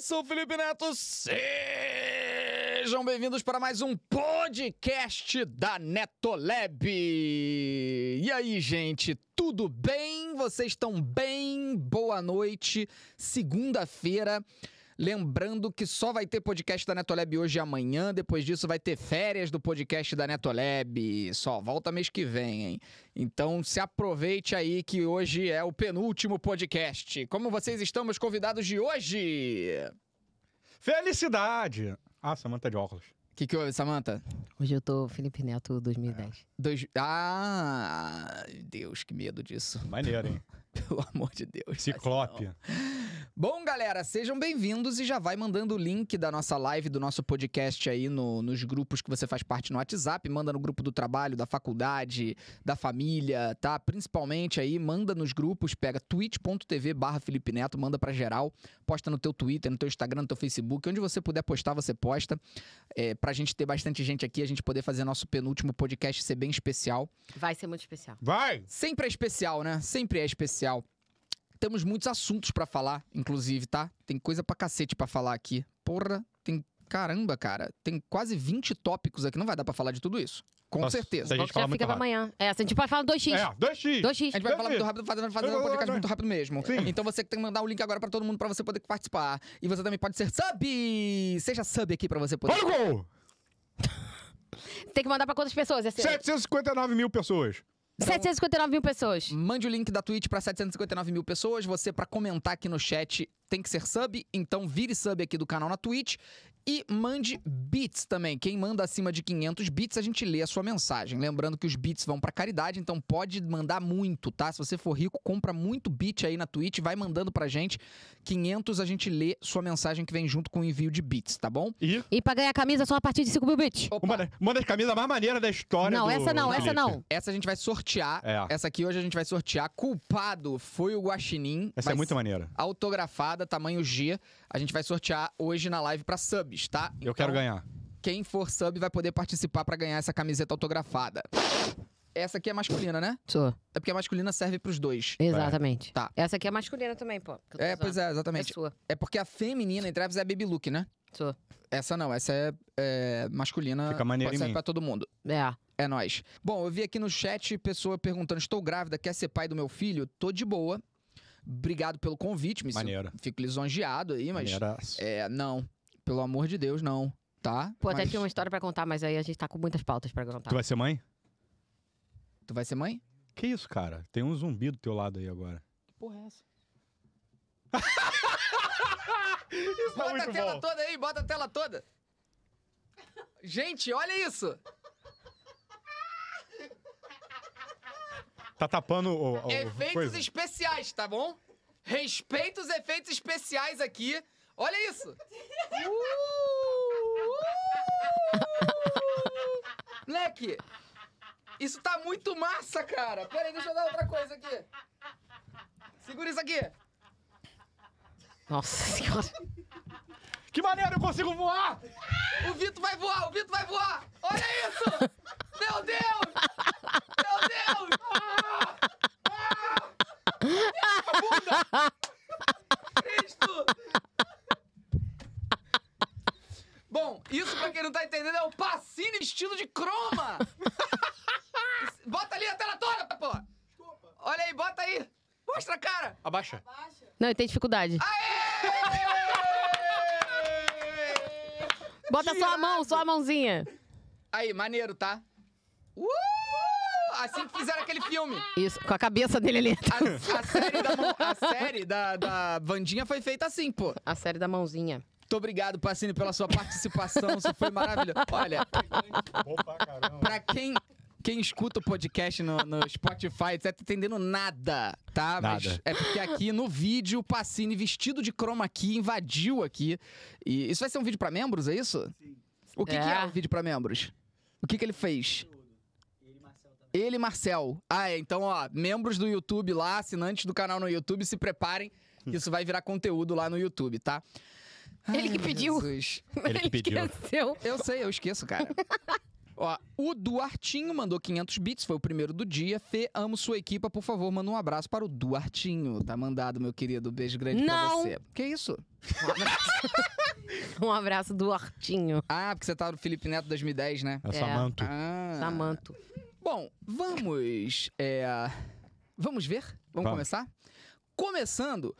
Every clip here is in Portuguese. sou o Felipe Neto. Sejam bem-vindos para mais um podcast da Netolab. E aí, gente, tudo bem? Vocês estão bem? Boa noite. Segunda-feira. Lembrando que só vai ter podcast da Netolab hoje e amanhã. Depois disso, vai ter férias do podcast da Netolab. Só volta mês que vem, hein? Então se aproveite aí que hoje é o penúltimo podcast. Como vocês estão, meus convidados de hoje? Felicidade! Ah, Samanta de óculos. O que, que houve, Samanta? Hoje eu tô Felipe Neto 2010. Dois... Ah, Deus, que medo disso. Maneiro, hein? Pelo amor de Deus. Ciclope. Bom, galera, sejam bem-vindos e já vai mandando o link da nossa live, do nosso podcast aí no- nos grupos que você faz parte no WhatsApp, manda no grupo do trabalho, da faculdade, da família, tá? Principalmente aí, manda nos grupos, pega twitch.tv barra Felipe Neto, manda pra geral, posta no teu Twitter, no teu Instagram, no teu Facebook, onde você puder postar, você posta, é, pra gente ter bastante gente aqui, a gente poder fazer nosso penúltimo podcast ser bem especial. É. Vai ser muito especial. Vai! Sempre é especial, né? Sempre é especial. Temos muitos assuntos pra falar, inclusive, tá? Tem coisa pra cacete pra falar aqui. Porra, tem. Caramba, cara. Tem quase 20 tópicos aqui. Não vai dar pra falar de tudo isso. Com Nossa, certeza. a Bom gente que fala já muito fica pra rápido. amanhã. É, assim, a gente pode falar 2x. É, 2x. 2x. A gente vai falar muito Sim. rápido, fazendo, fazendo um Eu- eu- podcast eu- muito rápido mesmo. Sim. Então você que tem que mandar o link agora pra todo mundo pra você poder participar. E você também pode ser sub! Seja sub aqui pra você poder. Olha o gol! Tem que mandar pra quantas pessoas? Assim, 759 mil pessoas. 759 mil Hum. pessoas. Mande o link da Twitch pra 759 mil pessoas. Você, pra comentar aqui no chat, tem que ser sub. Então, vire sub aqui do canal na Twitch. E mande bits também. Quem manda acima de 500 bits, a gente lê a sua mensagem. Lembrando que os bits vão pra caridade, então pode mandar muito, tá? Se você for rico, compra muito bit aí na Twitch. Vai mandando pra gente. 500 a gente lê sua mensagem que vem junto com o envio de bits, tá bom? E E pra ganhar camisa só a partir de 5 mil bits. Opa, uma, da- uma das camisas mais maneiras da história Não, do essa não, Felipe. essa não. Essa a gente vai sortear. É. Essa aqui hoje a gente vai sortear. Culpado foi o Guaxinim. Essa Vai é muito maneira. autografada, tamanho G. A gente vai sortear hoje na live pra subs, tá? Eu quero ganhar. Quem for sub vai poder participar pra ganhar essa camiseta autografada. Essa aqui é masculina, né? Sou. É porque a masculina serve pros dois. Exatamente. Tá. Essa aqui é masculina também, pô. que eu tô É, usando. pois é, É exatamente. sua. É porque a feminina em Travis é baby look, né? Sua. Essa não, essa é, é, masculina. Fica maneiro pode em serve mim. pra todo mundo. É. É nóis. Bom, eu vi aqui no chat pessoa perguntando: estou grávida, quer ser pai do meu filho? Tô de boa. Obrigado pelo convite, me sinto- Maneiro. Fico lisonjeado aí, mas. Maneiraço. É, não. Pelo amor de Deus, não. Tá? Pô, até Mas tinha uma história pra contar, mas aí a gente tá com muitas pautas pra contar. Tu vai ser mãe? Tu vai ser mãe? Que isso, cara? Tem um zumbi do teu lado aí agora. Que porra é essa? Isso Bota a tela toda aí, bota a tela toda. Gente, olha isso. Tá tapando o... o- É efeitos coisa. especiais, tá bom? Respeita os efeitos especiais aqui. Olha isso. Uh! Moleque, isso tá muito massa, cara. Pera aí, deixa eu dar outra coisa aqui. Segura isso aqui. Nossa senhora. Que maneiro, eu consigo voar! O Vitor vai voar, o Vitor vai voar! Olha isso! Meu Deus! Meu Deus! Ah! Ah! Bunda! Cristo! Bom, isso pra quem não tá entendendo é o Pacini estilo de croma! Bota ali a tela toda, pô! Olha aí, bota aí! Mostra a cara! Abaixa. Não, eu tenho dificuldade. Bota só a mão, só a mãozinha. Aí, maneiro, tá? Uh! Assim que fizeram aquele filme. Isso, com a cabeça dele ali. A, a série, da, mão- a série da, da Vandinha foi feita assim, pô. A série da mãozinha. Muito obrigado, Pacini, pela sua participação. Isso foi maravilhoso. Olha, Opa, caramba. pra quem, quem escuta o podcast no, no Spotify, você tá entendendo nada, tá? Mas Nada. é porque aqui no vídeo, o Pacini, vestido de chroma key, invadiu aqui. E isso vai ser um vídeo pra membros, é isso? Sim. O que que é, É. um vídeo pra membros? O que, que ele fez? Ele e Marcel. Ah, é, então, ó, membros do YouTube lá, assinantes do canal no YouTube, se preparem. que Isso vai virar conteúdo lá no YouTube, tá? Ele que Ai, pediu. Jesus. Ele que pediu. esqueceu. Eu sei, eu esqueço, cara. Ó, o Duartinho mandou 500 bits, foi o primeiro do dia. Fê, amo sua equipa, por favor, manda um abraço para o Duartinho. Tá mandado, meu querido. Beijo grande Não. pra você. Que isso? Um abraço do Artinho. Ah, porque você tá no Felipe Neto 2010, né? É Samanto. Ah. Samanto. Bom, vamos. é, vamos ver? Vamos, Vamos. começar? Começando,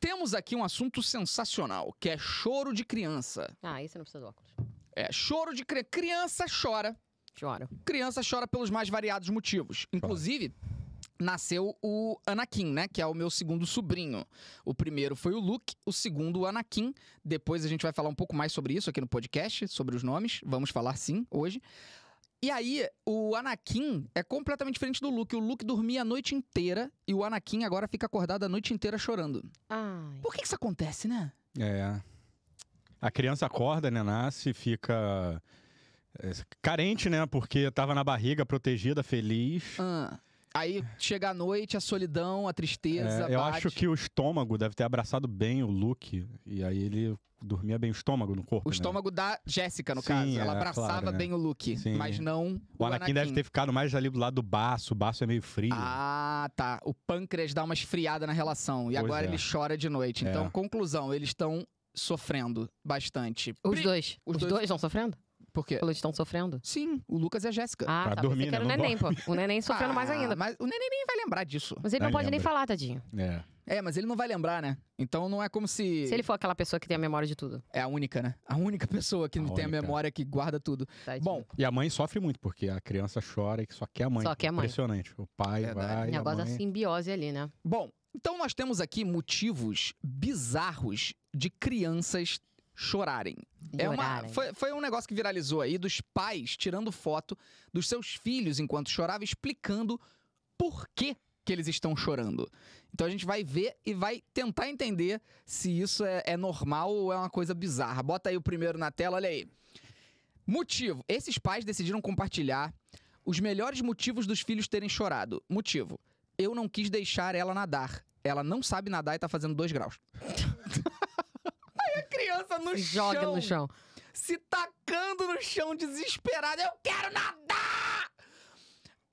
temos aqui um assunto sensacional, que é choro de criança. Ah, esse não precisa do óculos. É, choro de criança. Criança chora. Choro. Criança chora pelos mais variados motivos. Inclusive. Nasceu o Anakin, né? Que é o meu segundo sobrinho. O primeiro foi o Luke, o segundo o Anakin. Depois a gente vai falar um pouco mais sobre isso aqui no podcast, sobre os nomes. Vamos falar sim hoje. E aí, o Anakin é completamente diferente do Luke. O Luke dormia a noite inteira e o Anakin agora fica acordado a noite inteira chorando. Ai. Por que, que isso acontece, né? É. A criança acorda, né? Nasce, fica é, carente, né? Porque tava na barriga, protegida, feliz. Ah, aí chega a noite, a solidão, a tristeza. É, eu bate. acho que o estômago deve ter abraçado bem o Luke. E aí ele dormia bem o estômago no corpo. O né? estômago da Jéssica, no Sim, caso. é, Ela abraçava claro, né? bem o Luke, Sim. mas não O Anakin, deve ter ficado mais ali do lado do baço. O baço é meio frio. Ah, tá. O pâncreas dá uma esfriada na relação. E Pois agora é. ele chora de noite. É. Então, conclusão, eles estão sofrendo bastante. Os Pri- dois. os Os, dois- É. dois estão sofrendo? Por quê? Falou, estão sofrendo? Sim, o Lucas e a Jéssica. Ah, Pra tá. dormir, Pensei que era o né? Não neném, pô. O neném sofrendo mais Ah, ainda. Mas o neném nem vai lembrar disso. Mas ele não Aí pode nem lembra. falar, tadinho. É. É, mas ele não vai lembrar, né? Então não é como se. Se ele for aquela pessoa que tem a memória de tudo. É a única, né? A única pessoa que A não tem a única. memória que guarda tudo. Tadinho. Bom, E a mãe sofre muito, porque a criança chora e só quer a mãe. Só quer a mãe. Impressionante. O pai Verdade. é vai. o negócio a da assim. mãe... é simbiose ali, né? Bom, então nós temos aqui motivos bizarros de crianças chorarem. É uma, Llorarem. foi, foi um negócio que viralizou aí dos pais tirando foto dos seus filhos enquanto choravam, explicando por que, que eles estão chorando. Então a gente vai ver e vai tentar entender se isso é, é normal ou é uma coisa bizarra. Bota aí o primeiro na tela, olha aí. Motivo: esses pais decidiram compartilhar os melhores motivos dos filhos terem chorado. Motivo: eu não quis deixar ela nadar. Ela não sabe nadar e tá fazendo dois graus. Aí a criança no né? Joga chão no chão. se tacando no chão desesperado. Eu quero nadar!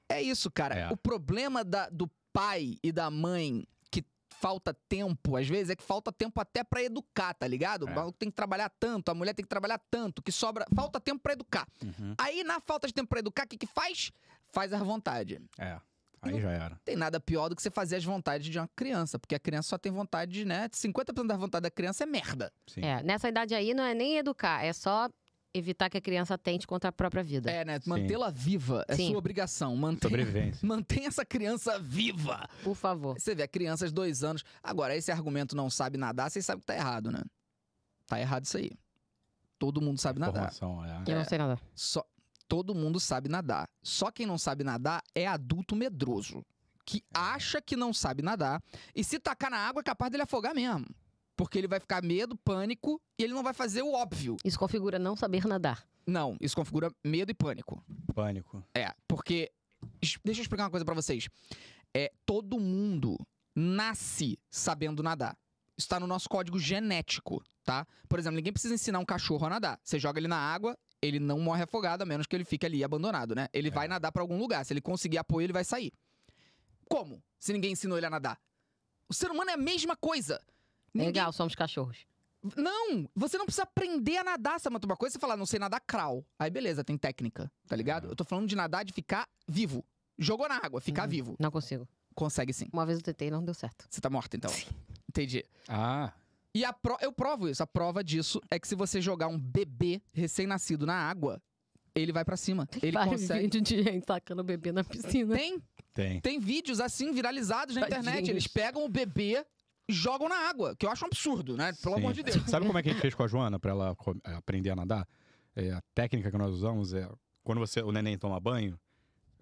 É isso, cara. É. O problema da- do pai e da mãe que falta tempo, às vezes, é que falta tempo até pra educar, tá ligado? É. O maluco tem que trabalhar tanto, a mulher tem que trabalhar tanto, que sobra. Falta tempo pra educar. Uhum. Aí, na falta de tempo pra educar, o que, que faz? Faz às vontade. É. Aí já era. Tem nada pior do que você fazer as vontades de uma criança, porque a criança só tem vontade, né? 50% da vontade da criança é merda. Sim. É, nessa idade aí não é nem educar, é só evitar que a criança tente contra a própria vida. É, né? Sim. Mantê-la viva é Sim. sua obrigação. Manter, Sobrevivência. Mantenha essa criança viva. Por favor. Você vê, a criança de dois anos. Agora, esse argumento não sabe nadar, vocês sabem que tá errado, né? Tá errado isso aí. Todo mundo sabe nadar. Formação, é. Eu não sei nada. Só... Todo mundo sabe nadar. Só quem não sabe nadar é adulto medroso. Que acha que não sabe nadar. E se tacar na água, é capaz dele afogar mesmo. Porque ele vai ficar medo, pânico, e ele não vai fazer o óbvio. Isso configura não saber nadar. Não, isso configura medo e pânico. Pânico. É, porque. es- Deixa eu explicar uma coisa pra vocês. É, todo mundo nasce sabendo nadar. Isso tá no nosso código genético, tá? Por exemplo, ninguém precisa ensinar um cachorro a nadar. Você joga ele na água, ele não morre afogado, a menos que ele fique ali abandonado, né? Ele É. vai nadar pra algum lugar. Se ele conseguir apoio, ele vai sair. Como? Se ninguém ensinou ele a nadar. O ser humano é a mesma coisa. Ninguém Legal, somos cachorros. não, você não precisa aprender a nadar, Samanta. Uma coisa é você falar, não sei nadar crawl. Aí beleza, tem técnica, tá ligado? Eu tô falando de nadar, de ficar vivo. Jogou na água, ficar Uhum. vivo. Não consigo. Consegue sim. Uma vez eu tentei e não deu certo. Você tá morta então. Entendi. Ah. E a pro... eu provo isso. A prova disso é que se você jogar um bebê recém-nascido na água, ele vai pra cima. Ele Vários consegue. vídeos de gente tacando o bebê na piscina. Tem, Tem. tem vídeos assim viralizados na internet. Tadinhos. Eles pegam o bebê, jogam na água, que eu acho um absurdo, né? Pelo Sim. amor de Deus. Sabe como é que a gente fez com a Joana pra ela co- eh, aprender a nadar? É, a técnica que nós usamos é quando você, o neném toma banho,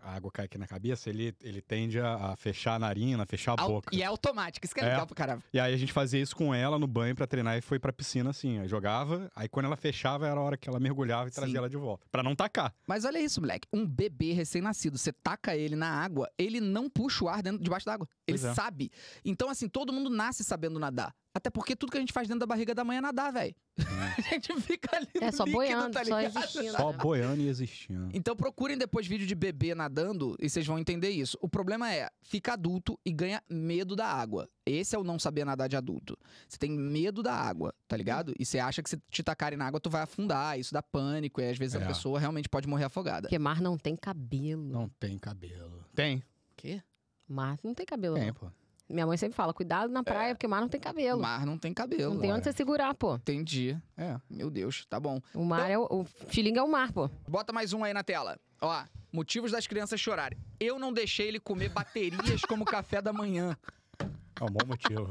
a água cai aqui na cabeça, ele, ele tende a, a fechar a narina, a fechar a Au- boca. E é automático. Isso que é, É. legal pra caralho. E aí a gente fazia isso com ela no banho pra treinar e foi pra piscina assim, ó, jogava, aí quando ela fechava era a hora que ela mergulhava e trazia Sim. ela de volta, Pra não tacar. Mas olha isso, moleque. Um bebê recém-nascido, você taca ele na água, ele não puxa o ar dentro, debaixo d'água. Ele Pois é. sabe. Então, assim, todo mundo nasce sabendo nadar. Até porque tudo que a gente faz dentro da barriga da mãe é nadar, velho. a gente fica ali É no só líquido, boiando, tá só ligado? existindo. né? Só né? boiando e existindo. Então procurem depois vídeo de bebê nadando e vocês vão entender isso. O problema é, fica adulto e ganha medo da água. Esse é o não saber nadar de adulto. Você tem medo da água, tá ligado? E você acha que se te tacarem na água, tu vai afundar, isso dá pânico, e às vezes a É. pessoa realmente pode morrer afogada. Porque mar não tem cabelo. Não tem cabelo. Tem. quê? Mar não tem cabelo. Tem, não. pô. Minha mãe sempre fala, cuidado na praia, porque o mar não tem cabelo. Mar não tem cabelo. não tem é. onde você segurar, pô. Entendi. É. Meu Deus, tá bom. O mar é o, o xilingue é o mar, pô. Bota mais um aí na tela. Ó, motivos das crianças chorarem. Eu não deixei ele comer baterias como café da manhã. É um bom motivo.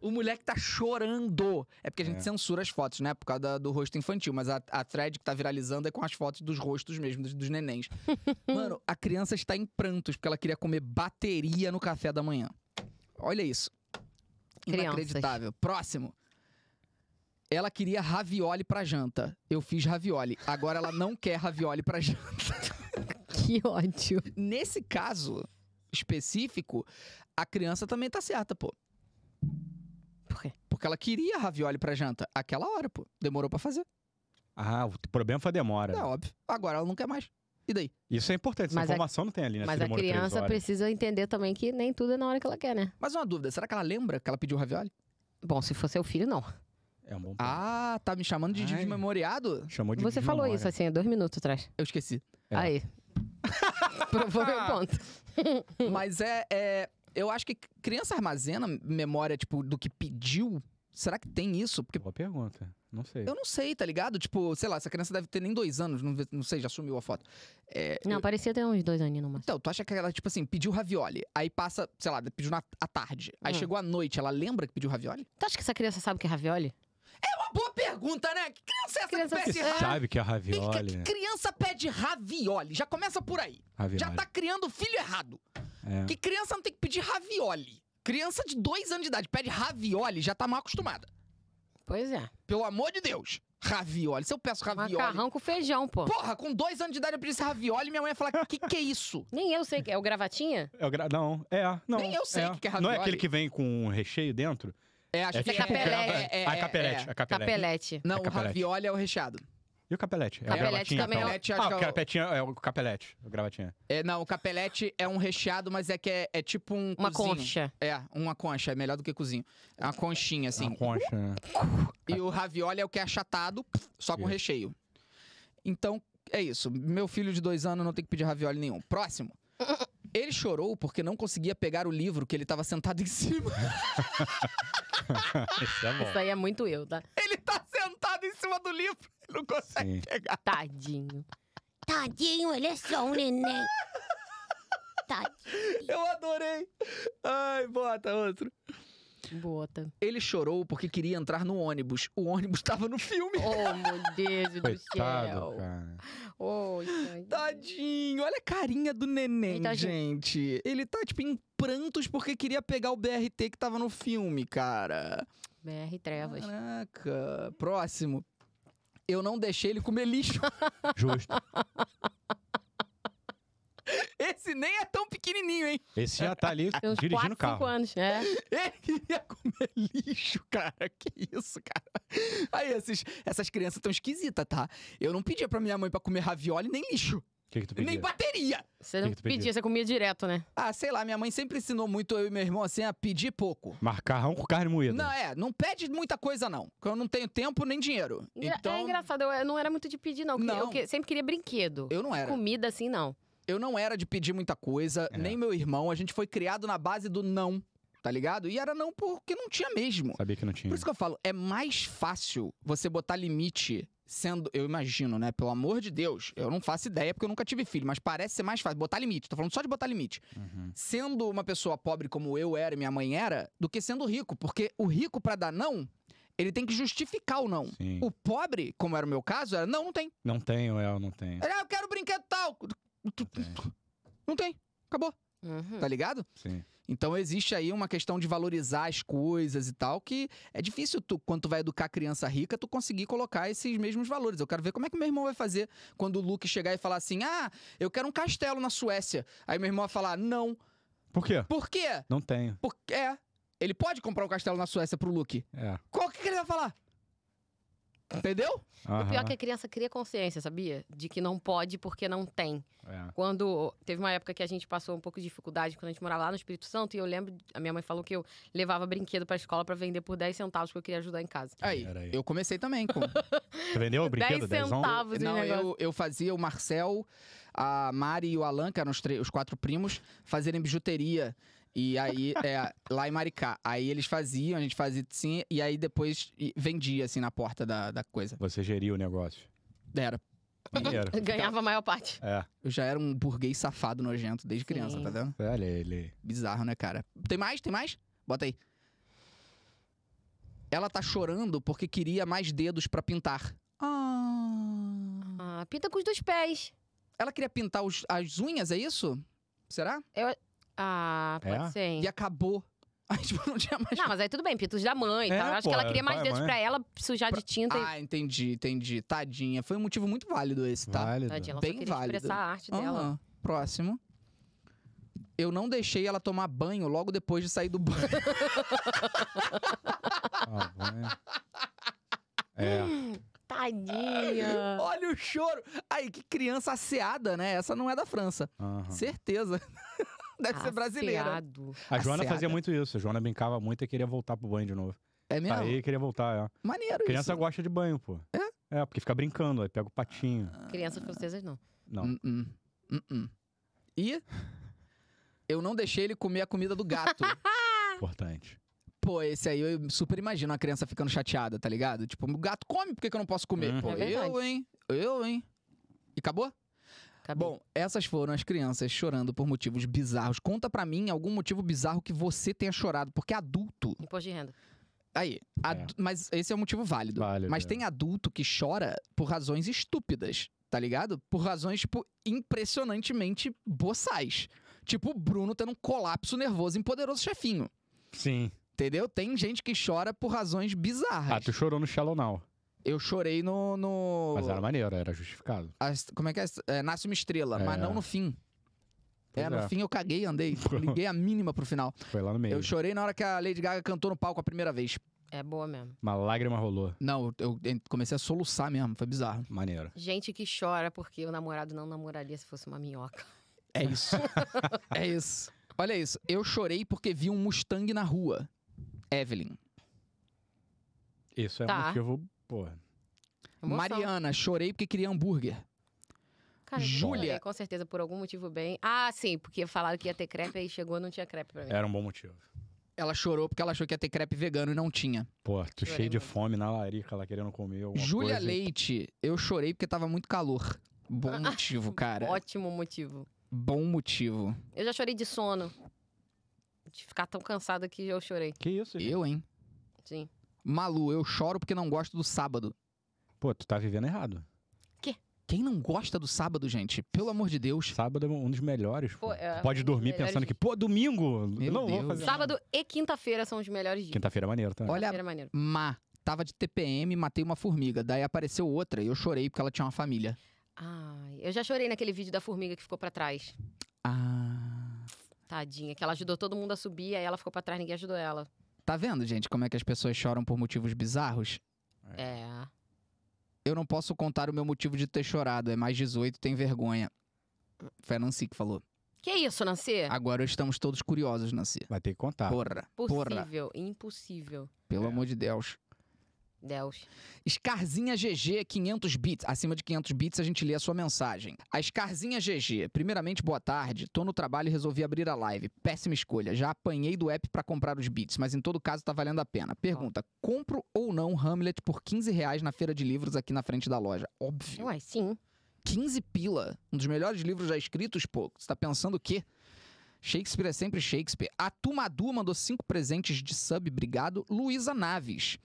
O moleque tá chorando. É porque a gente É. censura as fotos, né? Por causa da- do rosto infantil. Mas a, a thread que tá viralizando é com as fotos dos rostos mesmo, dos, dos nenéns. Mano, a criança está em prantos porque ela queria comer bateria no café da manhã. Olha isso. Crianças. Inacreditável. Próximo. Ela queria ravioli pra janta. Eu fiz ravioli. Agora ela não quer ravioli pra janta. Que ódio. Nesse caso específico, a criança também tá certa, pô. Por quê? Porque ela queria ravioli pra janta. Aquela hora, pô. Demorou pra fazer. Ah, o problema foi a demora. É óbvio. Agora ela não quer mais. E daí? Isso é importante. Essa Mas a- informação não tem ali, né? Mas Se a demora três criança horas. precisa entender também que nem tudo é na hora que ela quer, né? Mas uma dúvida, será que ela lembra que ela pediu ravioli? Bom, se for seu filho, não. É um bom ponto. Ah, tá me chamando de Ai. desmemoriado? Chamou de Você falou desmemória. isso assim, há dois minutos atrás. Eu esqueci. É. Aí. Provou Ah. meu ponto. Mas é, é- Eu acho que criança armazena memória, tipo, do que pediu. Será que tem isso? Porque Boa pergunta. Não sei. eu não sei, tá ligado? Tipo, sei lá, essa criança deve ter nem dois anos, não, não sei, já sumiu a foto. É, Não, parecia ter uns dois aninhos no máximo. Então, tu acha que ela, tipo assim, pediu ravioli, aí passa, sei lá, pediu na à tarde, aí Hum. chegou à noite, ela lembra que pediu ravioli? Tu acha que essa criança sabe o que é ravioli? É uma boa pergunta, né? Que criança é essa Criança que pede Você é. ravioli? sabe que é Que- que- ravioli. que né? criança pede ravioli? Já começa por aí. Ravioli. Já tá criando filho errado. É. Que criança não tem que pedir ravioli. Criança de dois anos de idade pede ravioli, já tá mal acostumada. Pois é. Pelo amor de Deus. Ravioli. Se eu peço ravioli. Macarrão com feijão, pô. Porra, com dois anos de idade eu pedi esse ravioli, minha mãe ia falar: que que é isso? Nem eu sei. que É o gravatinha? É o gra- Não, é. Não, Nem eu sei o que que é Não é ravioli. aquele que vem com um recheio dentro? É, acho É que tipo capelete. grava- É, é, Ah, é, capelete. é. É capelete. Capelete. Não, É o capelete. ravioli é o recheado. E o capelete? É Capelete o gravatinha, também é o- então. Capelete, acho Ah, que é o o- capetinha é o capelete. O gravatinha. É, não, o capelete é um recheado, mas é que é, é tipo um Uma cozinho. concha. É, uma concha, é melhor do que cozinho. É uma conchinha, assim. Uma concha. né? E o ravioli é o que é achatado, só com Isso. recheio. Então, é isso. Meu filho de dois anos não tem que pedir ravioli nenhum. Próximo. Ele chorou porque não conseguia pegar o livro que ele tava sentado em cima. Isso é Isso bom. aí é muito eu, tá? Ele tá sentado em cima do livro. Ele não consegue Sim. pegar. Tadinho. Tadinho, ele é só um neném. Tadinho. Eu adorei. Ai, bota outro. Bota. Ele chorou porque queria entrar no ônibus. O ônibus tava no filme. Oh, meu Deus do Coitado, céu. cara. Oh, tadinho. Tadinho, olha a carinha do neném, Ele tá, gente. Ele tá, tipo, em prantos porque queria pegar o BRT que tava no filme, cara. BR Trevas. Caraca. Próximo. Eu não deixei ele comer lixo. Justo. Esse nem é tão pequenininho, hein? Esse já tá ali Tem uns dirigindo o 4, 5 carro. anos, né? Ele queria comer lixo, cara. Que isso, cara. Aí, esses, essas crianças tão esquisitas, tá? Eu não pedia pra minha mãe pra comer ravioli nem lixo, O que, que tu nem pediu? bateria. Você que não que tu pediu? pedia, você comia direto, né? Ah, sei lá, minha mãe sempre ensinou muito eu e meu irmão assim a pedir pouco. Macarrão com carne moída. Não, é, não pede muita coisa, não. Porque eu não tenho tempo nem dinheiro. Engra- Então, É engraçado, eu- eu não era muito de pedir, não. Eu queria- Não. Eu que- sempre queria brinquedo. eu não era. Comida, assim, não. Eu não era de pedir muita coisa, É. nem meu irmão. A gente foi criado na base do não, tá ligado? E era não porque não tinha mesmo. Sabia que não tinha. Por isso que eu falo, é mais fácil você botar limite sendo. Eu imagino, né? Pelo amor de Deus, eu não faço ideia porque eu nunca tive filho, mas parece ser mais fácil. Botar limite, tô falando só de botar limite. Uhum. Sendo uma pessoa pobre como eu era e minha mãe era, do que sendo rico. Porque o rico, pra dar não, ele tem que justificar o não. Sim. O pobre, como era o meu caso, era: não, não tem. Não tenho, é, eu não tenho. Ele, ah, eu quero brinquedo tal. Tu- tu- Não tem. Não tem. Acabou. Uhum. Tá ligado? Sim. Então existe aí uma questão de valorizar as coisas e tal, que é difícil tu, quando tu vai educar criança rica, tu conseguir colocar esses mesmos valores. Eu quero ver como é que meu irmão vai fazer quando o Luke chegar e falar assim: ah, eu quero um castelo na Suécia. Aí meu irmão vai falar: não. Por quê? Por quê? Não tenho. Porque. É. Ele pode comprar o castelo na Suécia pro Luke. É. Qual que ele vai falar? Entendeu? O pior é aham, que a criança cria consciência, sabia? De que não pode porque não tem. é. Quando teve uma época que a gente passou um pouco de dificuldade quando a gente morava lá no Espírito Santo, e eu lembro, a minha mãe falou que eu levava brinquedo pra escola pra vender por 10 centavos porque eu queria ajudar em casa. Aí, Peraí. eu comecei também. Com... Você vendeu o brinquedo? 10 Dezão? centavos de Não, Tipo assim, um negócio. eu, eu fazia o Marcel, a Mari e o Alan, que eram os, tre- os quatro primos, fazerem bijuteria. E aí, é, lá em Maricá. Aí eles faziam, a gente fazia sim, e aí depois e- vendia, assim, na porta da, da coisa. Você geria o negócio. Era. Maneiro. Ganhava a maior parte. é. Eu já era um burguês safado nojento desde criança, Sim. tá vendo? Olha ele. Bizarro, né, cara? Tem mais? Tem mais? Bota aí. Ela tá chorando porque queria mais dedos pra pintar. Ah. Ah, pinta com os dois pés. Ela queria pintar os- as unhas, é isso? Será? Ah, pode É? ser. hein? E acabou. Aí, tipo, não tinha mais. Não, mas aí tudo bem, pintos da mãe. e É, tal. Eu acho pô, que ela queria mais pai e dedos mãe. pra ela sujar de tinta e. Ah, entendi, entendi. Tadinha. Foi um motivo muito válido esse, tá? Válido. Tadinha, ela Bem só queria válido. expressar a arte Aham. dela. Próximo. Eu não deixei ela tomar banho logo depois de sair do banho. Ah, vai. É. Tadinha. Olha o choro. Aí, que criança asseada, né? Essa não é da França. aham. Certeza. Deve ser brasileira. Asseado. A Joana Asseada. fazia muito isso. A Joana brincava muito e queria voltar pro banho de novo. É mesmo? Aí queria voltar, é. Maneiro Criança isso. gosta de banho, pô. É? É, porque fica brincando, aí pega o patinho. Crianças francesas não. Não. Hum, hum. Hum, hum. E eu não deixei ele comer a comida do gato. Ah. Importante. Pô, esse aí eu super imagino a criança ficando chateada, tá ligado? Tipo, o gato come, por que, que eu não posso comer? Uhum. Pô, É verdade. eu, hein? Eu, hein? E acabou? Acabei. Bom, essas foram as crianças chorando por motivos bizarros. Conta pra mim algum motivo bizarro que você tenha chorado, porque adulto. Imposto de renda. Aí, ad- mas esse é um motivo válido. É. Válido, mas é. tem adulto que chora por razões estúpidas, tá ligado? Por razões, tipo, impressionantemente boçais. Tipo, o Bruno tendo um colapso nervoso em poderoso chefinho. Sim. Entendeu? Tem gente que chora por razões Ah, bizarras. tu chorou no Shallow Now. Eu chorei no. no... Mas era maneiro, era justificado. as- como é que é? É, Nasce uma estrela, mas É. não no fim. Pois é, no é. fim eu caguei e andei. Liguei a mínima pro final. Foi lá no meio. Eu chorei na hora que a Lady Gaga cantou no palco a primeira vez. É boa mesmo. Uma lágrima rolou. Não, eu eu comecei a soluçar mesmo, foi bizarro. Maneiro. Gente que chora porque o namorado não namoraria se fosse uma minhoca. É isso. é isso. Olha isso. Eu chorei porque vi um Mustang na rua. Evelyn. Isso é Tá. um motivo, pô. Emoção. Mariana, chorei porque queria hambúrguer. Cara, eu Júlia. chorei, Com certeza, por algum motivo bem. Ah, sim, porque falaram que ia ter crepe, aí chegou não tinha crepe pra mim. Era um bom motivo. Ela chorou porque ela achou que ia ter crepe vegano e não tinha. Pô, tu Chorei cheio de muito. fome na larica lá querendo comer alguma Júlia coisa. Leite, eu chorei porque tava muito calor. Bom motivo, cara. Ótimo motivo. Bom motivo. Eu já chorei de sono. De ficar tão cansada que eu chorei. Que isso, gente? Eu, hein? Sim. Malu, eu choro porque não gosto do sábado. Pô, tu tá vivendo errado. Quem não gosta do sábado, gente? Pelo amor de Deus. Sábado é um dos melhores. Pô, Pô, é Tu pode um dos dormir melhores pensando que, dias. pô, domingo. Meu não Deus. vou fazer. nada. Sábado e quinta-feira são os melhores dias. Quinta-feira é maneiro, tá? Olha, Quinta-feira é maneiro. má. Tava de TPM, matei uma formiga. Daí apareceu outra e eu chorei porque ela tinha uma família. Ai, eu já chorei naquele vídeo da formiga que ficou pra trás. Ah. Tadinha, que ela ajudou todo mundo a subir, aí ela ficou pra trás, ninguém ajudou ela. Tá vendo, gente, como é que as pessoas choram por motivos bizarros? É. Eu não posso contar o meu motivo de ter chorado. É mais 18, tem vergonha. Foi a Nancy que falou. Que isso, Nancy? Agora estamos todos curiosos, Nancy. Vai ter que contar. Ah, Porra, porra. Ah. Possível, impossível. Pelo É. amor de Deus. Deus. Scarzinha GG, 500 bits. Acima de 500 bits, a gente lê a sua mensagem. A Scarzinha GG. Primeiramente, boa tarde. Tô no trabalho e resolvi abrir a live. Péssima escolha. Já apanhei do app pra comprar os bits, mas em todo caso tá valendo a pena. Pergunta: compro ou não Hamlet por 15 reais na feira de livros aqui na frente da loja? Óbvio. Ué, sim. 15 pila. Um dos melhores livros já escritos, pô. Você tá pensando o quê? Shakespeare é sempre Shakespeare. A Tumadu mandou cinco presentes de sub, obrigado. Luísa Naves.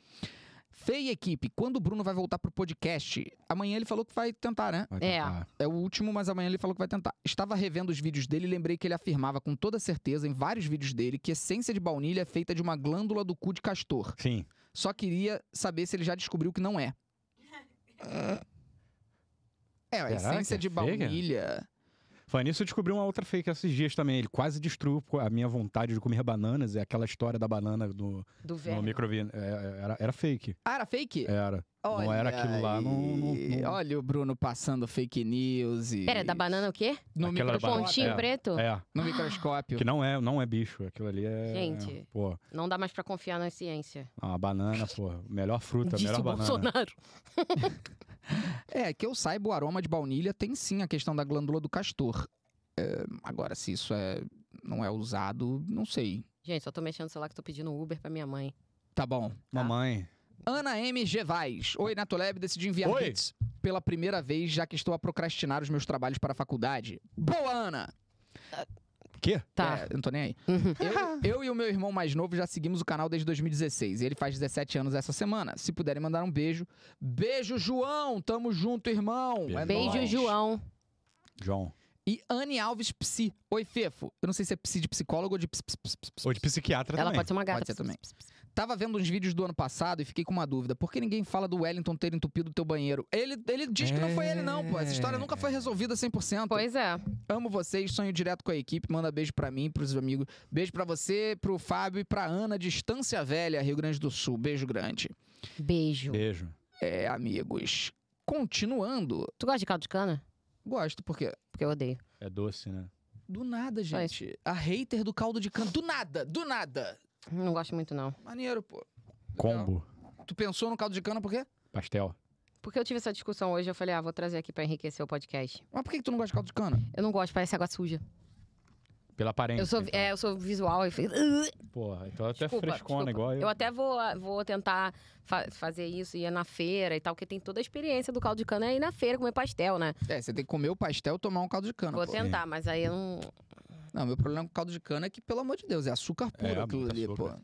Feia equipe, quando o Bruno vai voltar pro podcast? Amanhã ele falou que vai tentar, né? Vai É. contar. É o último, mas amanhã ele falou que vai tentar. Estava revendo os vídeos dele e lembrei que ele afirmava com toda certeza, em vários vídeos dele, que essência de baunilha é feita de uma glândula do cu de castor. Sim. Só queria saber se ele já descobriu que não é. É, a Será que essência é de fake? baunilha. Falando nisso, eu descobri uma outra fake esses dias também. Ele quase destruiu a minha vontade de comer bananas. É aquela história da banana no, Do no velho. microviário. É, era, era fake. Ah, era fake? Era. É, Não era aquilo lá, não- não- aí. não- Olha o Bruno passando fake news e... Pera, É, da banana o quê? No, micro- Aquela da banana. Pontinho é, preto? É. no microscópio. Que não é, não é bicho. Aquilo ali é. Gente. Pô, Não dá mais pra confiar na ciência. uma banana, porra. Melhor fruta, Disse melhor o banana. Bolsonaro. É, que eu saiba, o aroma de baunilha tem sim a questão da glândula do castor. É, agora, se isso é, não é usado, não sei. Gente, só tô mexendo no celular que tô pedindo Uber pra minha mãe. Tá bom. Mamãe. Ana M. Gervais. Oi, Natoleb, decidi enviar Oi. hits pela primeira vez, já que estou a procrastinar os meus trabalhos para a faculdade. Boa, Ana! Quê? Tá. Uhum. É, eu não tô nem aí. eu, eu e o meu irmão mais novo já seguimos o canal desde 2016. E ele faz 17 anos essa semana. Se puderem mandar um beijo. Beijo, João! Tamo junto, irmão! É Beijo, Beijo, nóis. João. John. E Anne Alves Psi. Oi, Fefo. Eu não sei se é Psi de psicólogo ou de ps, ps, ps, ps, ps. Ou de psiquiatra Ela também. pode ser uma gata. Pode ser também. Tava vendo uns vídeos do ano passado e fiquei com uma dúvida. Por que ninguém fala do Wellington ter entupido o teu banheiro? Ele, ele diz que não foi ele, não, pô. Essa história nunca foi resolvida 100%. Pois é. Amo vocês, sonho direto com a equipe. Manda beijo pra mim, pros amigos. Beijo pra você, pro Fábio e pra Ana, de Estância Velha, Rio Grande do Sul. Beijo grande. Beijo. Beijo. É, amigos. Continuando. Tu gosta de caldo de cana? Gosto, porque. Porque eu odeio. É doce, né? Do nada, Só gente. A hater do caldo de cana. Do nada, do nada. Não gosto muito, não. Maneiro, pô. Legal. Combo. Tu pensou no caldo de cana por quê? Pastel. Porque eu tive essa discussão hoje, eu falei, ah, vou trazer aqui pra enriquecer o podcast. Mas por que que tu não gosta de caldo de cana? Eu não gosto, parece água suja. Pela aparência. Eu sou, então. é, eu sou visual e fico. "Ugh". Porra, então até Desculpa, frescona desculpa. igual eu. Eu até vou, vou tentar fa- fazer isso, ir na feira e tal, porque tem toda a experiência do caldo de cana é ir na feira comer pastel, né? É, você tem que comer o pastel e tomar um caldo de cana. Vou pô. tentar, mas aí eu não. Não, meu problema com caldo de cana é que, pelo amor de Deus, é açúcar puro É, aquilo muito ali, pô. açúcar.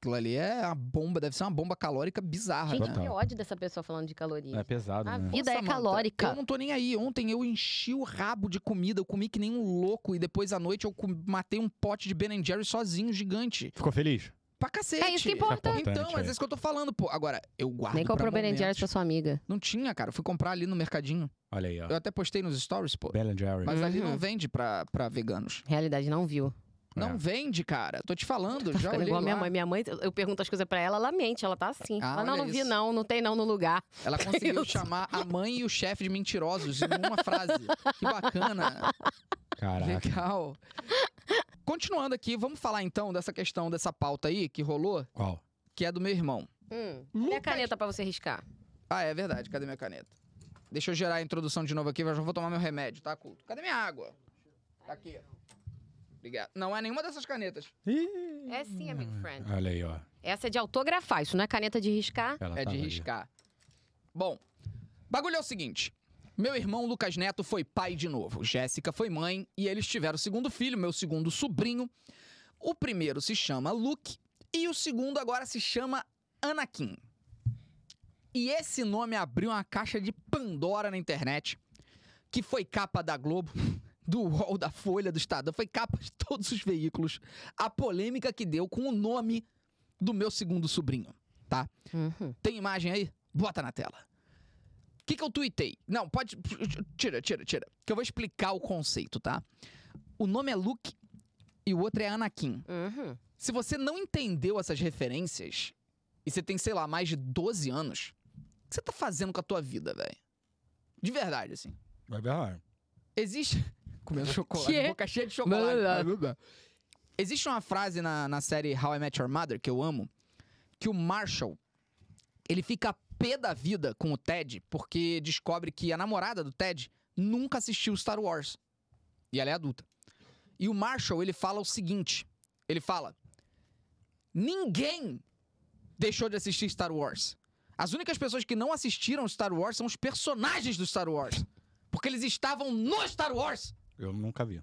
Aquilo ali é uma bomba, deve ser uma bomba calórica bizarra, Gente, né? Ah, Total. que ódio dessa pessoa falando de calorias. É pesado, A né? vida é Nossa, Manta, calórica. Eu não tô nem aí. Ontem eu enchi o rabo de comida, eu comi que nem um louco. E depois à noite eu com- matei um pote de Ben Jerry sozinho, gigante. Ficou feliz? Pra cacete. É isso que importa. Isso é importante, Então, mas é. é isso que eu tô falando, pô. Agora, eu guardo Nem comprou pra Ben Jerry's momentos. pra sua amiga. Não tinha, cara. Eu fui comprar ali no mercadinho. Olha aí, ó. Eu até postei nos stories, pô. Ben Jerry. Mas ali Uhum. não vende pra, pra veganos. Realidade, não viu. Não É. vende, cara. Tô te falando, Tá já ficando olhei igual a minha lá. mãe. Minha mãe, eu- eu pergunto as coisas pra ela, ela mente, ela tá assim. Ah, Mas não, olha não vi isso. não, não tem não no lugar. Ela conseguiu Isso. chamar a mãe e o chefe de mentirosos em uma frase. Que bacana. Caraca. Legal. Continuando aqui, vamos falar então dessa questão, dessa pauta aí que rolou, Qual? que é do meu irmão. Hum, cadê a Lucas- caneta pra você riscar? Ah, é verdade. Cadê minha caneta? Deixa eu gerar a introdução de novo aqui, eu já vou tomar meu remédio, tá, culto? Cadê minha água? Tá aqui. Obrigado. Não é nenhuma dessas canetas. É sim, amigo friend. Olha aí, ó. Essa é de autografar, isso não é caneta de riscar. Ela É tava de ali. riscar. Bom, bagulho é o seguinte. Meu irmão Lucas Neto foi pai de novo. Jéssica foi mãe e eles tiveram o segundo filho, meu segundo sobrinho. O primeiro se chama Luke e o segundo agora se chama Anakin. E esse nome abriu uma caixa de Pandora na internet, que foi capa da Globo, do UOL, da Folha, do Estadão, foi capa de todos os veículos. A polêmica que deu com o nome do meu segundo sobrinho. Uhum. Tem imagem aí? Bota na tela. O que, que eu tuitei? Não, pode. Tira, tira, tira. Que eu vou explicar o conceito, tá? O nome é Luke e o outro é Anakin. Uhum. Se você não entendeu essas referências e você tem, sei lá, mais de 12 anos, o que você tá fazendo com a tua vida, velho? De verdade, assim. Vai berrar. Existe. é? Comendo chocolate, Quê? boca cheia de Blá, chocolate. Existe uma frase na, na série How I Met Your Mother, que eu amo, que o Marshall, ele fica pé da vida com o Ted, porque descobre que a namorada do Ted nunca assistiu Star Wars. E ela é adulta. E o Marshall, ele fala o seguinte, ele fala, ninguém deixou de assistir Star Wars. As únicas pessoas que não assistiram Star Wars são os personagens do Star Wars. Porque eles estavam no Star Wars! Eu nunca vi.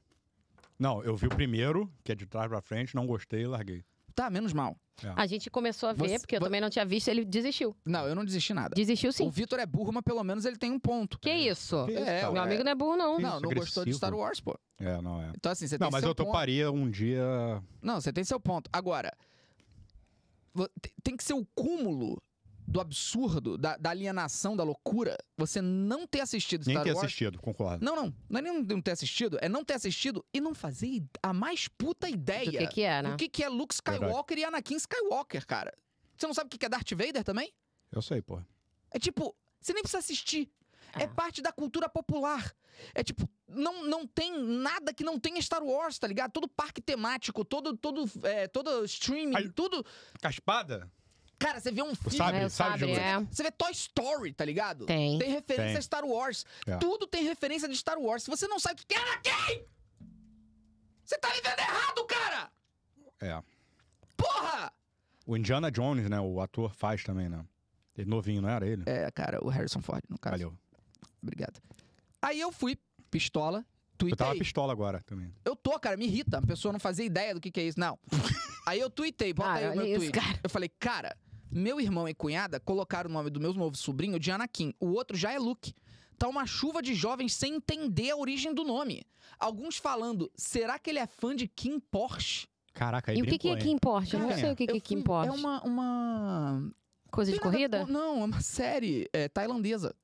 Não, eu vi o primeiro, que é de trás pra frente, não gostei e larguei. Tá, menos mal. A gente começou a ver, Você- porque eu vo- também não tinha visto, ele desistiu. Não, eu não desisti nada. Desistiu O sim. Vitor é burro, mas pelo menos ele tem um ponto. Que isso? Que isso, É, cara? Meu amigo não é burro, não. Isso, não, não gostou de agressivo. Star Wars, pô. É, não é. Então, assim, você Não, tem mas seu eu ponto. toparia um dia. Não, você tem seu ponto. Agora, vo- te- tem que ser o cúmulo do absurdo, da, da alienação, da loucura, você não ter assistido Nem Star ter Wars. assistido, concordo. Não, não. Não é nem não ter assistido, é não ter assistido e não fazer i- a mais puta ideia Do que que é, né? do que, que é Luke Verdade. Skywalker e Anakin Skywalker, cara. Você não sabe o que que é Darth Vader também? Eu sei, pô. É tipo, você nem precisa assistir. É Ah. parte da cultura popular. É tipo, não, não tem nada que não tenha Star Wars, tá ligado? Todo parque temático, todo, todo, é, todo streaming, Ai. tudo. Caspada? Cara, você vê um filme. Sabe, É, o sabe de sabre, é. Você vê Toy Story, tá ligado? Tem. Tem referência Tem. a Star Wars. É. Tudo tem referência de Star Wars. Se você não sabe o que é Anakin! Você tá vivendo errado, cara! É. Porra! O Indiana Jones, né? O ator faz também, né? Ele novinho, não era ele? É, cara, o Harrison Ford, no caso. Valeu. Obrigado. Aí eu fui, pistola, Eu tava tuitei. pistola agora também. Eu tô, cara, me irrita. A pessoa não fazia ideia do que, que é isso, não. aí eu tuitei, bota aí Cara, o meu olha isso, tweet. cara. Eu falei, cara, meu irmão e cunhada colocaram o nome do meu novo sobrinho de Anakin. O outro já é Luke. Tá uma chuva de jovens sem entender a origem do nome. Alguns falando, será que ele é fã de Kim Porsche? Caraca, aí E o que, que brincou, é hein? que importa? Eu não Cara, sei o que, que é Eu que fui- importa. É uma... uma... Coisa de tem nada a corrida? ver com- Não, é uma série é, tailandesa.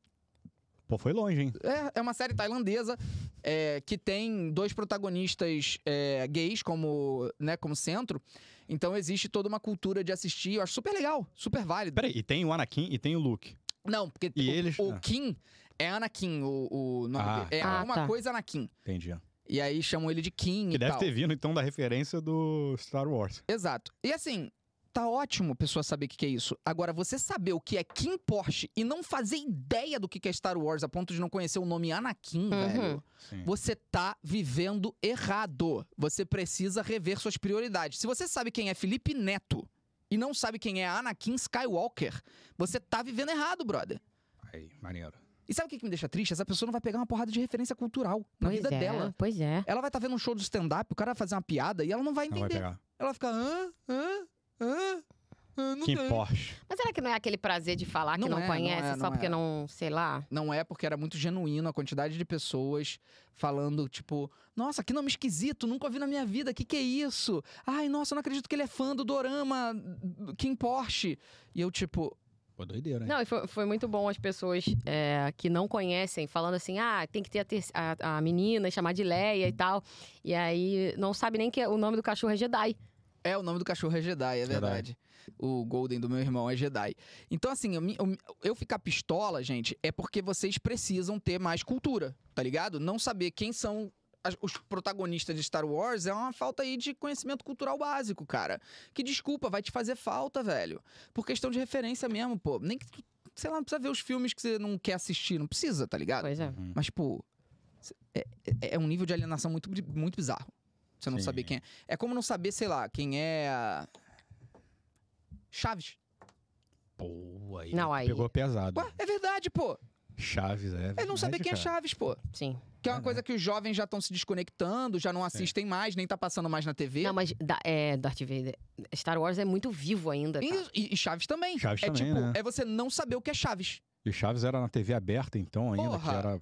Pô, foi longe, hein? É, é uma série tailandesa é, que tem dois protagonistas é, gays como, né, como centro. Então existe toda uma cultura de assistir. Eu acho super legal, super válido. Peraí, e tem o Anakin e tem o Luke. Não, porque E o, eles- o ah. Kim é Anakin, o, o nome Ah, dele. É tá. alguma Ah, tá. coisa Anakin. Entendi. E aí chamam ele de Kim Que e deve tal. ter vindo, então, da referência do Star Wars. Exato. E assim, tá ótimo a pessoa saber o que, que é isso. Agora, você saber o que é Kim Porsche e não fazer ideia do que, que é Star Wars a ponto de não conhecer o nome Uhum. Anakin, velho. Sim. Você tá vivendo errado. Você precisa rever suas prioridades. Se você sabe quem é Felipe Neto e não sabe quem é Anakin Skywalker, você tá vivendo errado, brother. Aí, maneiro. E sabe o que que me deixa triste? Essa pessoa não vai pegar uma porrada de referência cultural na Pois vida é, dela. pois é. Ela vai estar vendo um show de stand-up, o cara vai fazer uma piada e ela não vai Não vai entender. pegar. ela fica, hã? Hã? Hã? Hã? Não Kim tem. Porsche. Mas será que não é aquele prazer de falar que Não não, é, não conhece é, só não porque é. não, sei lá? Não é porque era muito genuíno a quantidade de pessoas falando, tipo, nossa, que nome esquisito, nunca vi na minha vida, que que é isso? Ai, nossa, eu não acredito que ele é fã do Dorama, do Kim Porsche. E eu, tipo, Pô, doideira, hein? Não, e foi, foi muito bom as pessoas é, que não conhecem falando assim: ah, tem que ter a, ter- a, a menina, chamar de Leia e tal. E aí não sabe nem que o nome do cachorro é Jedi. é, o nome do cachorro é Jedi, é verdade. Verdade. O Golden do meu irmão é Jedi. Então, assim, eu, me- eu, eu ficar pistola, gente, é porque vocês precisam ter mais cultura, tá ligado? Não saber quem são as- os protagonistas de Star Wars é uma falta aí de conhecimento cultural básico, cara. Que desculpa, vai te fazer falta, velho. Por questão de referência mesmo, pô. Nem que tu, sei lá, não precisa ver os filmes que você não quer assistir, não precisa, tá ligado? Pois é. Uhum. Mas, pô, cê- é, é- é um nível de alienação muito, bri- muito bizarro. Você não Sim. saber quem é. É como não saber, sei lá, quem é. a- Chaves. Pô, aí. Não, aí- Pegou pesado. Ué, é verdade, pô. Chaves, é. É não saber verdade, quem é cara. Chaves, pô. Sim. Que é uma É, coisa que os jovens já estão se desconectando, já não assistem mais, nem tá passando mais na TV. Não, mas da- é, Darth Vader. Star Wars é muito vivo ainda. cara. E- e, e Chaves também. Chaves é também, tipo, né? é você não saber o que é Chaves. E Chaves era na TV aberta, então, ainda, Porra. que era.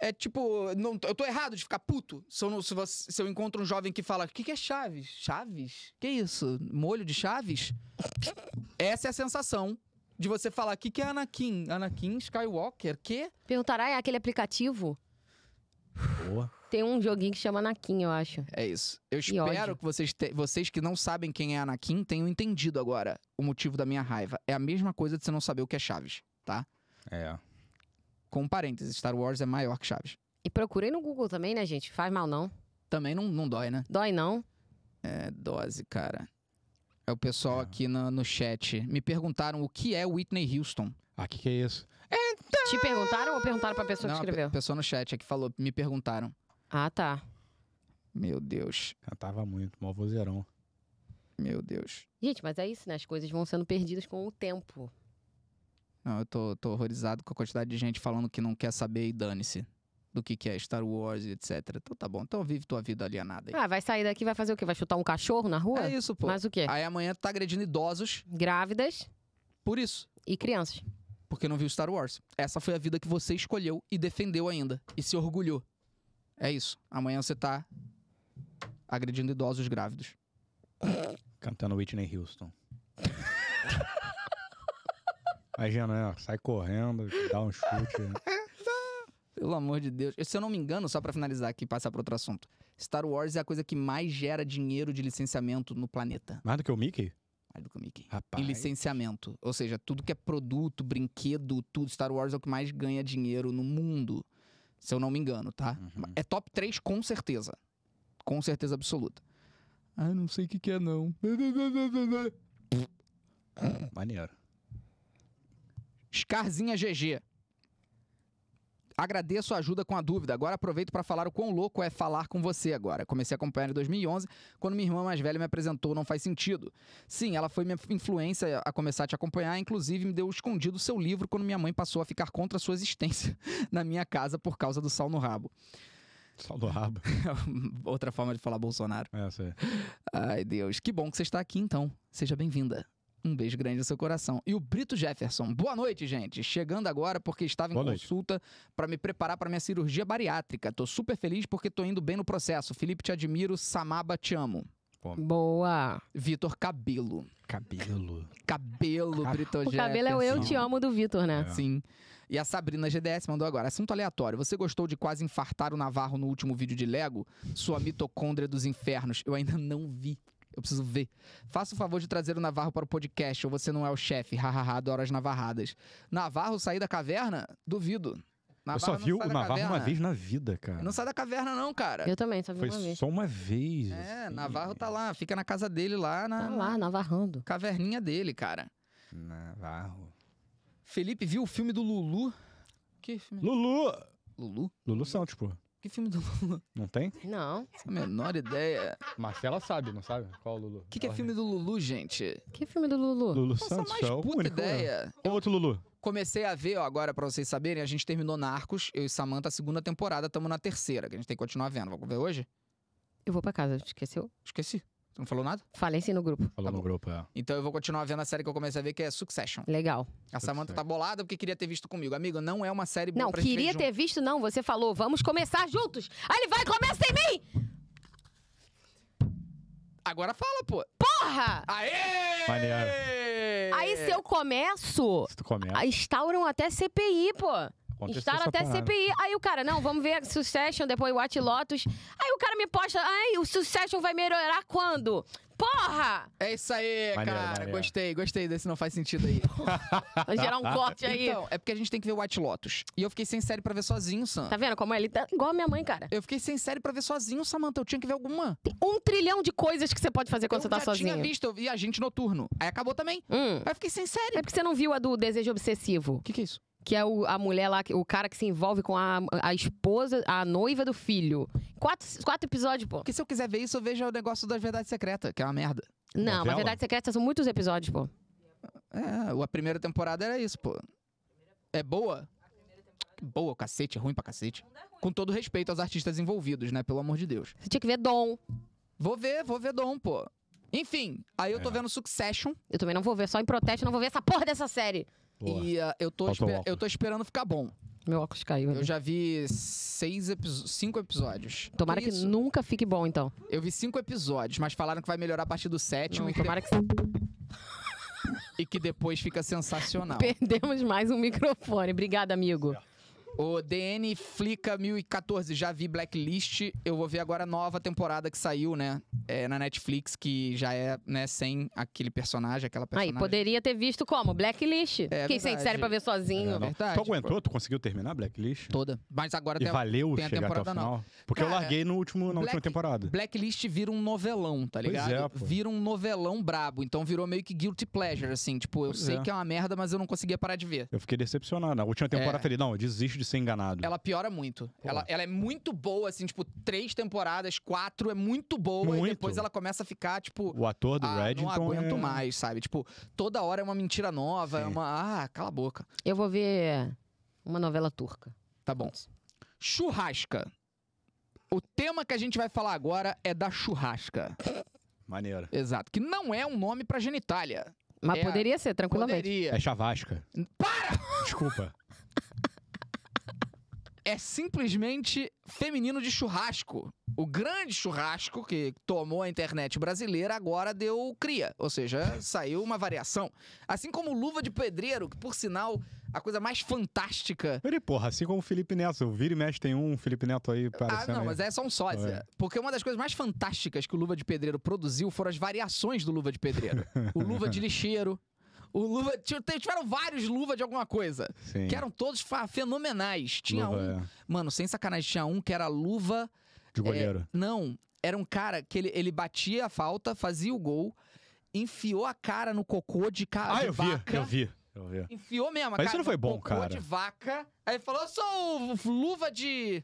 É tipo, não, eu tô errado de ficar puto se eu, não- se você- se eu encontro um jovem que fala: O que, que é Chaves? Chaves? Que isso? Molho de Chaves? Essa é a sensação de você falar: O que, que é Anakin? Anakin Skywalker? Que? Perguntará, é aquele aplicativo? Boa. Tem um joguinho que chama Anakin, eu acho. É isso. Eu Que ódio. espero que vocês, te- vocês que não sabem quem é Anakin tenham entendido agora o motivo da minha raiva. É a mesma coisa de você não saber o que é Chaves, tá? É. Com um parênteses: Star Wars é maior que Chaves. E procurei no Google também, né, gente? Faz mal não. Também não, não dói, né? Dói não. É dose, cara. É o pessoal aqui no, no chat. Me perguntaram o que é Whitney Houston. Ah, que que é isso? Te perguntaram ou perguntaram pra pessoa Não, a que pe- escreveu? pessoa no chat aqui falou, me perguntaram. Ah, tá. Meu Deus, Cantava muito, mó vozeirão. meu Deus. Gente, mas é isso, né? As coisas vão sendo perdidas com o tempo. Não, eu tô, tô horrorizado com a quantidade de gente falando que não quer saber e dane-se do que, que é Star Wars e etc. Então tá bom, então vive tua vida alienada aí. Ah, vai sair daqui, vai fazer o quê? Vai chutar um cachorro na rua? é isso, pô. Mas o quê? Aí amanhã tu tá agredindo idosos Grávidas por isso. e crianças. Porque não viu Star Wars. Essa foi a vida que você escolheu e defendeu ainda. E se orgulhou. É isso. Amanhã você tá agredindo idosos grávidos. Cantando Whitney Houston. Imagina, né? Sai correndo, dá um chute. né? Pelo amor de Deus. Se eu não me engano, só pra finalizar aqui e passar pra outro assunto. Star Wars é a coisa que mais gera dinheiro de licenciamento no planeta. Mais do que o Mickey? Mais do que o Mickey. Rapaz. Em licenciamento. Ou seja, tudo que é produto, brinquedo, tudo. Star Wars é o que mais ganha dinheiro no mundo. Se eu não me engano, tá? Uhum. É top 3 com certeza. Com certeza absoluta. Ah, não sei o que, que é, não. Maneiro. Scarzinha GG. Agradeço a ajuda com a dúvida. Agora aproveito para falar o quão louco é falar com você agora. Comecei a acompanhar em 2011, quando minha irmã mais velha me apresentou Não Faz Sentido. Sim, ela foi minha influência a começar a te acompanhar, inclusive me deu escondido o seu livro quando minha mãe passou a ficar contra a sua existência na minha casa por causa do sal no rabo. Sal do rabo. Outra forma de falar Bolsonaro. É, sei. Ai, Deus. Que bom que você está aqui, então. Seja bem-vinda. Um beijo grande no seu coração. E o Brito Jefferson. Boa noite, gente. Chegando agora porque estava em Boa noite. consulta para me preparar para minha cirurgia bariátrica. Tô super feliz porque tô indo bem no processo. Felipe, te admiro. Samaba, te amo. Boa. Vitor Cabelo. Cabelo. Cabelo, Ca- Brito O Jefferson. cabelo é o Eu Te Amo do Vitor, né? É. Sim. E a Sabrina GDS mandou agora. Assunto aleatório. Você gostou de quase infartar o Navarro no último vídeo de Lego? Sua mitocôndria dos infernos. Eu ainda não vi. Eu preciso ver. Faça o favor de trazer o Navarro para o podcast, ou você não é o chefe. Hahaha, adoro as navarradas. Navarro sair da caverna? Duvido. Eu Navarro só não vi o sai da Navarro uma caverna. vez na vida, cara. Não sai da caverna, não, cara. Eu também, só vi Foi uma vez. só uma vez. É, assim. Navarro tá lá, fica na casa dele lá, na Tá lá, navarrando. caverninha dele, cara. Navarro. Felipe viu o filme do Lulu. Que filme? Lulu! Lulu? Lulu Santos, pô. Que filme do Lulu? Não tem? Não. A menor ideia. Marcela sabe, não sabe? Qual o Lulu? O que, que é filme do Lulu, gente? Que filme do Lulu? Lulu Essa Santos, mais é o puta único. né? ideia. Qual outro Lulu? Comecei a ver, ó, agora pra vocês saberem, a gente terminou Narcos, eu e Samantha, a segunda temporada, estamos na terceira, que a gente tem que continuar vendo. Vamos ver hoje? Eu vou pra casa, esqueceu? Esqueci. Tu não falou nada? Falei sim no grupo. Falou no no grupo, é. Então eu vou continuar vendo a série que eu comecei a ver, que é Succession. Legal. A Samantha Succession. tá bolada porque queria ter visto comigo. Amigo, não é uma série boa Não, pra gente ver queria junto. ter visto, não. Você falou, vamos começar juntos. Aí ele vai, começa em mim! Agora fala, pô. Porra! Aê! Maneiro. É. Aí se eu começo, Se tu começa, a- instauram até CPI, pô. aconteceu Instauram essa até parada. CPI. Aí o cara, não, vamos ver Succession, depois Watch Lotus. Aí o cara me posta, ai, o Succession vai melhorar quando? Porra! É isso aí, Maneiro, cara. maneiro. Gostei, gostei desse não faz sentido aí. Vai gerar um corte aí. Então, é porque a gente tem que ver White Lotus. E eu fiquei sem série pra ver sozinho, Sam. Tá vendo como ele tá igual a minha mãe, cara? Eu fiquei sem série pra ver sozinho, Samantha. Eu tinha que ver alguma. Tem um trilhão de coisas que você pode fazer quando eu você tá já sozinho. tinha visto, eu vi Agente Noturno. Aí acabou também. Hum. Aí eu fiquei sem série. É porque você não viu a do desejo obsessivo, O que, que é isso? que é o- a mulher lá, que- o cara que se envolve com a, a esposa, a noiva do filho. Quatro, quatro episódios, pô. Porque se eu quiser ver isso, eu vejo o negócio das Verdades Secretas, que é uma merda. Não, Novela? mas Verdade Secreta são muitos episódios, pô. É, a primeira temporada era isso, pô. É boa? Boa, cacete, é ruim pra cacete. Com todo respeito aos artistas envolvidos, né? Pelo amor de Deus. Você tinha que ver Dom. Vou ver, vou ver Dom, pô. Enfim, aí eu tô É. vendo Succession Eu também não vou ver, só em protesto, não vou ver essa porra dessa série. Boa. e ah, eu, tô Faltou espe- óculos. eu tô esperando ficar bom. Meu óculos caiu. né? Eu ali. já vi seis episo- cinco episódios. Tomara que isso? nunca fique bom, então. Eu vi cinco episódios, mas falaram que vai melhorar a partir do sétimo Não, e que, de- tomara que e que depois fica sensacional. perdemos mais um microfone. Obrigada, amigo. O DN Flica 1014, já vi Blacklist. Eu vou ver agora a nova temporada que saiu, né? É, na Netflix, que já é, né, sem aquele personagem, aquela Aí, personagem. poderia ter visto como? Blacklist. É Quem verdade. sem né? série pra ver É, sozinho. não. verdade, tu aguentou? Tu conseguiu terminar a Blacklist? Toda. Mas agora E tem a... valeu tem a chegar até o temporada final? Porque eu Cara, larguei no último, na última Black- temporada. Blacklist vira um novelão, tá Pois ligado? é, pô. vira um novelão brabo. Então virou meio que guilty pleasure, assim. Tipo, eu Pois sei é. que é uma merda, mas eu não conseguia parar de ver. Eu fiquei decepcionado. Na última temporada É. eu falei, não, eu desisto de ser enganado. Ela piora muito. Uhum. Pô. Ela, ela é muito boa, assim, tipo, três temporadas, quatro, é muito boa. E Muito. depois ela começa a ficar, tipo, O ator do ah, Reddington não aguento é... mais, sabe? Tipo, toda hora é uma mentira nova, é Sim. uma. Ah, cala a boca. Eu vou ver uma novela turca. Tá bom. Churrasca. O tema que a gente vai falar agora é da churrasca. Maneiro. Exato. Que não é um nome pra genitália. Mas É a- poderia ser, tranquilamente. Poderia. É chavasca. Para! Desculpa. É simplesmente feminino de churrasco. O grande churrasco que tomou a internet brasileira agora deu cria, ou seja, saiu uma variação. Assim como o luva de pedreiro, que por sinal, a coisa mais fantástica. Ele, porra, assim como o Felipe Neto. O Vira e mexe tem um Felipe Neto aí Ah, parecendo. não, aí. mas é só um sósia. Porque uma das coisas mais fantásticas que o Luva de Pedreiro produziu foram as variações do Luva de Pedreiro. o Luva de Lixeiro, o Luva. ti- Tiveram vários Luva de alguma coisa, Sim. que eram todos fa- fenomenais. Tinha Luva, um. é, Mano, sem sacanagem, tinha um que era Luva. De É, goleiro. não, era um cara que ele, ele batia a falta, fazia o gol, enfiou a cara no cocô de, ca... Ah, de eu vi, vaca. eu vi, eu vi. Enfiou mesmo, a Mas isso cara não foi no bom, cocô cara. de vaca. Aí ele falou, eu sou o luva de...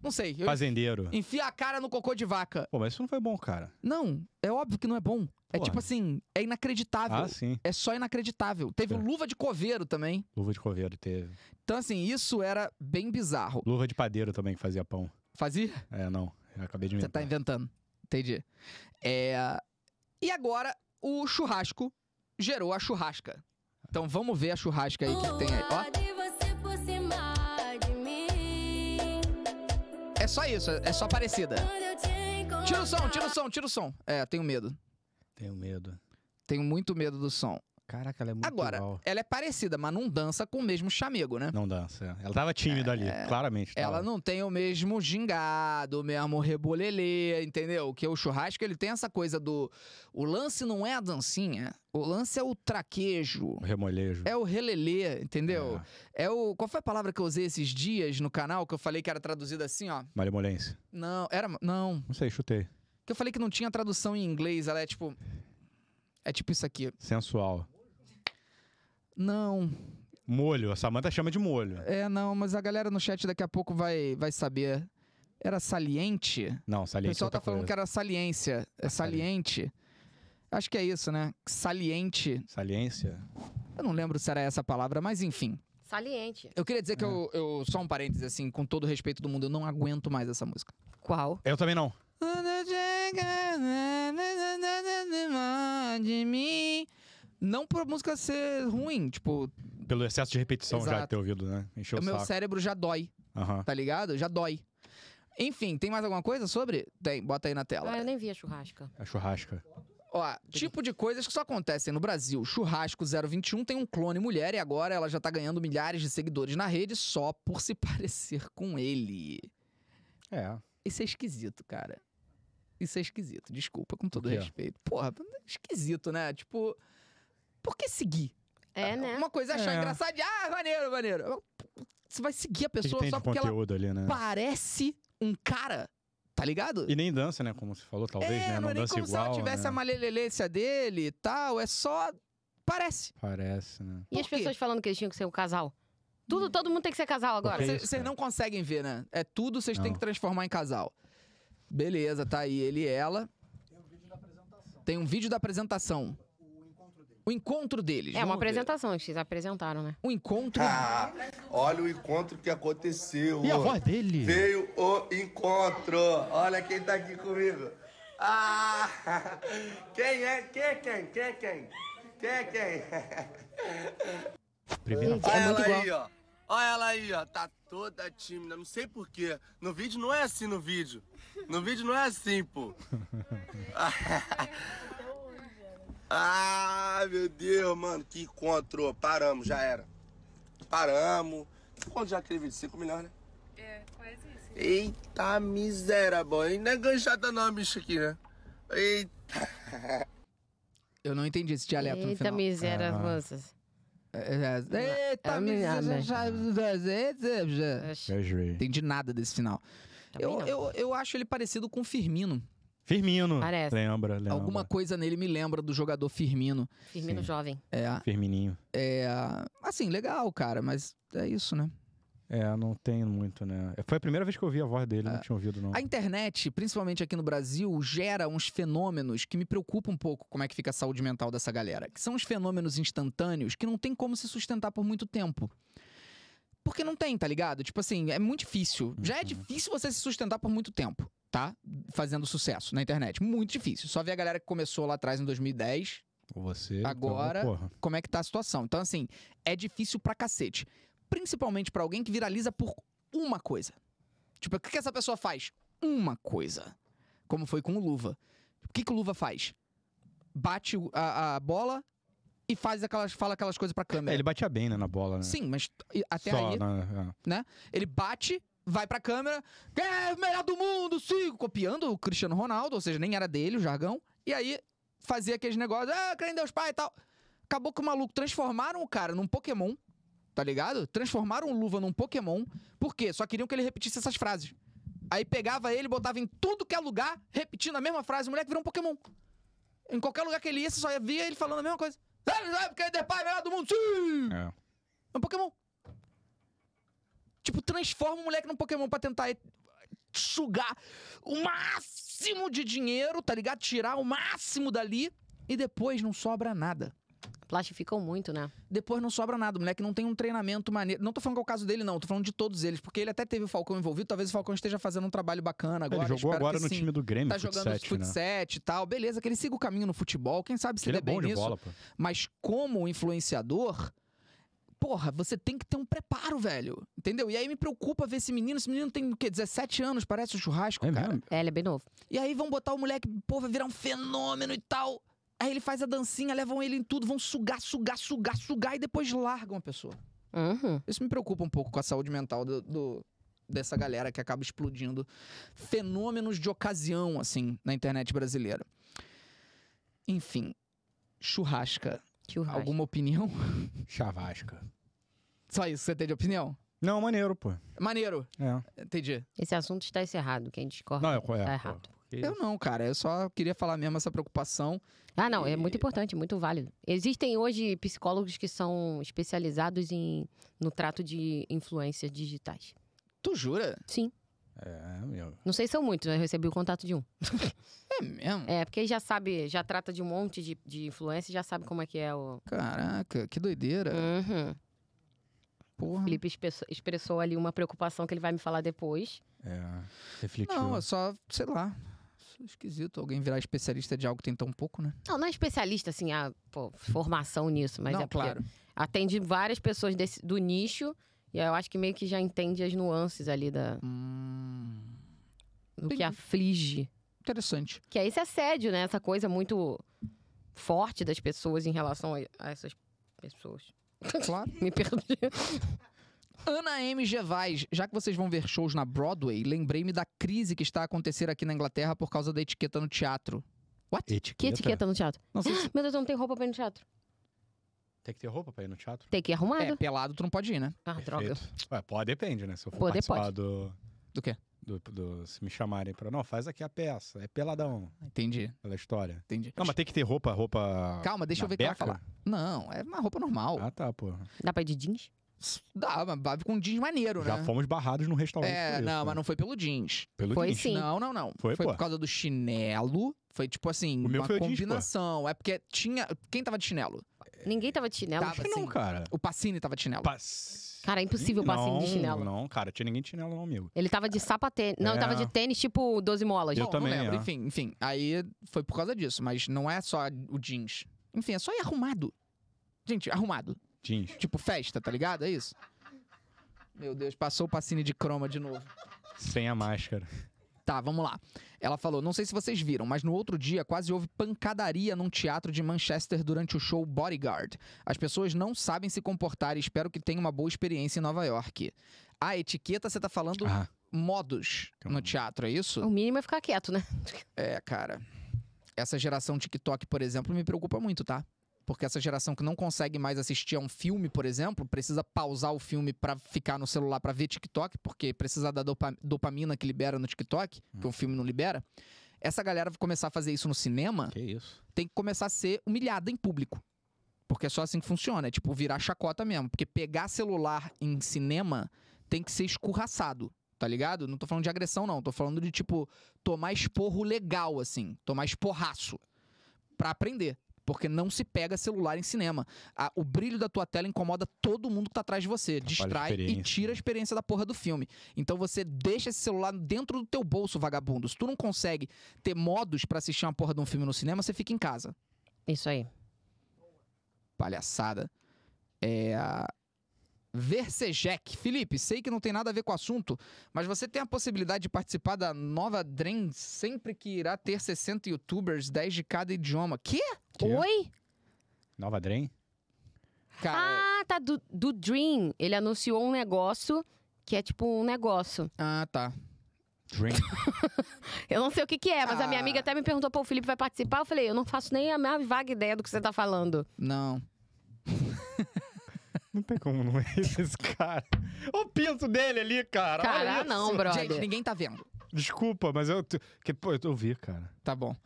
Não sei. Eu Fazendeiro. enfia a cara no cocô de vaca. Pô, mas isso não foi bom, cara. Não, é óbvio que não é bom. É Porra. tipo assim, é inacreditável. Ah, sim. É só inacreditável. Teve É. o luva de coveiro também. Luva de coveiro teve. Então, assim, isso era bem bizarro. Luva de padeiro também que fazia pão. Fazia? É, não. Eu acabei de Você tá inventar. inventando. Entendi. É... E agora, o churrasco gerou a churrasca. Então vamos ver a churrasca aí que tem aí. Ó, você por cima de mim. é só isso, é só parecida. Quando eu te encontro. Tira o som, tira o som, tira o som. É, tenho medo. Tenho medo. Tenho muito medo do som. Caraca, ela é muito Agora, igual. ela é parecida, mas não dança com o mesmo chamego, né? Não dança. é. Ela tava tímida ali, claramente. Ela tava. não tem o mesmo gingado, o mesmo rebolelê, entendeu? Que o churrasco, ele tem essa coisa do... O lance não é a dancinha, o lance é o traquejo. O remolejo. É o relelê, entendeu? É. É. o. Qual foi a palavra que eu usei esses dias no canal que eu falei que era traduzida assim, ó? Malemolência. Não, era. Não. Não sei, chutei. Que eu falei que não tinha tradução em inglês, ela é tipo. É tipo isso aqui. Sensual. Não, Molho. A Samanta chama de molho. é não, mas a galera no chat daqui a pouco vai, vai saber. Era saliente? Não, O saliente. é pessoal outra tá falando coisa. que era saliência. É saliente. Acho que é isso, né? Saliente. Saliência? Eu não lembro se era essa a palavra, mas enfim. Saliente. Eu queria É. dizer que eu, eu. Só um parênteses, assim, com todo o respeito do mundo, eu não aguento mais essa música. Qual? Eu também não. Quando né, chega na- na- na- na- na- na- na- né, de mim. Não por música ser ruim, tipo, Pelo excesso de repetição já Exato. de ter ouvido, né? Encheu o o meu saco. cérebro já dói, Aham. tá ligado? Já dói. Enfim, tem mais alguma coisa sobre? Tem, bota aí na tela. Ah, eu nem vi a churrasca. A É churrasca. Ó, tipo de coisas que só acontecem no Brasil. Churrasco 021 tem um clone mulher e agora ela já tá ganhando milhares de seguidores na rede só por se parecer com ele. É. Isso é esquisito, cara. Isso é esquisito, desculpa, com todo quê? respeito. Porra, esquisito, né? Tipo, por que seguir? É, né? Uma coisa é achar É. engraçado, de, ah, maneiro, maneiro. Você vai seguir a O que, que pessoa tem só de porque ela conteúdo ali, né? parece um cara, tá ligado? E nem dança, né? Como você falou, talvez, é, né? não é nem dança como se igual. ela tivesse né? a malelelência dele e tal, é só. Parece. Parece, né? E as Por quê? pessoas falando que eles tinham que ser um casal? Tudo, todo mundo tem que ser casal agora. Porque- é Vocês isso, vocês cara. não conseguem ver, né? É tudo, vocês têm Não. que transformar em casal. Beleza, tá aí ele e ela. um Tem um vídeo da apresentação. O encontro deles. É uma vamos ver. apresentação, eles apresentaram, né? O encontro. Ah, olha o encontro que aconteceu. E a voz dele? Veio o encontro. Olha quem tá aqui comigo. Ah! Quem é? Quem é quem? Quem é quem? Quem é quem? Primeira Olha voz. ela aí, ó. Olha ela aí, ó. Tá toda tímida. Não sei porquê. No vídeo não é assim no vídeo. No vídeo não é assim, pô. ah, meu Deus, mano. Que encontro. Paramos, já era. Paramos. Quanto já aquele vídeo? 5 milhões, né? É, quase isso. Eita miséria, boy. Não é ganchada não, bicho aqui, né? Eita. Eu não entendi esse dialeto é no Eita final. miséria, Ah. moças. É, é, Eita Ah, miséria. Oxi, Vejo ele. Entendi nada desse final. também Eu, não. eu, eu acho ele parecido com o Firmino. Firmino. Parece. Lembra, lembra. Alguma coisa nele me lembra do jogador Firmino. Firmino Sim. jovem. É, Firmininho. é. Assim, legal, cara, mas é isso, né? É, não tem muito, né? Foi a primeira vez que eu ouvi a voz dele, Ah. não tinha ouvido, não. A internet, principalmente aqui no Brasil, gera uns fenômenos que me preocupam um pouco como é que fica a saúde mental dessa galera. Que são os fenômenos instantâneos que não tem como se sustentar por muito tempo. Porque não tem, tá ligado? Tipo assim, é muito difícil. Já é difícil você se sustentar por muito tempo, tá? Fazendo sucesso na internet. Muito difícil. Só ver a galera que começou lá atrás em 2010, Você. então, Agora- porra. como é que tá a situação. Então, assim, é difícil pra cacete. Principalmente pra alguém que viraliza por uma coisa. Tipo, o que que essa pessoa faz? uma coisa. Como foi com o Luva. O que, que o Luva faz? Bate o- a, a bola e faz aquelas, fala aquelas coisas pra câmera. É, ele batia bem, né, na bola, né? Sim, mas e- até Só, aí né, ele bate, vai pra câmera, é o melhor do mundo, sigo, copiando o Cristiano Ronaldo, ou seja, nem era dele o jargão, e aí fazia aqueles negócios, ah, creio em Deus Pai e tal. Acabou que o maluco transformaram o cara num Pokémon, tá ligado? Transformaram o Luva num Pokémon, por quê? Só queriam que ele repetisse essas frases. Aí pegava ele, botava em tudo que é lugar, repetindo a mesma frase, o moleque virou um Pokémon. Em qualquer lugar que ele ia, você só via ele falando a mesma coisa. Ah, porque é pai, melhor do mundo, sim! é, é. É um Pokémon. Tipo, transforma o moleque num Pokémon pra tentar e- sugar o máximo de dinheiro, tá ligado? Tirar o máximo dali e depois não sobra nada. Plastificam muito, né? Depois não sobra nada. O moleque não tem um treinamento maneiro. Não tô falando que é o caso dele, não. Tô falando de todos eles, porque ele até teve o Falcão envolvido. Talvez o Falcão esteja fazendo um trabalho bacana agora. Ele jogou espero agora que no sim. time do Grêmio, Tá fut jogando 7, né? 7 e tal. Beleza, que ele siga o caminho no futebol. Quem sabe se Ele é der bem bom de nisso. bola, pô. Mas como influenciador, porra, você tem que ter um preparo, velho. Entendeu? E aí me preocupa ver esse menino. Esse menino tem o quê? 17 anos, parece um churrasco, É cara. mesmo? É, ele é bem novo. E aí vão botar o moleque, pô, vai virar um fenômeno e tal. Aí ele faz a dancinha, levam ele em tudo, vão sugar, sugar, sugar, sugar e depois largam a pessoa. Uhum. Isso me preocupa um pouco com a saúde mental do, do- dessa galera que acaba explodindo fenômenos de ocasião, assim, na internet brasileira. Enfim, churrasca. Churrasco. Alguma opinião? Chavasca. Só isso, você tem de opinião? Não, maneiro, pô. Maneiro, É. entendi. Esse assunto está encerrado. Quem Ah, discorda Não, é, é tá pô. errado. Eu não, cara, eu só queria falar mesmo essa preocupação. Ah, não, é E- muito importante, muito válido. Existem hoje psicólogos que são especializados em, no trato de influências digitais. Tu jura? Sim. É, meu. Não sei se são muitos, mas eu recebi o contato de um. É mesmo? É, porque já sabe, já trata de um monte de, de influência e já sabe como é que é o. Caraca, que doideira. Uhum. O Porra. Felipe expressou, expressou ali uma preocupação que ele vai me falar depois. É. Refletiu. Não, é só, sei lá. Esquisito alguém virar especialista de algo que tem tão pouco, né? Não, não é especialista, assim, a pô, formação nisso, mas não, é porque claro. atende várias pessoas desse- do nicho. E aí eu acho que meio que já entende as nuances ali da, Hum, do Entendi. que aflige. interessante. Que é esse assédio, né? Essa coisa muito forte das pessoas em relação a, a essas pessoas. Claro. Me perdi. Ana M. Gervais, já que vocês vão ver shows na Broadway, lembrei-me da crise que está a acontecer aqui na Inglaterra por causa da etiqueta no teatro. Etiqueta. Que etiqueta no teatro? Não sei se Meu Deus, eu não tenho roupa pra ir no teatro. tem que ter roupa pra ir no teatro. Tem que ir arrumado. É, pelado tu não pode ir, né? Ah, droga. Perfeito. Ué, pode, depende, né? Se eu for Poder, participar pode. do... Do quê? Do, do- se me chamarem pra... Não, faz aqui a peça. É peladão. Entendi, Pela história. entendi. Não, mas tem que ter roupa, roupa... Calma, deixa na eu ver o que ela Né? beca? falar. Não, é uma roupa normal. Ah, tá, pô. Dá pra ir de jeans? Dá, mas vai com jeans maneiro, Já né? fomos barrados no restaurante É, por isso, não, né? mas não foi pelo jeans. Pelo Foi jeans. sim. Não, não, não. Foi, pô. por causa do chinelo. Foi tipo assim, O meu uma foi o jeans, pô. combinação. é porque tinha. Quem tava de chinelo? Ninguém tava de chinelo. É, Tava. Acho que não, assim. cara. O Pacini tava de chinelo. Pass... Cara, é impossível o passinho Não, de chinelo. Não, cara, tinha ninguém de chinelo não, amigo. Ele tava de sapatênis. Não, É. ele tava de tênis tipo 12 molas. Eu Bom, também, não lembro. é. Enfim, enfim. Aí foi por causa disso, mas não é só o jeans. Enfim, é só ir arrumado. Gente, arrumado. Jeans. Tipo festa, tá ligado? É isso? Meu Deus, passou o Pacini de croma de novo. Sem a máscara. Tá, vamos lá. Ela falou: não sei se vocês viram, mas no outro dia quase houve pancadaria num teatro de Manchester durante o show Bodyguard. As pessoas não sabem se comportar e espero que tenham uma boa experiência em Nova York. A etiqueta, você tá falando Ah, modos Calma. no teatro, é O isso? mínimo é ficar quieto, né? É, cara. Essa geração TikTok, por exemplo, me preocupa muito, tá? Porque essa geração que não consegue mais assistir a um filme, por exemplo, precisa pausar o filme pra ficar no celular pra ver TikTok, porque precisa da dopa- dopamina que libera no TikTok, que o filme não libera. Essa galera vai começar a fazer isso no cinema, que isso. tem que começar a ser humilhada em público. Porque é só assim que funciona, é tipo virar chacota mesmo. Porque pegar celular em cinema tem que ser escurraçado, tá ligado? Não tô falando de agressão, não. Tô falando de, tipo, tomar esporro legal, assim. Tomar esporraço. Pra aprender. Porque não se pega celular em cinema. A- o brilho da tua tela incomoda todo mundo que tá atrás de você. Atrapalha a distrai e experiência. né? tira a experiência da porra do filme. Então você deixa esse celular dentro do teu bolso, vagabundo. Se tu não consegue ter modos pra assistir uma porra de um filme no cinema, você fica em casa Isso aí. palhaçada. É. Versejec. Felipe, sei que não tem nada a ver com o assunto, mas você tem a possibilidade de participar da nova Drem sempre que irá ter 60 youtubers, 10 de cada idioma. Quê? Que? Oi? Nova Drem? Cara, é. Ah, tá. Do, do Dream, ele anunciou um negócio que é tipo um negócio. ah, tá. Dream. Eu não sei o que que é, mas a Ah. minha amiga até me perguntou, pô, o Felipe vai participar? Eu falei, eu não faço nem a minha vaga ideia do que você tá falando. Não. não tem como não é esses caras. Olha o pinto dele ali, cara. olha Cara, isso. não, brother. Gente, ninguém tá vendo. Desculpa, mas eu. Que, pô, eu vi, cara. Tá bom.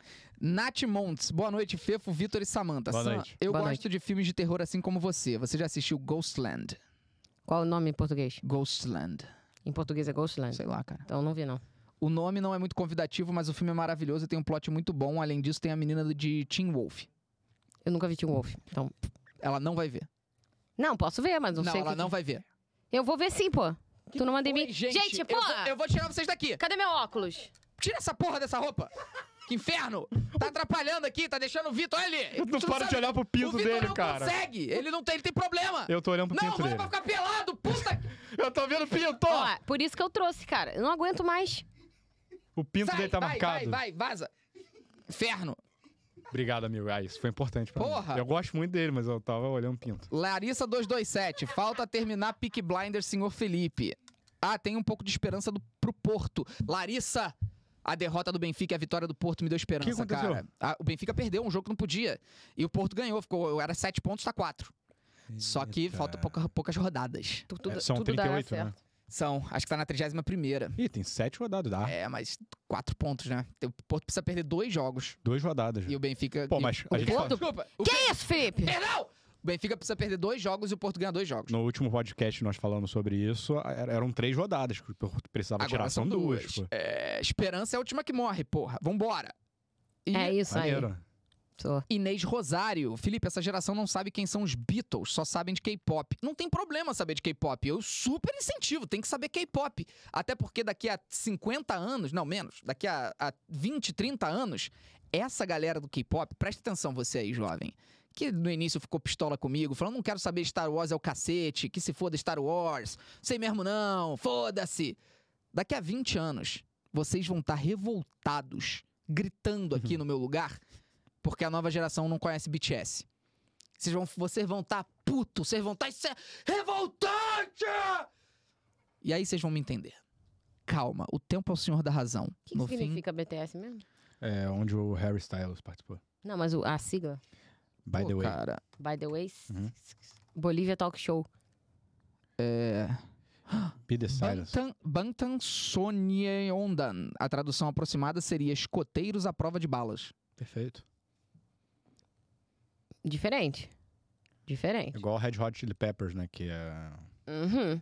Nath Montes, boa noite, Fefo, Vitor e Samanta. Boa Sam, noite. Eu Boa gosto de filmes de terror assim como você. Você já assistiu Ghostland? Qual o nome em português? Ghostland. Em português é Ghostland. Sei lá, cara. Então não vi, não. O nome não é muito convidativo, mas o filme é maravilhoso e tem um plot muito bom. Além disso, tem a menina de Teen Wolf. Eu nunca vi Tim Wolf. Então. Ela não vai ver. Não, posso ver, mas não, Não, sei. o ela que- não vai ver. Eu vou ver sim, pô. tu não manda em mim. Oi, gente, pô! Eu vou, eu vou tirar vocês daqui. Cadê meu óculos? Tira essa porra dessa roupa. Que inferno. Tá atrapalhando aqui, tá deixando o Vitor. Olha ali. Eu não Tu paro sabe- de olhar pro o pinto Vitor dele, não cara. consegue. Ele não tem, ele tem problema. Eu tô olhando pro não, pinto agora dele. vai ficar pelado, puta. que- Eu tô vendo o pinto! Ó, por isso que eu trouxe, cara. Eu não aguento mais. O pinto Sai, dele tá vai, marcado. vai, vai, vaza. Inferno. Obrigado, amigo. Ah, isso foi importante pra Porra! mim. Eu gosto muito dele, mas eu tava olhando o pinto. Larissa227, falta terminar Pick Blinder, senhor Felipe. Ah, tem um pouco de esperança do, pro Porto. Larissa, a derrota do Benfica e a vitória do Porto me deu esperança, Que aconteceu? cara. Ah, o Benfica perdeu um jogo que não podia. E o Porto ganhou, ficou, era 7 pontos, tá 4. Só que Eita. faltam pouca- poucas rodadas. Tu- tudo- É, são tudo dará 38, né? certo. São, acho que tá na 31ª. Ih, tem sete rodadas. Dá. É, mas 4 pontos, né? O Porto precisa perder dois jogos. Duas rodadas. E o Benfica. Pô, e- mas a gente Desculpa, fala- Desculpa. O né? Que isso, Felipe? Perdão! O Benfica precisa perder dois jogos e o Porto ganha dois jogos. No último podcast nós falamos sobre isso, era- eram três rodadas que o Porto precisava tirar, são duas. pô. É, esperança é a última que morre, porra. Vambora. E É isso aí. Maneiro. Sou. Inês Rosário. Felipe, essa geração não sabe quem são os Beatles, só sabem de K-pop. Não tem problema saber de K-pop. Eu super incentivo, tem que saber K-pop. Até porque daqui a 50 anos, não menos, daqui a, a 20, 30 anos, essa galera do K-pop, presta atenção você aí, jovem. Que no início ficou pistola comigo, falando, não quero saber Star Wars é o cacete, que se foda Star Wars, sei mesmo não, foda-se. Daqui a 20 anos, vocês vão estar revoltados, gritando Uhum. aqui no meu lugar, porque a nova geração não conhece BTS. Vocês vão vocês vão estar puto, vocês vão estar isso é revoltante! E aí vocês vão me entender. Calma, o tempo é o senhor da razão. O que, que no fim, significa BTS mesmo? É, onde o Harry Styles participou. Não, mas o- a sigla. By pô, the way. cara, By the way, Uhum. Bolívia Talk Show. Be the silence. Bantan, Bantan Sonyeondan. A tradução aproximada seria escoteiros à prova de balas. Perfeito. Diferente. Diferente. Igual o Red Hot Chili Peppers, né? Que é. Uhum.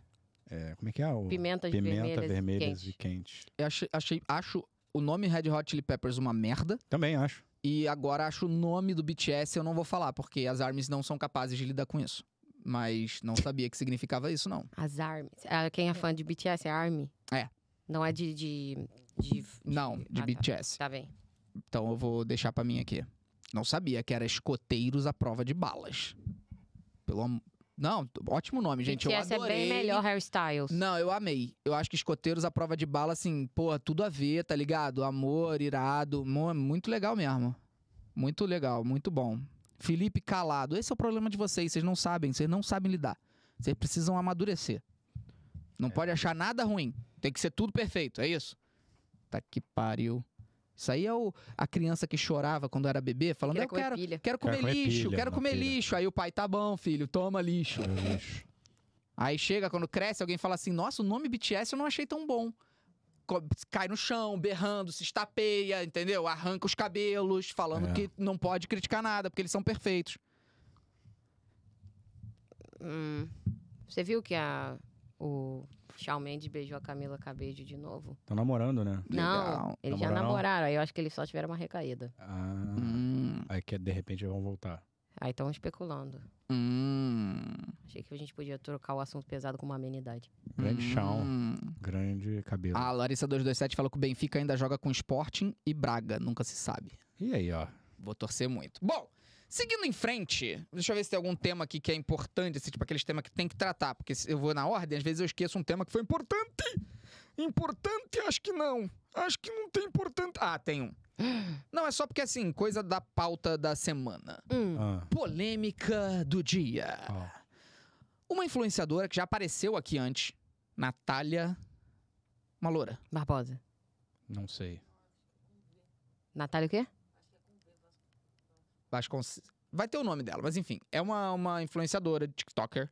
é, como é que é? O... Pimentas Pimenta vermelhas, vermelhas e e quente. quente. Eu achei, achei- acho o nome Red Hot Chili Peppers uma merda. Também acho. E agora acho o nome do BTS, eu não vou falar, porque as armas não são capazes de lidar com isso. Mas não sabia que significava isso, não. As Army. Ah, Quem é fã de BTS é Army? É. Não é de... de, de- de- Não, de Ah, tá. BTS. Tá bem. Então eu vou deixar pra mim aqui. Não sabia que era escoteiros à prova de balas. Pelo amor. Não, ótimo nome, gente. BTS eu adorei. é bem melhor hairstyles. Não, eu amei. Eu acho que escoteiros à prova de bala, assim, pô, tudo a ver, tá ligado? Amor, irado. mo- é Muito legal mesmo. Muito legal, muito bom. Felipe Calado. Esse é o problema de vocês. Vocês não sabem, vocês não sabem lidar. Vocês precisam amadurecer. É. Não pode achar nada ruim. Tem que ser tudo perfeito, é isso? Tá que pariu. Isso aí é o, a criança que chorava quando era bebê, falando: Queria Eu comer quero, pilha." quero comer comer lixo, pilha, quero uma comer pilha. lixo. Aí o pai: Tá bom, filho, toma lixo. Aí chega quando cresce, alguém fala assim: Nossa, o nome BTS eu não achei tão bom. Co- Cai no chão, berrando, se estapeia, entendeu? Arranca os cabelos, falando É. que não pode criticar nada, porque eles são perfeitos. Hum. Você viu que a... O Shawn Mendes beijou a Camila Cabello de novo? Tá namorando, né? Legal. Não, eles já Namoraram? namoraram. Aí eu acho que eles só tiveram uma recaída. Ah, Hum, Aí que de repente vão voltar. Aí estão especulando. hum, Achei que a gente podia trocar o assunto pesado com uma amenidade. Grande chão, hum. Ah. grande cabelo. A Larissa227 falou que o Benfica ainda joga com Sporting e Braga, nunca se sabe. E aí, ó. Vou torcer muito. Bom, Seguindo em frente, deixa eu ver se tem algum tema aqui que é importante, assim, tipo aqueles temas que tem que tratar, porque se eu vou na ordem, às vezes eu esqueço um tema que foi importante. Importante, acho que não. Acho que não tem importante. Ah, tem um. Não, é só porque assim, coisa da pauta da semana. Hum. Ah, Polêmica do dia. ó. Uma influenciadora que já apareceu aqui antes, Natália Maloura. Barbosa. Não sei. Natália o quê? Vasconce- Vai ter o nome dela, mas enfim. É uma, uma influenciadora, TikToker,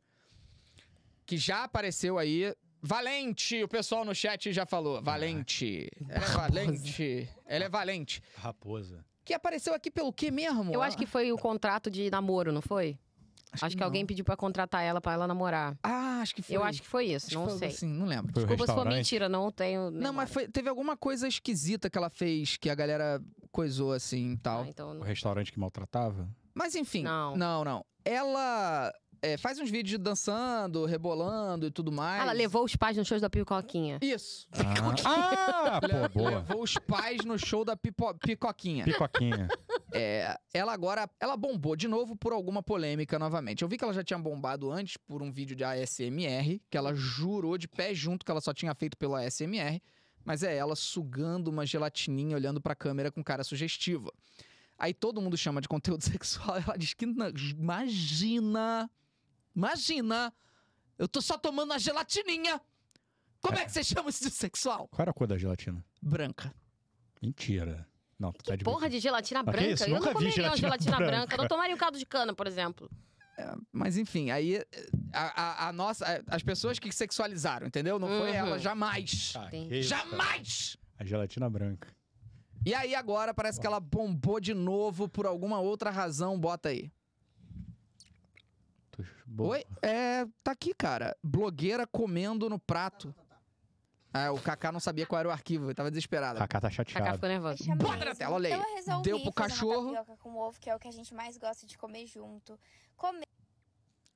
que já apareceu aí. Valente! O pessoal no chat já falou. Valente. Ela é valente. Ela é valente. Raposa. Que apareceu aqui pelo quê mesmo? Ah, Eu acho que foi o contrato de namoro, não foi? Acho, que não. alguém pediu pra contratar ela pra ela namorar. Ah, acho que foi. Eu acho que foi Acho isso, que não foi algo sei. assim, não lembro. Foi o Desculpa se for restaurante. mentira, não tenho. Não, mas memória. foi- teve alguma coisa esquisita que ela fez que a galera coisou assim e tal. Ah, então O não. restaurante que maltratava? Mas enfim. Não. Não, não. Ela é, faz uns vídeos dançando, rebolando e tudo mais. Ah, Ela levou os pais nos shows da Picoquinha. Isso. Ah, ah, pô, boa. Levou os pais no show da pipo- Picoquinha. Picoquinha. É, ela agora, ela bombou de novo por alguma polêmica novamente. Eu vi que ela já tinha bombado antes por um vídeo de ASMR, que ela jurou de pé junto que ela só tinha feito pela ASMR, mas é ela sugando uma gelatininha, olhando pra câmera com cara sugestiva. Aí todo mundo chama de conteúdo sexual, ela diz que não, imagina, imagina, eu tô só tomando uma gelatininha. Como é que você chama isso de sexual? Qual era a cor da gelatina? Branca. Mentira. Não, tu tá de Porra de gelatina que branca. isso? Eu Nunca não vi comeria uma gelatina gelatina branca. branca. Eu não tomaria um caldo de cana, por exemplo. Mas enfim, aí eh, a, a- a nossa. a- As pessoas que sexualizaram, entendeu? Não foi Uhum. ela, jamais. Ah, que Entendi. isso, cara. Jamais! A gelatina branca. E aí agora parece que ela bombou de novo por alguma outra razão, bota aí. Tu- boa. Oi? É, tá aqui, cara. Blogueira comendo no prato. Ah, o Kaká não sabia qual era o arquivo, ele tava desesperado. Kaká tá Cacá chateado. ficou nervosa. Deixa Bota mesmo. na tela, olha aí. Então eu resolvi Deu pro fazer uma cachorro. tapioca com ovo, que é o que a gente mais gosta de comer junto. Comer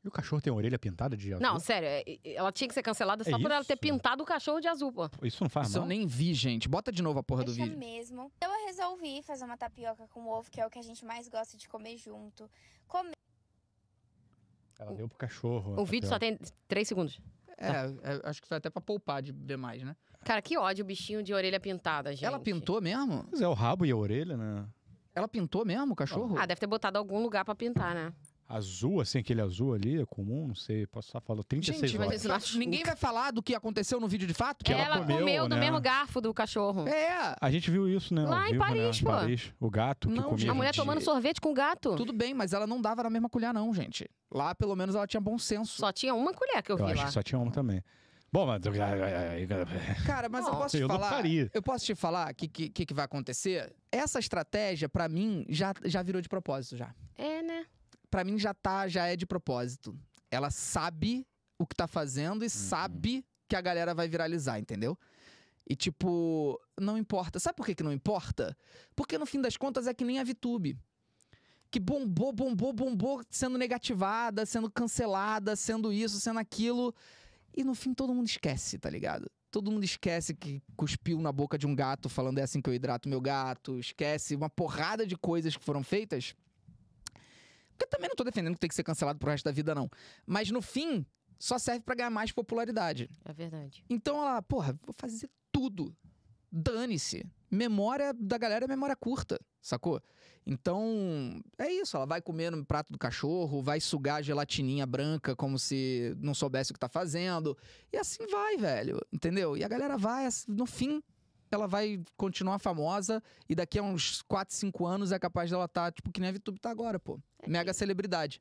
E o cachorro tem a orelha pintada de azul? Não, sério, é- é- ela tinha que ser cancelada É só por ela ter isso? pintado o cachorro de azul, pô. Isso não faz Isso eu mal? nem vi, gente. Bota de novo a porra do deixa vídeo. mesmo. Então eu resolvi fazer uma tapioca com ovo, que é o que a gente mais gosta de comer junto. Ela deu pro cachorro. tá O vídeo só tem três segundos. É, é, acho que foi até pra poupar de ver mais, né? Cara, que ódio o bichinho de orelha pintada, gente. Ela pintou mesmo? Mas é o rabo e a orelha, né? Ela pintou mesmo o cachorro? Ah, deve ter botado algum lugar pra pintar, né? Azul, assim, aquele azul ali, é comum, não sei. Posso só falar 36 Gente, mas horas. isso não- ninguém vai falar do que aconteceu no vídeo de fato? Que ela, ela comeu, comeu, do né? mesmo garfo do cachorro. É, A gente viu isso, né? Lá ao em vivo, né, Paris, pô. Paris. O gato que Não, comia. gente. A mulher É, gente. tomando sorvete com o gato. tudo bem, mas ela não dava na mesma colher, não, gente. Lá, pelo menos, ela tinha bom senso. Só tinha uma colher que eu, Eu vi acho lá. que só tinha um também. Bom, mas. é, Cara, mas eu Não, posso te eu não falar. faria. Eu posso te falar o que, que, que que vai acontecer? Essa estratégia, pra mim, já, já virou de propósito já. É, né? Pra mim, já tá, já é de propósito. Ela sabe o que tá fazendo e sabe que a galera vai viralizar, entendeu? E, tipo, não importa. Sabe por que, que não importa? Porque no fim das contas é que nem a VTube. Que bombou, bombou, bombou, sendo negativada, sendo cancelada, sendo isso, sendo aquilo. E no fim todo mundo esquece, tá ligado? Todo mundo esquece que cuspiu na boca de um gato falando é assim que eu hidrato meu gato, esquece uma porrada de coisas que foram feitas. Porque eu também não tô defendendo que tem que ser cancelado pro resto da vida, não. Mas no fim, só serve pra ganhar mais popularidade. É verdade. Então ela, porra, vou fazer tudo. Dane-se. Memória da galera é memória curta, sacou? Então, é isso. Ela vai comer no prato do cachorro, vai sugar a gelatininha branca como se não soubesse o que tá fazendo. E assim vai, velho. Entendeu? E a galera vai, assim, no fim, ela vai continuar famosa. E daqui a uns 4, 5 anos é capaz dela tá, tipo, que nem a VTube tá agora, pô. Mega celebridade.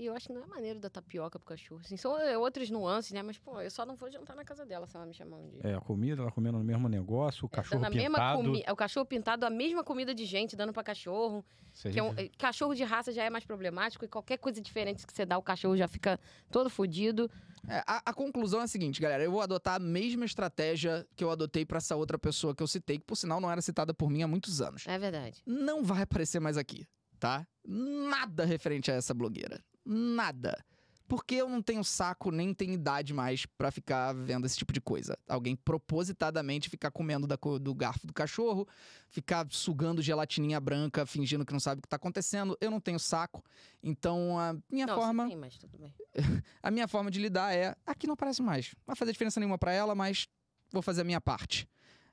E eu acho que não é maneiro da tapioca pro cachorro. Assim, são é, outras nuances, né? Mas, pô, eu só não vou jantar na casa dela se ela me chamar um dia. É, a comida, ela comendo no mesmo negócio, o cachorro Dando a Tá mesma pintado. comi- é O cachorro pintado, a mesma comida de gente, dando pra cachorro. Se a Que é um- gente- eh, Cachorro de raça já é mais problemático e qualquer coisa diferente que você dá, o cachorro já fica todo fodido. É, a, a conclusão é a seguinte, galera. Eu vou adotar a mesma estratégia que eu adotei pra essa outra pessoa que eu citei, que por sinal não era citada por mim há muitos anos. É verdade. Não vai aparecer mais aqui, tá? Nada referente a essa blogueira. Nada. Porque eu não tenho saco nem tenho idade mais pra ficar vendo esse tipo de coisa. Alguém propositadamente ficar comendo da co- do garfo do cachorro, ficar sugando gelatininha branca, fingindo que não sabe o que tá acontecendo. Eu não tenho saco. Então a minha não, forma. Sim, mas tudo bem. A minha forma de lidar é: aqui não aparece mais. Não vai fazer diferença nenhuma pra ela, mas vou fazer a minha parte.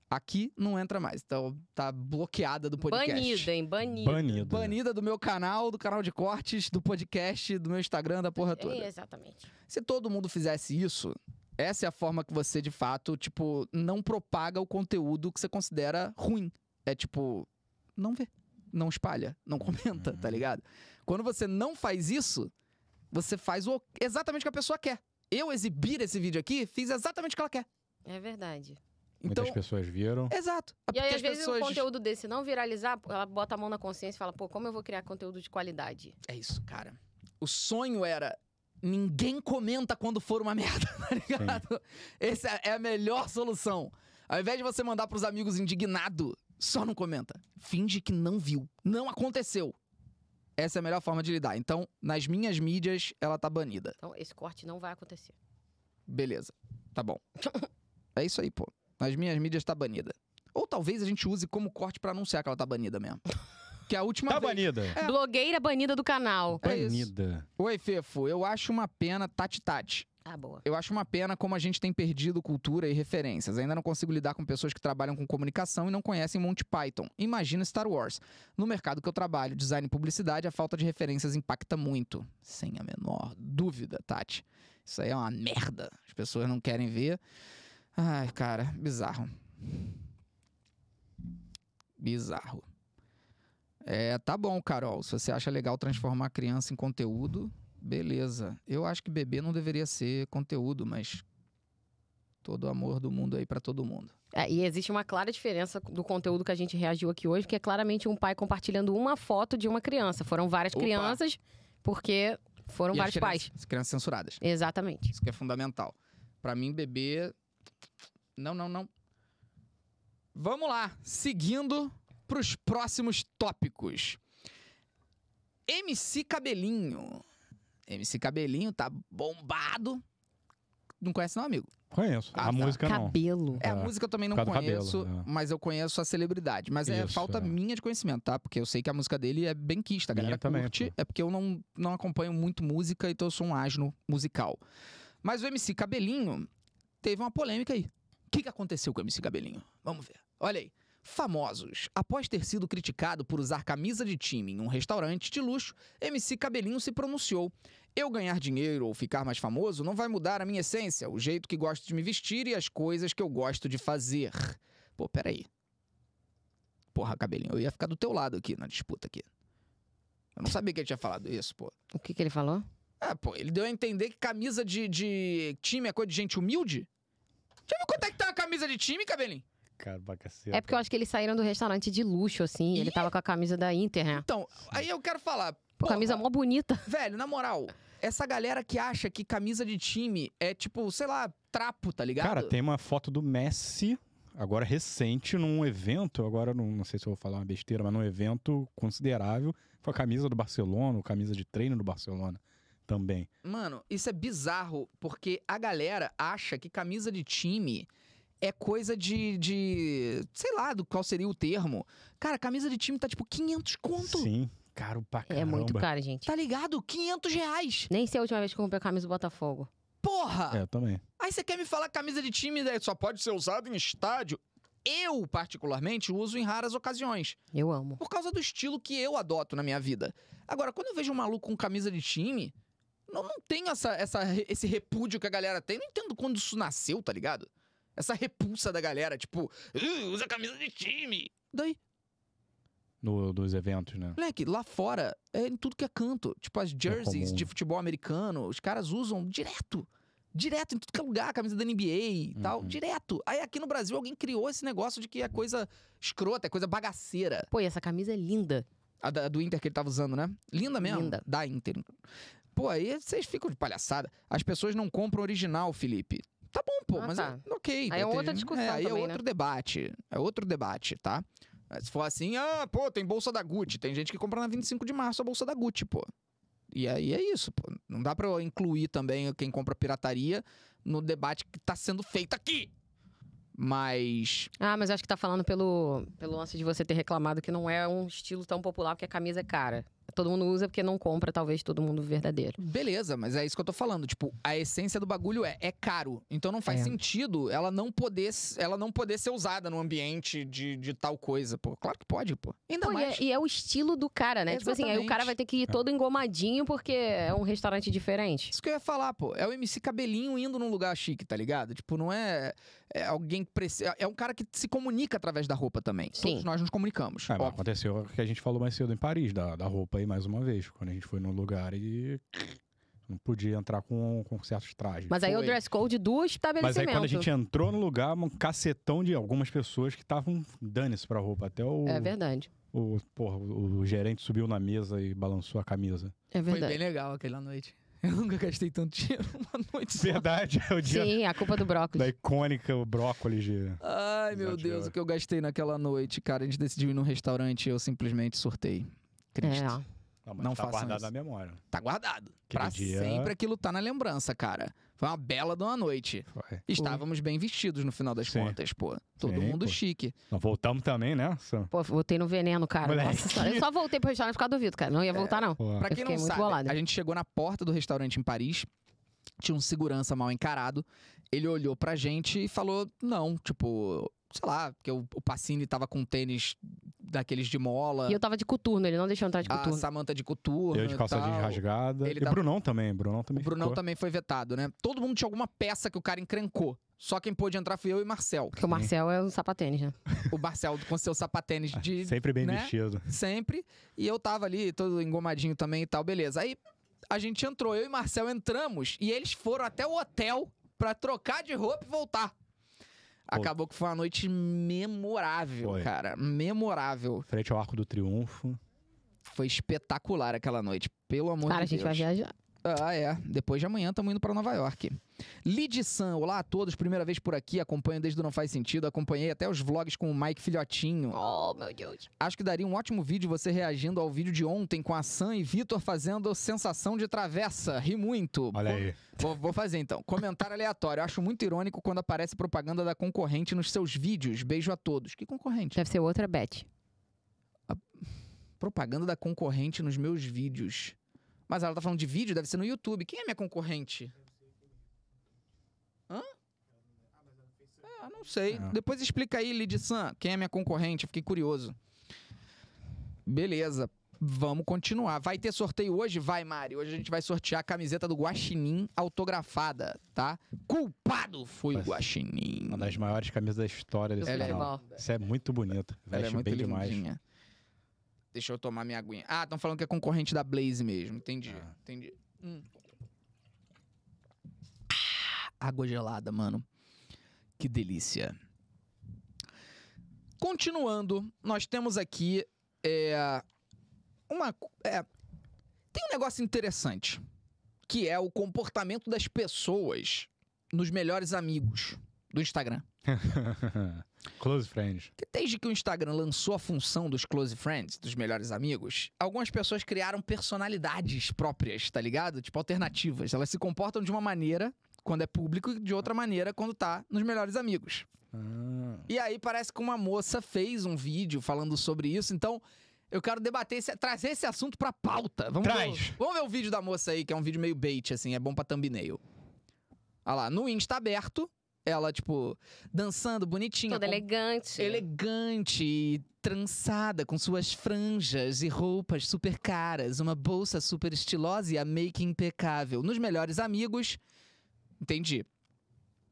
Aqui não entra mais. Então tá bloqueada Um do podcast. Banido, hein? Banido. Banido. né? Banida do meu canal, do canal de cortes, do podcast, do meu Instagram, da porra toda. É, exatamente. Se todo mundo fizesse isso, essa é a forma que você, de fato, tipo, não propaga o conteúdo que você considera ruim. É tipo, não vê, não espalha, não comenta, Uhum. tá ligado? Quando você não faz isso, você faz o, exatamente o que a pessoa quer. Eu exibir esse vídeo aqui, fiz exatamente o que ela quer. É verdade. Então, Muitas pessoas viram. exato. É E Ah, Porque aí, às as vezes, pessoas... um conteúdo desse não viralizar, ela bota a mão na consciência e fala, pô, como eu vou criar conteúdo de qualidade? É isso, cara. O sonho era. Ninguém comenta quando for uma merda, tá ligado? Essa é a melhor solução. Ao invés de você mandar pros amigos indignado, só não comenta. Finge que não viu. Não aconteceu. Essa é a melhor forma de lidar. Então, nas minhas mídias, ela tá banida. Então, esse corte não vai acontecer. Beleza. Tá bom. É isso aí, pô. Nas minhas mídias tá banida. Ou talvez a gente use como corte pra anunciar que ela tá banida mesmo. Que é a última Tá vez. banida. É. Blogueira banida do canal. É isso. Banida. Oi, Fefo. Eu acho uma pena, Tati Tati. Ah, boa. Eu acho uma pena como a gente tem perdido cultura e referências. Ainda não consigo lidar com pessoas que trabalham com comunicação e não conhecem Monty Python. Imagina Star Wars. No mercado que eu trabalho, design e publicidade, a falta de referências impacta muito. Sem a menor dúvida, Tati. Isso aí é uma merda. As pessoas não querem ver. Ai, cara, bizarro. Bizarro. É, tá bom, Carol. Se você acha legal transformar a criança em conteúdo, beleza. Eu acho que bebê não deveria ser conteúdo, mas todo o amor do mundo aí pra todo mundo. É, e existe uma clara diferença do conteúdo que a gente reagiu aqui hoje, que é claramente um pai compartilhando uma foto de uma criança. Foram várias Opa. crianças, porque foram E as vários crianças- pais. As crianças censuradas. Exatamente. Isso que é fundamental. Pra mim, bebê. Não, não, não. Vamos lá, seguindo pros próximos tópicos. MC Cabelinho. MC Cabelinho tá bombado. Não conhece, não, amigo? Conheço. Ah, a tá. música não. Cabelo. É, a Ah, música eu também não por causa do conheço, cabelo, é. mas eu conheço a celebridade. Mas é Isso, falta é. minha de conhecimento, tá? Porque eu sei que a música dele é bem quista, a Minha galera também, curte. pô. É porque eu não, não acompanho muito música, então eu sou um asno musical. Mas o MC Cabelinho teve uma polêmica aí. O que, que aconteceu com o MC Cabelinho? Vamos ver. Olha aí. Famosos. Após ter sido criticado por usar camisa de time em um restaurante de luxo, MC Cabelinho se pronunciou. Eu ganhar dinheiro ou ficar mais famoso não vai mudar a minha essência, o jeito que gosto de me vestir e as coisas que eu gosto de fazer. Pô, peraí. Porra, Cabelinho, eu ia ficar do teu lado aqui na disputa aqui. Eu não sabia que ele tinha falado isso, pô. O que, que ele falou? Ah, pô, ele deu a entender que camisa de, de time é coisa de gente humilde? Já viu quanto é que tá uma camisa de time, Cabelinho? Cara, pra caceta. É porque eu acho que eles saíram do restaurante de luxo, assim. Ele Ih! tava com a camisa da Inter, né? Então, aí eu quero falar. Pô, porra, camisa mó bonita. Velho, na moral, essa galera que acha que camisa de time é tipo, sei lá, trapo, tá ligado? Cara, tem uma foto do Messi, agora recente, num evento. Agora não, não sei se eu vou falar uma besteira, mas num evento considerável. Com a camisa do Barcelona, ou camisa de treino do Barcelona também. Mano, isso é bizarro, porque a galera acha que camisa de time é coisa de. de sei lá do qual seria o termo. Cara, camisa de time tá tipo 500 conto. Sim, caro pra caramba. É muito caro, gente. Tá ligado? 500 reais. Nem sei a última vez que eu comprei a camisa do Botafogo. Porra! É, eu também. Aí você quer me falar que camisa de time né, só pode ser usada em estádio? Eu, particularmente, uso em raras ocasiões. Eu amo. por causa do estilo que eu adoto na minha vida. Agora, quando eu vejo um maluco com camisa de time, não, não tenho essa, essa, esse repúdio que a galera tem. Não entendo quando isso nasceu, tá ligado? Essa repulsa da galera, tipo, "Uh, usa camisa de time. Daí, No, dos eventos, né? moleque, lá fora é em tudo que é canto. Tipo, as jerseys comum. de futebol americano, os caras usam direto. Direto, em tudo que é lugar, camisa da NBA e tal, Uhum. direto. Aí aqui no Brasil alguém criou esse negócio de que é coisa escrota, é coisa bagaceira. Pô, e essa camisa é linda. A da- do Inter que ele tava usando, né? Linda mesmo. Linda. Da Inter. Pô, aí vocês ficam de palhaçada. As pessoas não compram original, Felipe. Tá bom, pô, Ah, mas tá. é- ok. Aí é eu outra discussão É, aí também, é né? outro debate. É outro debate, tá? Se for assim, ah, pô, tem bolsa da Gucci. Tem gente que compra na 25 de março a bolsa da Gucci, pô. E aí é isso, pô. Não dá pra eu incluir também quem compra pirataria no debate que tá sendo feito aqui. Mas. Ah, mas eu acho que tá falando pelo, pelo lance de você ter reclamado que não é um estilo tão popular porque a camisa é cara. Todo mundo usa porque não compra, talvez, todo mundo verdadeiro. Beleza, mas é isso que eu tô falando. Tipo, a essência do bagulho é, é caro. Então não faz É. sentido ela não poder ela não poder ser usada no ambiente de, de tal coisa, pô. Claro que pode, pô. Ainda Pô, e, mais. é, e é o estilo do cara, né? Tipo assim, aí o Exatamente. cara vai ter que É. ir todo engomadinho porque é um restaurante diferente. Isso que eu ia falar, pô. É o MC Cabelinho indo num lugar chique, tá ligado? Tipo, não é, é alguém que precisa. É um cara que se comunica através da roupa também. Sim. É, Todos nós nos comunicamos. Ah, Ó, mas aconteceu o que a gente falou mais cedo em Paris, da, da roupa aí mais uma vez. Quando a gente foi num lugar e não podia entrar com, com certos trajes. Mas aí é o Foi. dress code é um do Mas aí estabelecimento. quando a gente entrou no lugar, um cacetão de algumas pessoas que estavam dane-se pra roupa. Até o, É verdade. o, porra, o, o gerente subiu na mesa e balançou a camisa. É foi bem verdade. legal aquela noite. Eu nunca gastei tanto dinheiro numa noite só. Verdade, é o dia Sim, a culpa do da brócolis. icônica o brócolis de... Ai, meu Exato, Deus, Thiago. o que eu gastei naquela noite, cara. A gente decidiu ir num restaurante e eu simplesmente surtei. Cristo. É. Não, mas Não tá façam guardado isso. na memória. Tá guardado. Aquele pra dia- sempre aquilo tá na lembrança, cara. Foi uma bela de uma noite. Foi. Estávamos bem vestidos no final das Sim. contas, pô. Todo Sim, mundo pô. chique. Nós voltamos também, né? Sam? Pô, voltei no veneno, cara. Moleque. É. Nossa senhora, eu só voltei pro restaurante por causa do Vitor, cara. Não ia voltar, não. Porra. Pra Eu quem fiquei não muito sabe, bolada. a gente chegou na porta do restaurante em Paris, tinha um segurança mal encarado. Ele olhou pra gente e falou: não, tipo, sei lá, porque o, o Pacini tava com um tênis daqueles de mola, E eu tava de coturno, ele não deixou eu entrar de Ah, a coturno. Samanta de coturno. Eu de calça e jeans tal. rasgada. Ele e tá- Brunão também, Brunão O também Brunão ficou. também foi vetado, né? Todo mundo tinha alguma peça que o cara encrencou. Só quem pôde entrar fui eu e Marcel. Porque o Marcel é um sapatênis, né? O Marcel com seu sapatênis de Sempre bem né? vestido. sempre. E eu tava ali, todo engomadinho também e tal, beleza. Aí a gente entrou, eu e Marcel entramos e eles foram até o hotel pra trocar de roupa e voltar. Acabou que foi uma noite memorável, Foi. cara. Memorável. Frente ao Arco do Triunfo. Foi espetacular aquela noite. Pelo amor Cara, a de Deus. gente vai viajar. Ah, é. Depois de amanhã estamos indo para Nova York. Lid San, olá a todos. Primeira vez por aqui, acompanho desde o Não Faz Sentido. Acompanhei até os vlogs com o Mike Filhotinho. Oh, meu Deus. Acho que daria um ótimo vídeo você reagindo ao vídeo de ontem com a Sam e Vitor fazendo sensação de travessa. Ri muito. Olha Pô, aí. Vou, vou fazer então. Comentário aleatório. Acho muito irônico quando aparece propaganda da concorrente nos seus vídeos. Beijo a todos. Que concorrente? Deve ser outra Beth. Propaganda da concorrente nos meus vídeos. Mas ela tá falando de vídeo, deve ser no YouTube. Quem é minha concorrente? Hã? Ah, não sei. Ah. Depois explica aí, Lid San, quem é minha concorrente. Fiquei curioso. Beleza. Vamos continuar. Vai ter sorteio hoje? Vai, Mari. Hoje a gente vai sortear a camiseta do Guaxinim autografada, tá? Culpado foi o Vai ser Guaxinim. Uma das maiores camisas da história desse Ela é canal. Isso é muito bonito. Ela é Veste muito bem demais. lindinha. Deixa eu tomar minha aguinha. Ah, estão falando que é concorrente da Blaze mesmo. Entendi, Ah. entendi. Hum. Ah, água gelada, mano. Que delícia. Continuando, nós temos aqui é, uma co- é, tem um negócio interessante que é o comportamento das pessoas nos melhores amigos do Instagram. Close friends. Que desde que o Instagram lançou a função dos close friends, dos melhores amigos, algumas pessoas criaram personalidades próprias, tá ligado? Tipo, alternativas. Elas se comportam de uma maneira quando é público e de outra maneira quando tá nos melhores amigos. Ah, E aí parece que uma moça fez um vídeo falando sobre isso, então eu quero debater, esse, trazer esse assunto pra pauta. Vamos Traz. Ver, o- vamos ver o vídeo da moça aí, que é um vídeo meio bait, assim, é bom pra thumbnail. Olha lá, no Insta aberto, ela, tipo, dançando bonitinha. Toda com- elegante. é Elegante e trançada, com suas franjas e roupas super caras, uma bolsa super estilosa e a make impecável. Nos melhores amigos. Entendi.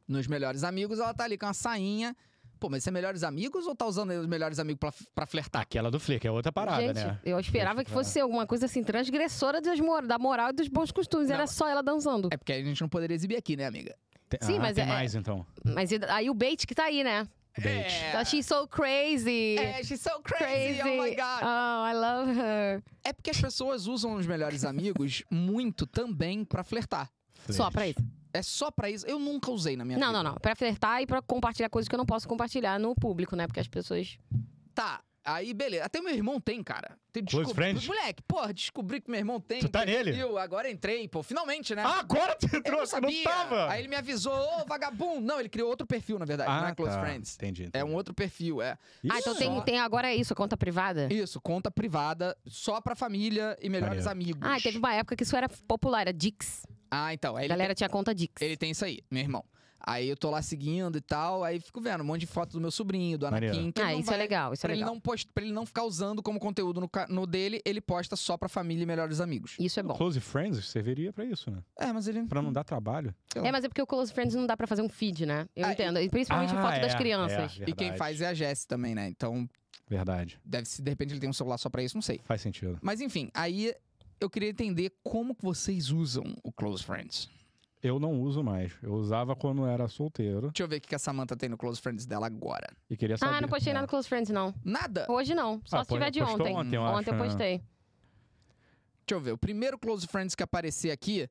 Nos melhores amigos, ela tá ali com a sainha. Pô, mas você é melhores amigos ou tá usando os melhores amigos pra, pra flertar? Aquela do Flick, é outra parada, Gente, né? eu esperava Deixa é que pra lá. fosse alguma coisa assim, transgressora das mor- da moral e dos bons costumes. Era Não. só ela dançando. É porque a gente não poderia exibir aqui, né, amiga? Tem- Sim, ah, mas tem é- mais, então. Mas e- aí o bait que tá aí, né? Bait. Então, she's so crazy. É, she's so crazy, oh my god. Oh, I love her. É porque as pessoas usam os melhores amigos muito também pra flertar. Só pra isso. É só pra isso. Eu nunca usei na minha Não, vida. não, não. Pra flertar e pra compartilhar coisas que eu não posso compartilhar no público, né? Porque as pessoas. Tá, Aí, beleza. Até meu irmão tem, cara. Tem Close descobri- friends? Moleque, porra, descobri que meu irmão tem. Tu tá nele? Eu agora entrei, pô. Finalmente, né? Ah, agora tu Eu entrou, você não sabia. tava! Aí ele me avisou, ô, vagabundo. Não, ele criou outro perfil, na verdade. não é Close tá. Friends. Entendi. É um outro perfil, é. Ah, então tem, tem agora é isso, conta privada? Isso, conta privada, só pra família e melhores Maneiro. amigos. Ah, teve uma época que isso era popular, era Dix. Ah, então. Aí A ele galera tinha conta Dix. Ele tem isso aí, meu irmão. Aí eu tô lá seguindo e tal, aí fico vendo um monte de foto do meu sobrinho, do Maneiro. Anakin. que ele Ah, não isso vai- é legal, isso é Pra ele, legal. não post... pra ele não ficar usando como conteúdo no, ca- no dele, ele posta só pra família e melhores amigos. Isso é bom. Close Friends serviria pra isso, né? É, mas ele. Pra não dar trabalho. Então. É, mas é porque o Close Friends não dá pra fazer um feed, né? Eu Ah, entendo. E principalmente Ah, foto das é, crianças. é, E quem verdade. faz é a Jess também, né? Então, Verdade. deve se de repente ele tem um celular só pra isso, não sei. Faz sentido. Mas enfim, aí eu queria entender como que vocês usam o Close Friends. Eu não uso mais. Eu usava quando era solteiro Deixa eu ver o que que a Samantha tem no Close Friends dela agora. e queria saber. Ah, não postei nada do Close Friends, não. Nada! Hoje não. É. Só Ah, se tiver po- de postou ontem. ontem, eu acho, né? postei. Deixa eu ver. O primeiro Close Friends que aparecer aqui.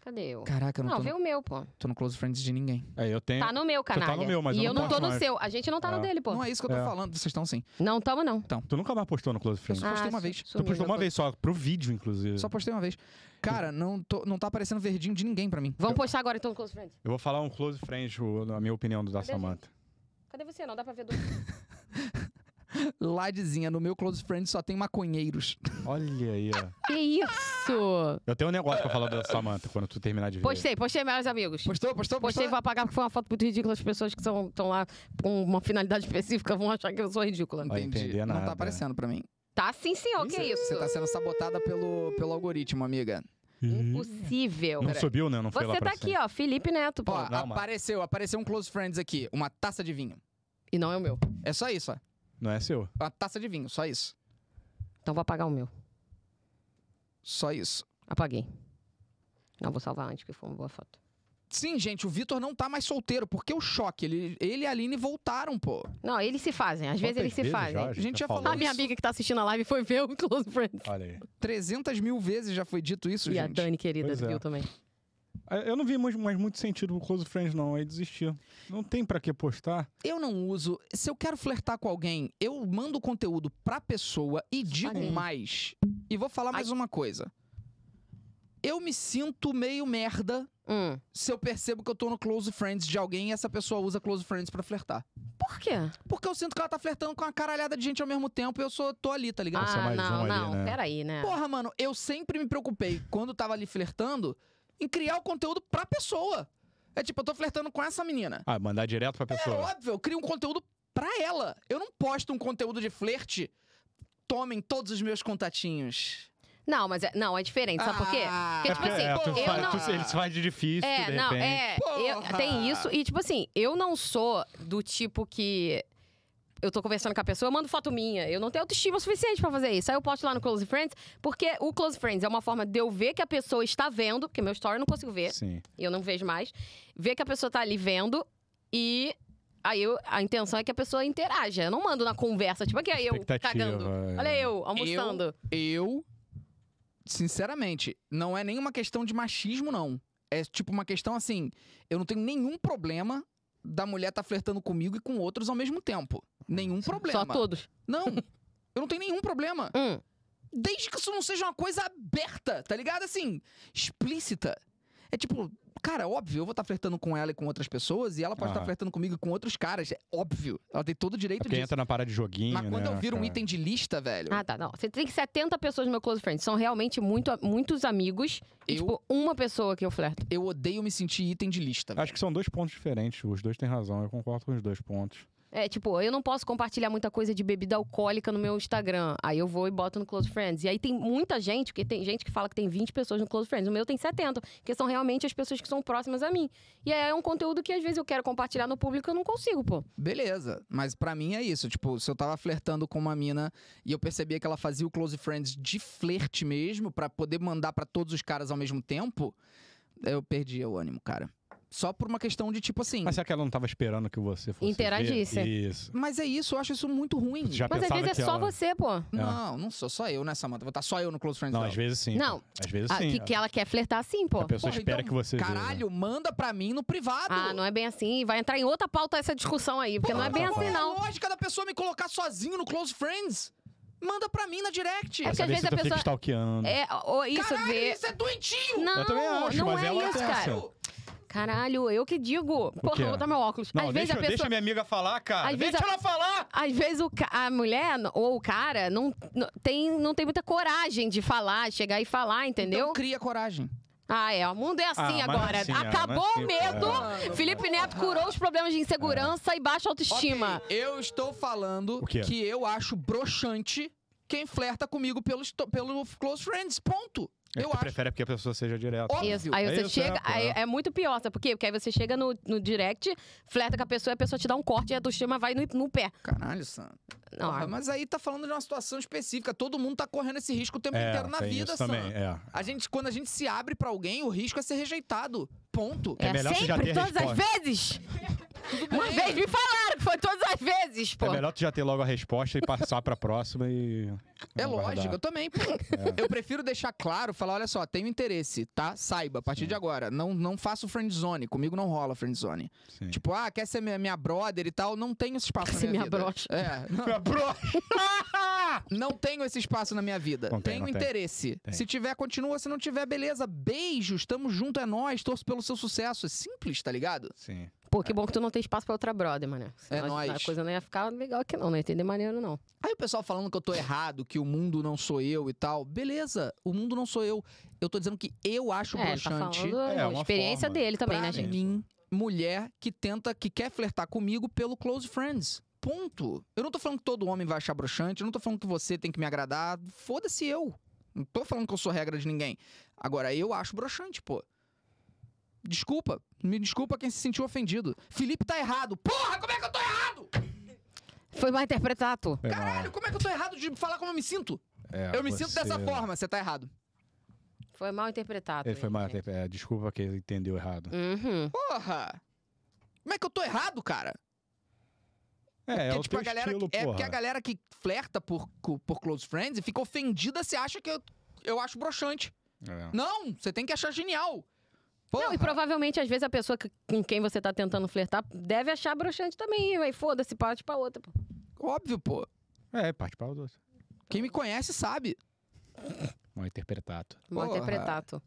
Cadê eu? Caraca, eu não, Não, tô, vê no... o meu, pô. tô no Close Friends de ninguém. É, eu tenho. Tá no meu, tá no canalha. meu, mas e eu eu não não tô posto no mais. seu. A gente não tá Ah. no dele, pô. Não é isso que eu tô É. falando, vocês estão sim. Não, tamo não. Tu nunca mais postou no Close Friends. Eu postei uma su- vez. Tu sumiu postou meu uma vez só, pro vídeo, inclusive. Só postei uma vez. Cara, não, tô- não tá aparecendo verdinho de ninguém pra mim. Vamos postar agora então no Close Friends. Eu vou falar um Close Friends, o- na minha opinião, do da Cadê, Samantha. Cadê você? Não dá pra ver do. Ladezinha, no meu Close Friends só tem maconheiros. Olha aí, ó. que isso? Eu tenho um negócio pra falar da Samantha quando tu terminar de ver. Postei, postei, meus amigos. Postou, postou, postou? Postei, vou apagar porque foi uma foto muito ridícula. As pessoas que estão lá com uma finalidade específica vão achar que eu sou ridícula. Vai entender Não tá nada. aparecendo pra mim. Tá sim, senhor, que isso? Você tá sendo sabotada pelo, pelo algoritmo, amiga. Uhum. Impossível. Não Uhum. subiu, né? Não foi lá Uhum. Você pra tá aqui, cima. ó, Felipe Neto, pô. Ó, não, mas- apareceu, apareceu um Close Friends aqui. Uma taça de vinho. E não é o meu. É só isso, ó. Não é seu? Uma taça de vinho, só isso. Então vou apagar o meu. Só isso. Apaguei. Não, vou salvar antes, que foi uma boa foto. Sim, gente, o Vitor não tá mais solteiro, porque o choque. Ele, ele e a Aline voltaram, pô. Não, eles se fazem. Às vezes Quantas eles se fazem. já A gente já falou falou A minha isso. amiga que tá assistindo a live foi ver o Close Friends. Olha aí. 300 mil vezes já foi dito isso, E a gente. Dani, querida, Pois é. viu também. Ah, Eu não vi mais, mais muito sentido pro Close Friends, não. Aí desisti. Não tem pra que postar. Eu não uso. Se eu quero flertar com alguém, eu mando o conteúdo pra pessoa e digo Olha aí. mais. E vou falar mais uma coisa. Eu me sinto meio merda Hum. se eu percebo que eu tô no close friends de alguém e essa pessoa usa close friends pra flertar. Por quê? Porque eu sinto que ela tá flertando com uma caralhada de gente ao mesmo tempo e eu sou, tô ali, tá ligado? Você é Ah, mais não, um ali, não. né? Peraí, né? Porra, mano, eu sempre me preocupei, quando tava ali flertando, em criar o conteúdo pra pessoa. É tipo, eu tô flertando com essa menina. Ah, mandar direto pra É pessoa. óbvio, eu crio um conteúdo pra ela. Eu não posto um conteúdo de flerte. Tomem todos os meus contatinhos. Não, mas é, não, é diferente. Sabe por quê? Ah, Porque, tipo porque, assim, é, tu eu faz- não- tu- ele se faz de difícil, É, de não, repente. é. eu- Porra! tem isso. E, tipo assim, eu não sou do tipo que. Eu tô conversando com a pessoa, eu mando foto minha. Eu não tenho autoestima suficiente pra fazer isso. Aí eu posto lá no Close Friends, porque o Close Friends é uma forma de eu ver que a pessoa está vendo, porque meu story eu não consigo ver, Sim. e eu não vejo mais. Ver que a pessoa tá ali vendo e. Aí eu- a intenção é que a pessoa interaja. Eu não mando na conversa, tipo, aqui é eu Expectativa, cagando. é. Olha eu, almoçando. Eu, sinceramente, não é nenhuma questão de machismo, não. É tipo uma questão assim: eu não tenho nenhum problema da mulher tá flertando comigo e com outros ao mesmo tempo. Nenhum problema. Só todos. Não. Eu não tenho nenhum problema. Hum. Desde que isso não seja uma coisa aberta, tá ligado? Assim, explícita. É tipo, cara, óbvio, eu vou estar flertando com ela e com outras pessoas, e ela pode estar Aham. flertando comigo e com outros caras. É óbvio. Ela tem todo o direito Ah. É Porque disso. entra na parada de joguinho, Mas quando né, eu viro um cara? item de lista, velho, Ah, tá. Não. Você tem 70 pessoas no meu close friends. São realmente muito, muitos amigos. E, Eu- tipo, uma pessoa que eu flerto. eu odeio me sentir item de lista. velho. Acho que são dois pontos diferentes. Os dois têm razão. Eu concordo com os dois pontos. É, tipo, eu não posso compartilhar muita coisa de bebida alcoólica no meu Instagram. Aí eu vou e boto no Close Friends. E aí tem muita gente, porque tem gente que fala que tem 20 pessoas no Close Friends. O meu tem 70, que são realmente as pessoas que são próximas a mim. E aí é um conteúdo que às vezes eu quero compartilhar no público e eu não consigo, Tá pô. Beleza. Mas pra mim é isso. Tipo, se eu tava flertando com uma mina e eu percebia que ela fazia o close friends de flerte mesmo, pra poder mandar pra todos os caras ao mesmo tempo, eu perdia o ânimo, cara. Só por uma questão de tipo assim. Mas será que ela não tava esperando que você fosse Interagisse. ver? Isso. Mas é isso, eu acho isso muito ruim. Você já tá- Mas às pensava vezes é que só ela... você, pô. Não, não sou só eu, né, Samanta? Vou estar só eu no Close Friends. Não, dela. às vezes sim. Não. Às vezes Ah, sim. é. Tá que, que ela quer flertar sim, pô. A pessoa Porra, espera então, que você veja. né? Caralho, manda pra mim no privado. Ah, não é bem assim. E vai entrar em outra pauta essa discussão aí, porque não é Porra, bem tá assim, bom. É não. a lógica da pessoa me colocar sozinho no Close Friends. Manda pra mim na direct. É porque às Saber vezes se a tu pessoa- fica stalkeando. É, ou isso, Caralho, vê. isso é doentio! Não, Eu também acho, não mas é ela isso, tem cara. essa. Caralho, eu que digo. Porra, quê? vou botar meu óculos. Não, às vezes deixa, a pessoa. deixa minha amiga falar, cara. Às vezes deixa a- ela falar! Às vezes o ca- a mulher n- ou o cara não, não tem, não tem muita coragem de falar, chegar e falar, entendeu? Então cria coragem. Ah, é. O mundo é assim Ah, mas agora. assim, é, Acabou mas o assim, medo. é. Felipe Neto curou os problemas de insegurança e baixa autoestima. Ok, Ah, eu estou falando O quê? que eu acho broxante quem flerta comigo pelo, esto- pelo Close Friends. Ponto. É que eu tu acho. prefere que a pessoa seja direta. Óbvio. Isso. Aí É você isso, chega. é, pô, aí é. é muito pior, sabe por quê? Porque aí você chega no, no direct, flerta com a pessoa e a pessoa te dá um corte e a autoestima vai no, no pé. Caralho, Sam. Não, Porra, é- mas aí tá falando de uma situação específica. Todo mundo tá correndo esse risco o tempo É, inteiro na tem vida, isso Sam. também, é. A gente, quando a gente se abre pra alguém, o risco é ser rejeitado. Ponto. É melhor você sempre, já ter todas as resposta. vezes. Uma vez me falaram que foi todas as vezes, pô. É melhor tu já ter logo a resposta e passar pra próxima e. É aguardar. lógico, eu também. pô. É. Eu prefiro deixar claro, falar, olha só, tenho interesse, tá? Saiba, a partir de agora, não, não faço friend zone, comigo não rola friend zone. Sim. Tipo, ah, quer ser minha, minha brother e tal, não tenho esse espaço Quer na ser minha, minha vida. broxa. É, não, não tenho esse espaço na minha vida. Não tem, tenho não tem. interesse. Tem. Se tiver, continua, se não tiver, beleza. Beijos, tamo junto, é nós, torço pelo seu sucesso. É simples, tá ligado? Sim. Pô, que bom que tu não tem espaço pra outra brother, mano. Senão É a- nóis. A coisa não ia ficar legal aqui, não. Não ia entender maneiro, não. Aí o pessoal falando que eu tô errado, que o mundo não sou eu e tal. Beleza, o mundo não sou eu. Eu tô dizendo que eu acho é, ele tá broxante. falando É, a uma experiência forma. dele também, pra né, gente? mim, mulher que tenta, que quer flertar comigo pelo close friends. Ponto. Eu não tô falando que todo homem vai achar broxante, eu não tô falando que você tem que me agradar. Foda-se eu. Não tô falando que eu sou regra de ninguém. Agora, eu acho broxante, pô. Desculpa. Me desculpa quem se sentiu ofendido. Felipe tá errado. Porra, como é que eu tô errado? Foi mal interpretado. É, Caralho, como é que eu tô errado de falar como eu me sinto? é, eu me sinto você- dessa forma, você tá errado. Foi mal interpretado. Ele foi hein, mal. gente. É, desculpa que ele entendeu errado. Uhum. Porra! Como é que eu tô errado, cara? É, é Porque, o tipo, teu a galera, estilo, é porque porra. a galera que flerta por, co- por close friends e fica ofendida se acha que eu, eu acho broxante. É. Não, você tem que achar genial. Não, e Porra. provavelmente, às vezes, a pessoa que- com quem você tá tentando flertar deve achar broxante também. Aí foda-se, parte pra outra. pô. Óbvio, pô. É, parte para o doce. Quem me conhece sabe. Mal interpretado. Mal Porra. interpretado.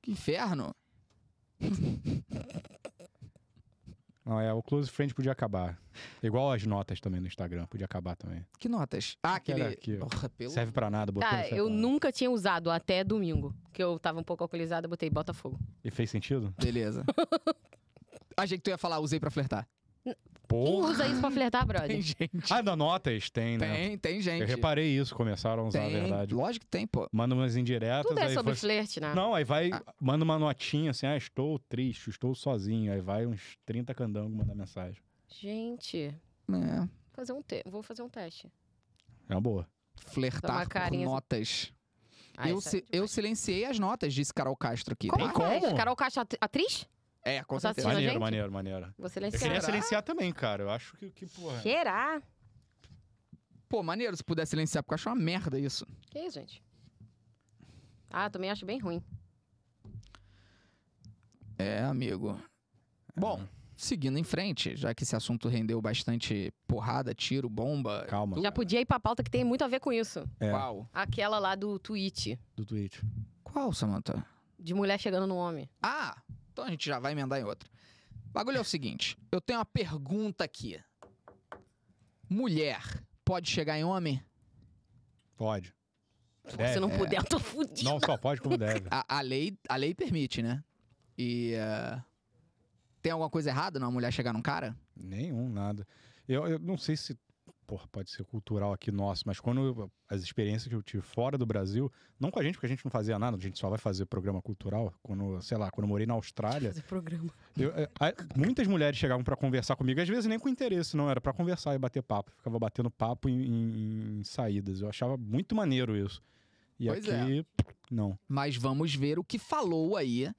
Que inferno. Não, é, o Close Friend podia acabar. Igual as notas também no Instagram, podia acabar também. Que notas? Ah, aquele... Aquela aqui, ó. é Porra, pelo... Serve pra nada, botei. não Tá, serve eu pra nada. nunca tinha usado até domingo, que eu tava um pouco alcoolizada, botei Botafogo. E fez sentido? Beleza. Achei que tu ia falar, usei pra flertar. Quem Porra! usa isso pra flertar, Tem brother? gente. Ah, da notas tem, né? Tem, tem gente. Eu reparei isso, começaram a usar tem, a verdade. lógico que tem, pô. Manda umas indiretas, Tudo é Tá aí sobre foi- flerte, né? Não, aí vai, Ah. manda uma notinha assim, ah, estou triste, estou sozinho. Aí vai uns 30 candangos mandar mensagem. Gente, É. fazer um te... vou fazer um teste. É uma boa. Flertar Tomar por carinha- notas. Ah, eu, essa- si- eu silenciei as notas, disse Carol Castro aqui. Como tá? faz? como? Carol Caixa, at- atriz? É, com Tá certeza. assistindo? Maneiro, gente? maneiro, maneiro. Você Eu queria Será? lenciar. silenciar também, cara. Eu acho que, que porra. Será? Pô, maneiro se pudesse silenciar, porque eu acho uma merda isso. Que isso, gente? Ah, também acho bem ruim. É, amigo. Bom, seguindo em frente, já que esse assunto rendeu bastante porrada, tiro, bomba. Calma. tudo. Já podia ir pra pauta que tem muito a ver com isso. É, Qual? Aquela lá do tweet, do Twitch. Qual, Samantha? de mulher chegando no homem. Ah, então a gente já vai emendar em outra. O bagulho é o seguinte: eu tenho uma pergunta aqui. Mulher pode chegar em homem? Pode. Se Deve. não puder, eu tô fudido. Não só pode como deve. A, a lei, a lei permite, né? E. eh, tem alguma coisa errada numa mulher chegar num cara? Nenhum, nada. Eu, eu não sei se. Porra, pode ser cultural aqui nosso, mas quando eu- as experiências que eu tive fora do Brasil, não com a gente, porque a gente não fazia nada, a gente só vai fazer programa cultural. Quando, sei lá, quando eu morei na Austrália, Fazer programa. eu- eh, a- muitas mulheres chegavam pra conversar comigo, às vezes nem com interesse, não, era pra conversar e bater papo. Ficava batendo papo em, em- em saídas. Eu achava muito maneiro isso. E Pois é. aqui, não. Mas vamos ver o que falou aí.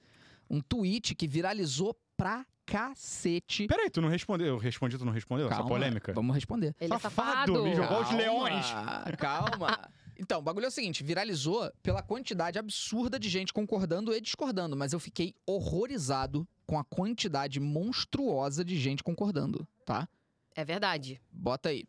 Um tweet que viralizou pra cacete. Peraí, tu não respondeu. Eu respondi, tu não respondeu essa Calma, polêmica? Vamos responder. Ele é safado. me jogou os Calma, leões. Calma. Então, o bagulho é o seguinte: viralizou pela quantidade absurda de gente concordando e discordando, mas eu fiquei horrorizado com a quantidade monstruosa de gente concordando, tá? É verdade. Bota aí.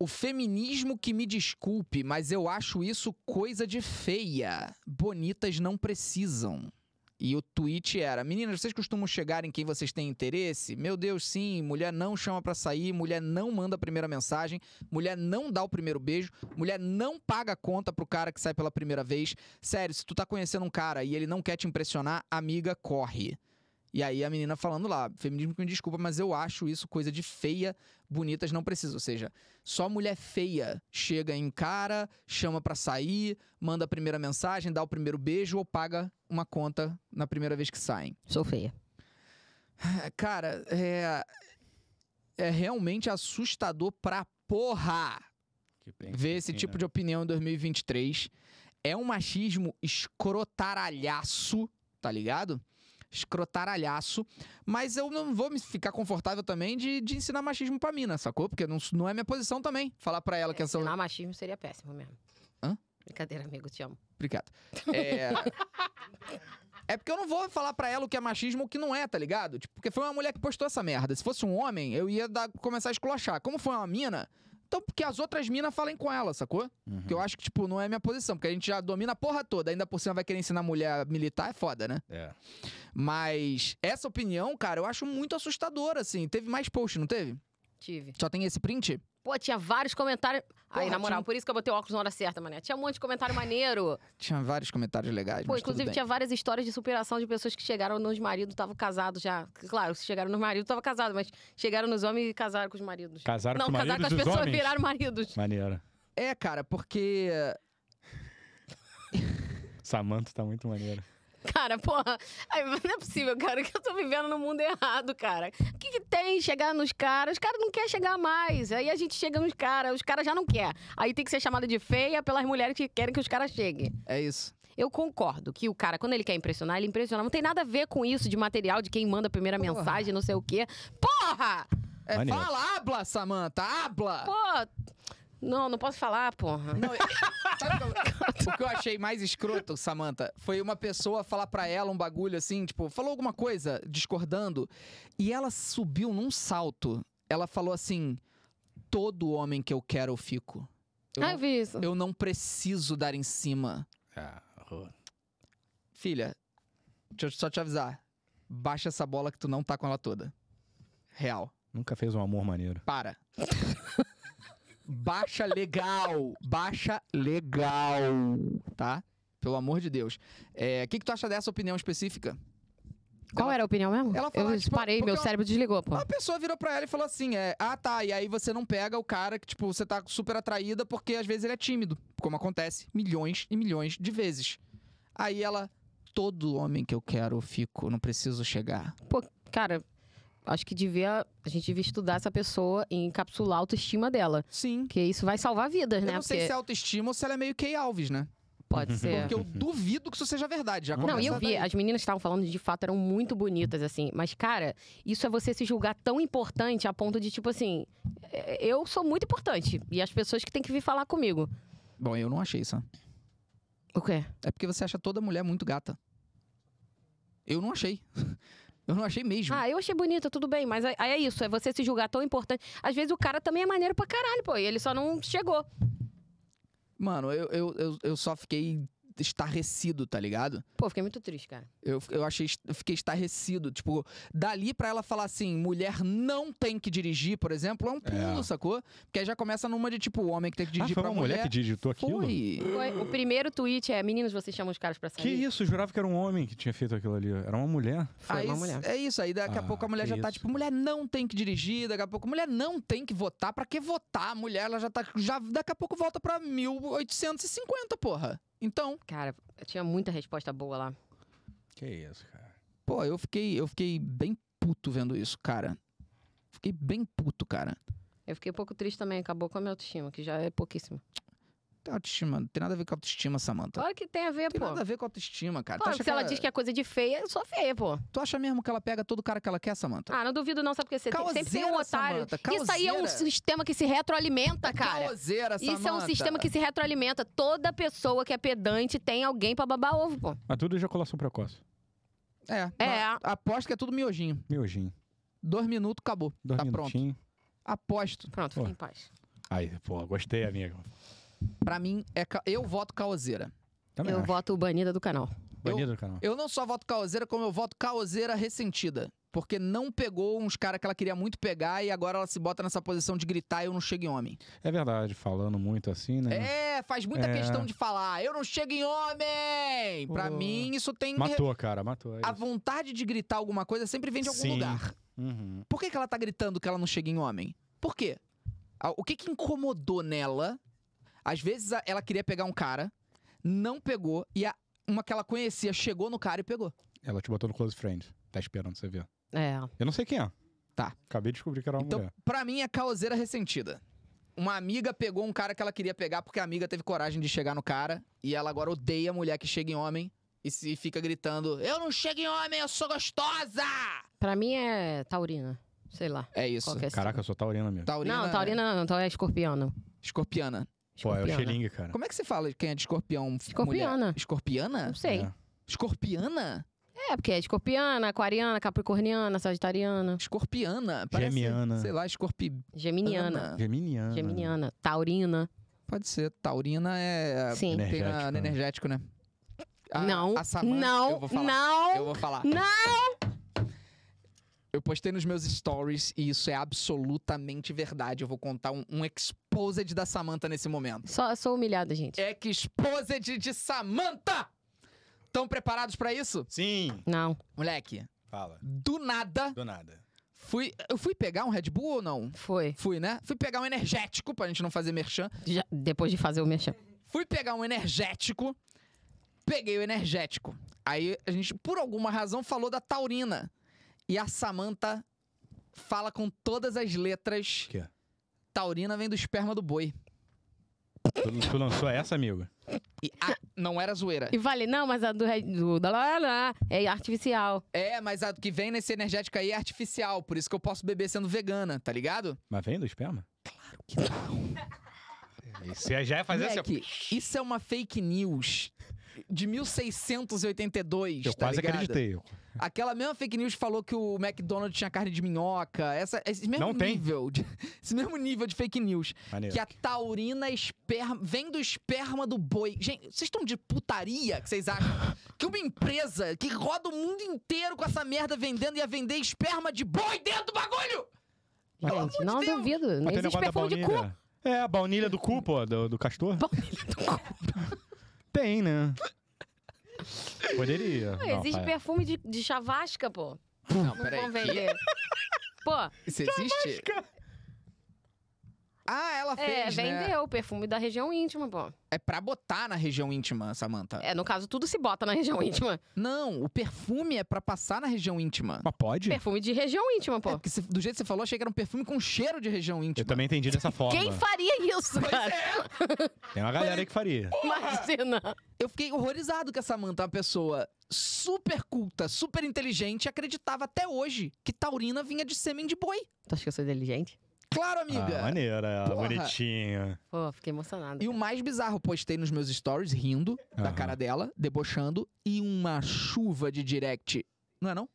O feminismo que me desculpe, mas eu acho isso coisa de feia. Bonitas não precisam. E o tweet era: Meninas, vocês costumam chegar em quem vocês têm interesse? Meu Deus, sim, mulher não chama pra sair, mulher não manda a primeira mensagem, mulher não dá o primeiro beijo, mulher não paga a conta pro cara que sai pela primeira vez. Sério, se tu tá conhecendo um cara e ele não quer te impressionar, amiga, corre. E aí a menina falando lá, feminismo que me desculpa, mas eu acho isso coisa de feia, bonitas não precisa. Ou seja, só mulher feia chega em cara, chama pra sair, manda a primeira mensagem, dá o primeiro beijo ou paga uma conta na primeira vez que saem. Sou feia. É, Cara, é. É realmente assustador pra porra ver esse assim, tipo né? de opinião em 2023. É um machismo escrotaralhaço, tá ligado? Escrotaralhaço. Mas eu não vou me ficar confortável também de, de ensinar machismo pra mina, sacou? Porque não, não é minha posição também. Falar pra ela que é essa. Ensinar um machismo seria péssimo mesmo. Hã? Brincadeira, amigo, te amo. Obrigado. É. É porque eu não vou falar pra ela o que é machismo e o que não é, tá ligado? Tipo, porque foi uma mulher que postou essa merda. Se fosse um homem, eu ia dar- começar a esculachar. Como foi uma mina, então porque as outras minas falem com ela, sacou? Uhum. Porque eu acho que, tipo, não é minha posição. Porque a gente já domina a porra toda. Ainda por cima vai querer ensinar mulher a militar, é foda, né? É. Mas essa opinião, cara, eu acho muito assustadora, assim. Teve mais post, não teve? Tive. Só tem esse print? Pô, tinha vários comentários. Aí, Porra, na moral, tinha um- por isso que eu botei o óculos na hora certa, mané. Tinha um monte de comentário maneiro. Tinha vários comentários legais, Pô, mas tudo inclusive bem. tinha várias histórias de superação de pessoas que chegaram nos maridos, estavam casados já. Claro, se chegaram nos maridos, estavam casados, mas chegaram nos homens e casaram com os maridos. Casaram Não, com o marido casaram com as dos pessoas, homens? viraram maridos. Maneiro. É, cara, porque... Samanta tá muito maneiro. Cara, porra, aí, não é possível, cara, que eu tô vivendo no mundo errado, cara. O que, que tem chegar nos caras? Os caras não querem chegar mais. Aí a gente chega nos caras, os caras já não quer. Aí tem que ser chamada de feia pelas mulheres que querem que os caras cheguem. É isso. Eu concordo que o cara, quando ele quer impressionar, ele impressiona. Não tem nada a ver com isso de material, de quem manda a primeira Porra. mensagem, não sei o quê. Porra! É, Maneiro. fala, habla, Samanta, habla! Pô, não, não posso falar, porra. Não, sabe o que eu- o que eu achei mais escroto, Samantha, foi uma pessoa falar pra ela um bagulho assim, tipo, falou alguma coisa discordando, e ela subiu num salto. Ela falou assim: "Todo homem que eu quero eu fico. Eu, Ah, eu não, vi isso. eu não preciso dar em cima." Ah, Filha, deixa eu só te avisar. Baixa essa bola que tu não tá com ela toda. Real. Nunca fez um amor maneiro. Para. Baixa legal. Baixa legal. Tá? Pelo amor de Deus. É, O que, que tu acha dessa opinião específica? Qual Ela- era a opinião mesmo? Ela fala, eu tipo, disparei, porque meu ela- Ah. cérebro desligou, pô. Uma pessoa virou pra ela e falou assim: é, Ah, tá. E aí você não pega o cara que, tipo, você tá super atraída porque às vezes ele é tímido. Como acontece milhões e milhões de vezes. Aí ela. Todo homem que eu quero, eu fico, não preciso chegar. Cara, acho que devia. A gente devia estudar essa pessoa e encapsular a autoestima dela. Sim. Porque isso vai salvar vidas, Eu né? não sei Porque se é autoestima ou se ela é meio Kay Alves, né? pode ser. Porque eu duvido que isso seja verdade. Já Não, e eu começa vi, daí. as meninas que estavam falando, de fato, eram muito bonitas, assim. Mas, cara, isso é você se julgar tão importante a ponto de, tipo assim, é, eu sou muito importante. E as pessoas que têm que vir falar comigo. Bom, eu não achei isso. né? O quê? É porque você acha toda mulher muito gata. Eu não achei. Eu não achei mesmo. Ah, eu achei bonita, tudo bem, mas aí aí é isso, é você se julgar tão importante. Às vezes o cara também é maneiro pra caralho, pô, e ele só não chegou. Mano, eu, eu, eu, eu só fiquei estarrecido, tá ligado? Pô, fiquei muito triste, cara. Eu, eu achei, eu fiquei estarrecido. Tipo, dali pra ela falar assim, mulher não tem que dirigir, por exemplo, é um pulo, É. sacou? Porque aí já começa numa de tipo, o homem que tem que Ah, dirigir foi pra uma mulher, que digitou aquilo? Foi. Foi- o primeiro tweet é: meninos, vocês chamam os caras pra sair? Que isso? Eu jurava que era um homem que tinha feito aquilo ali. Era uma mulher. Foi Aí uma s- mulher. É isso, aí daqui a Ah, pouco a mulher que já tá isso. tipo, mulher não tem que dirigir, daqui a pouco mulher não tem que votar, pra que votar? A mulher, ela já tá, já, daqui a pouco volta pra 1850, porra. Então, Cara, eu tinha muita resposta boa lá. Que isso, cara. pô, eu fiquei, eu fiquei bem puto vendo isso, cara. Fiquei bem puto, cara. Eu fiquei um pouco triste também, acabou com a minha autoestima, que já é pouquíssima. Tem autoestima, não tem nada a ver com autoestima, Samanta. Claro que tem a ver, Não tem pô. nada a ver com autoestima, cara. tu, Claro, acha se ela diz que é coisa de feia, eu sou feia, pô. tu acha mesmo que ela pega todo cara que ela quer, Samanta? Ah, não duvido não, sabe por quê? Você tem- sempre tem um Causeira, otário. Samanta, Isso aí é um causeira. sistema que se retroalimenta, cara. Caloseira, Isso é um Samanta. sistema que se retroalimenta. Toda pessoa que é pedante tem alguém pra babar ovo, pô. Mas tudo é ejaculação precoce. É. É. a- Aposto que é tudo miojinho. Miojinho. Dois minutos, acabou. Dois tá pronto. minutinhos. Aposto. Pronto, Pô. fica em paz. Aí, pô, gostei, amigo. Pra mim, é ca- eu voto caoseira. Também eu acho. voto banida do canal. Banido do canal. Eu não só voto caoseira, como eu voto caoseira ressentida. Porque não pegou uns caras que ela queria muito pegar e agora ela se bota nessa posição de gritar eu não chego em homem. É verdade, falando muito assim, né? É, faz muita É. questão de falar eu não chego em homem! Pra Pô. mim, isso tem. Matou, cara, matou. é A isso. vontade de gritar alguma coisa sempre vem de algum Sim. lugar. Uhum. Por que, que ela tá gritando que ela não chega em homem? Por quê? Ah, O que que incomodou nela? Às vezes a- ela queria pegar um cara, não pegou, e a- uma que ela conhecia chegou no cara e pegou. Ela te botou no close friend. Tá esperando você ver. É. Eu não sei quem é. Tá. Acabei de descobrir que era uma Então, mulher. pra mim, é causeira ressentida. Uma amiga pegou um cara que ela queria pegar porque a amiga teve coragem de chegar no cara e ela agora odeia a mulher que chega em homem e se fica gritando: Eu não chego em homem, eu sou gostosa! Pra mim é taurina. Sei lá. É isso. Qual que é esse- Caraca, eu sou taurina mesmo. Taurina. Não, taurina não, então é escorpiano. Escorpiana. Pô, é o Escorpiana. xeringue, cara. Como é que se fala quem é de escorpião? mulher? Escorpiana. Escorpiana? Não sei. É. Escorpiana? É, porque é escorpiana, aquariana, capricorniana, sagitariana, Escorpiana. Parece, Gemiana. Sei lá, escorpiana. geminiana, É. Geminiana. geminiana, taurina. Pode ser. Taurina é... Sim. né? Tem Energético, a- né? energético, né? A- não, a Samantha- não, eu vou falar. não. Eu vou falar. Não! Eu postei nos meus stories e isso é absolutamente verdade. Eu vou contar um, um exposed da Samantha nesse momento. Só, sou humilhada, gente. Exposed de Samantha! Estão preparados pra isso? Sim. Não. Moleque, Fala. do nada, Do nada. fui. Eu fui pegar um Red Bull ou não? Foi. Fui, né? Fui pegar um energético, pra gente não fazer merchan. Já- depois de fazer o merchan. Fui pegar um energético, peguei o energético. Aí a gente, por alguma razão, falou da Taurina. E a Samantha fala com todas as letras. O quê? Taurina vem do esperma do boi. Tu, tu lançou essa, amigo? E ah, não era zoeira. E vale, não, mas a do, re- do da lá, lá, é artificial. É, mas a que vem nesse energético aí é artificial, por isso que eu posso beber sendo vegana, tá ligado? Mas vem do esperma? Claro que não. Isso já é fazer assim, ó. Moleque, isso é uma fake news de 1682, Eu tá quase ligado? acreditei. eu. Aquela mesma fake news que falou que o McDonald's tinha carne de minhoca, essa, esse mesmo Não tem. nível, de- esse mesmo nível de fake news. Maneiro. Que a taurina esperma, vem do esperma do boi. Gente, vocês estão de putaria que vocês acham que uma empresa que roda o mundo inteiro com essa merda vendendo ia vender esperma de boi dentro do bagulho? Pelo amor Gente, de não Deus! duvido. Não Mas tem o negócio existe da perfume de cu. baunilha. É, a baunilha do cu, pô, do, do castor. Baunilha do cu. Tem, né? Poderia. Não, Não, é. existe pai. perfume de, de chavasca, pô. Não, Não peraí. vão vender. Pô, Isso existe? Ah, ela é, fez, né? vendeu o perfume da região íntima, pô. É pra botar na região íntima, Samantha. É, no caso, tudo se bota na região íntima. Não, o perfume é pra passar na região íntima. Mas pode? Perfume de região íntima, É pô. porque se- do jeito que você falou, achei que era um perfume com cheiro de região Eu íntima. também entendi dessa forma. Quem faria isso, é, cara? Tem uma galera aí que faria. Imagina. Eu fiquei horrorizado que a Samantha, uma pessoa super culta, super inteligente, acreditava até hoje que taurina vinha de sêmen de boi. Tu acha que eu sou inteligente? Claro, Ah, amiga. maneira, Porra. bonitinha. Pô, fiquei emocionada. e o mais bizarro, postei nos meus stories rindo da Aham. cara dela, debochando, e uma chuva de direct. Não é não?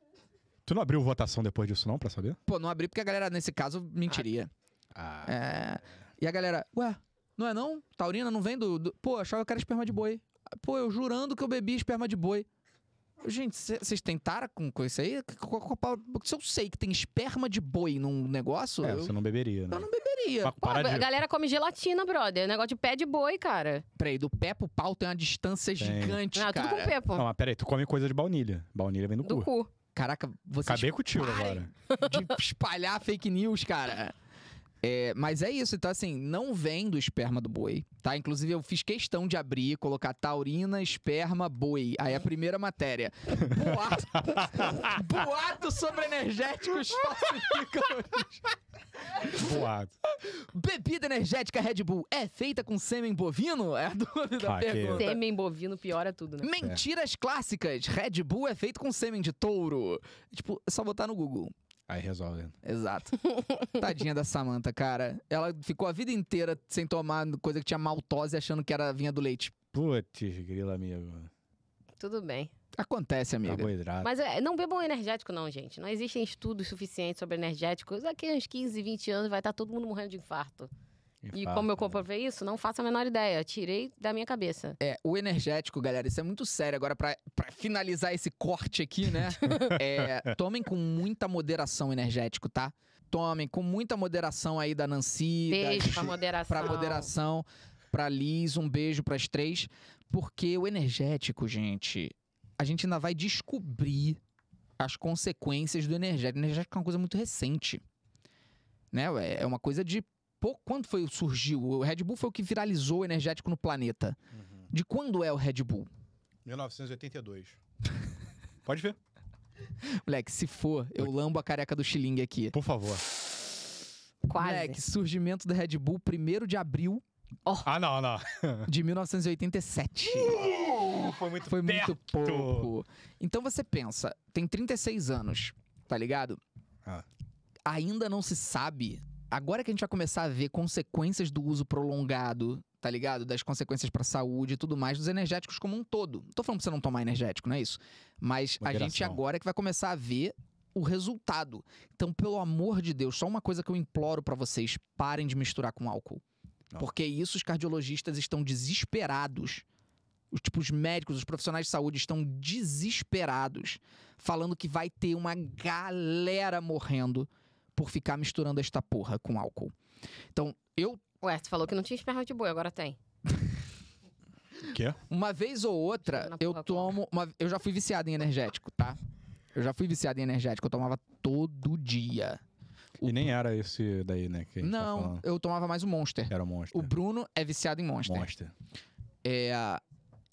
Tu não abriu votação depois disso, não, pra saber? Pô, não abri porque a galera, nesse caso, mentiria. Ah. É, E a galera, ué, não é não? Taurina não vem do. do- Pô, achava que era esperma de boi. Pô, eu jurando que eu bebi esperma de boi. Gente, vocês tentaram com, com isso aí? Que- qual- qual- qual- Se eu sei que tem esperma de boi num negócio, É, eu você não beberia, né? eu não beberia. Mas Pô, para a de... galera come gelatina, brother. Negócio de pé de boi, cara. Peraí, do pé pro pau tem uma distância Tem. gigante, Ah, tudo cara. com pé, pô. Não, mas peraí, tu come coisa de baunilha. Baunilha vem do, Do cu. cu. Caraca, vocês Acabei com o tiro Parem. agora. de espalhar fake news, cara. É, mas é isso, então assim, não vem do esperma do boi, tá? Inclusive eu fiz questão de abrir, colocar taurina, esperma, boi. Aí a primeira matéria. Boato, boato sobre energéticos falsificam. Boato. Bebida energética Red Bull é feita com sêmen bovino? É a dúvida da Ah, que- pergunta. Sêmen bovino piora tudo, né? Mentiras clássicas. Red Bull é feito com sêmen de touro. Tipo, é só botar no Google. Aí resolve. Exato. Tadinha da Samantha, cara. Ela ficou a vida inteira sem tomar coisa que tinha maltose, achando que era vinha do leite. Putz, grila, amigo. Tudo bem. Acontece, amiga. Carboidrato. Mas é, não bebam energético, não, gente. Não existem estudos suficientes sobre energéticos. Daqui a uns 15, 20 anos vai estar todo mundo morrendo de infarto. E Infarto, como eu né? comprovei isso, não faço a menor ideia. Tirei da minha cabeça. É, o energético, galera, isso é muito sério. Agora, pra, pra finalizar esse corte aqui, né? é, tomem com muita moderação o energético, tá? Tomem com muita moderação aí da Nancy. da Beijo pra Ju- moderação. Pra moderação, pra Liz, um beijo pras três. Porque o energético, gente, a gente ainda vai descobrir as consequências do energético. O energético é uma coisa muito recente. Né? ué? É uma coisa de. pou- Quando foi surgiu? O Red Bull foi o que viralizou o energético no planeta. De quando é o Red Bull? 1982. Pode ver. Moleque, se for, eu lambo a careca do xilingue aqui. Por favor. Quase. Moleque, surgimento do Red Bull, 1 de abril Ah, não, não. de 1987. Uh, Foi muito Foi muito perto. pouco. Então você pensa, tem 36 anos, tá ligado? Ah. Ainda não se sabe. Agora que a gente vai começar a ver consequências do uso prolongado, tá ligado? Das consequências pra saúde e tudo mais, dos energéticos como um todo. Não tô falando pra você não tomar energético, não é isso? Mas a gente Moderação. agora é que vai começar a ver o resultado. Então, pelo amor de Deus, só uma coisa que eu imploro pra vocês: parem de misturar com álcool. Não. Porque isso os cardiologistas estão desesperados os tipos médicos, os profissionais de saúde estão desesperados, falando que vai ter uma galera morrendo por ficar misturando esta porra com álcool. Então, eu, Ué, você falou que não tinha esperma de boi, agora tem. Quê? uma vez ou outra, Misturando a eu porra com tomo. uma- eu já fui viciado em energético, tá? Eu já fui viciado em energético, eu tomava todo dia. O- E nem era esse daí, né? Que a gente tá Não, falando. eu tomava mais o Monster. Era o Monster. O Bruno é viciado em Monster. Monster. é,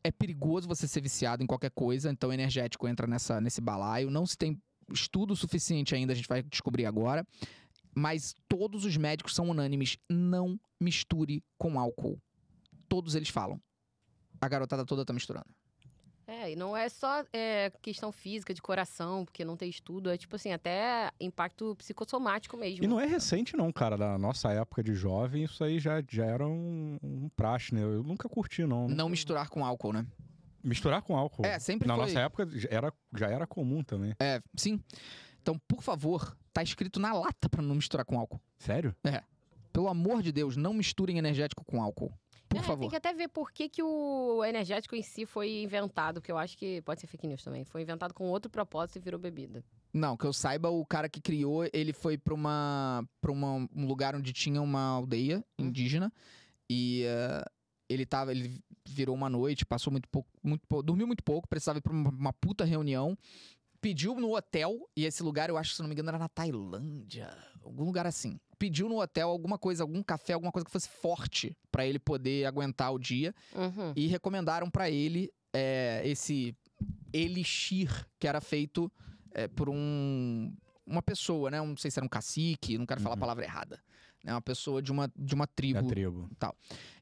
é perigoso você ser viciado em qualquer coisa, então o energético entra nessa, nesse balaio. Não se tem estudo suficiente ainda, a gente vai descobrir agora. Mas todos os médicos são unânimes: não misture com álcool. Todos eles falam. A garotada toda tá misturando. É, e não é só é, questão física, de coração, porque não tem estudo. É tipo assim, até impacto psicossomático mesmo. E não é recente, não, cara. Da nossa época de jovem, isso aí já, já era um, um praxe, né? Eu nunca curti, não. Não misturar com álcool, né? Misturar com álcool. É, sempre Na foi. nossa época já era, já era comum também. É, sim. Então, por favor, tá escrito na lata pra não misturar com álcool. Sério? Pelo amor de Deus, não misturem energético com álcool. Por É, Tem favor. que até ver por que, que o energético em si foi inventado, que eu acho que pode ser fake news também. Foi inventado com outro propósito e virou bebida. Não, que eu saiba, o cara que criou, ele foi pra, uma, pra uma- um lugar onde tinha uma aldeia indígena. E eh, ele tava. Ele virou uma noite, passou muito pouco, muito pouco. Dormiu muito pouco, precisava ir pra uma, uma puta reunião. Pediu no hotel, e esse lugar, eu acho, se não me engano, era na Tailândia. Algum lugar assim. Pediu no hotel alguma coisa, algum café, alguma coisa que fosse forte pra ele poder aguentar o dia Uhum. e recomendaram pra ele é, esse elixir que era feito é, por um uma pessoa, né? Um- Não sei se era um cacique, não quero falar a Uhum. palavra errada. Né? Uma pessoa de uma, de uma Da tribo. tribo.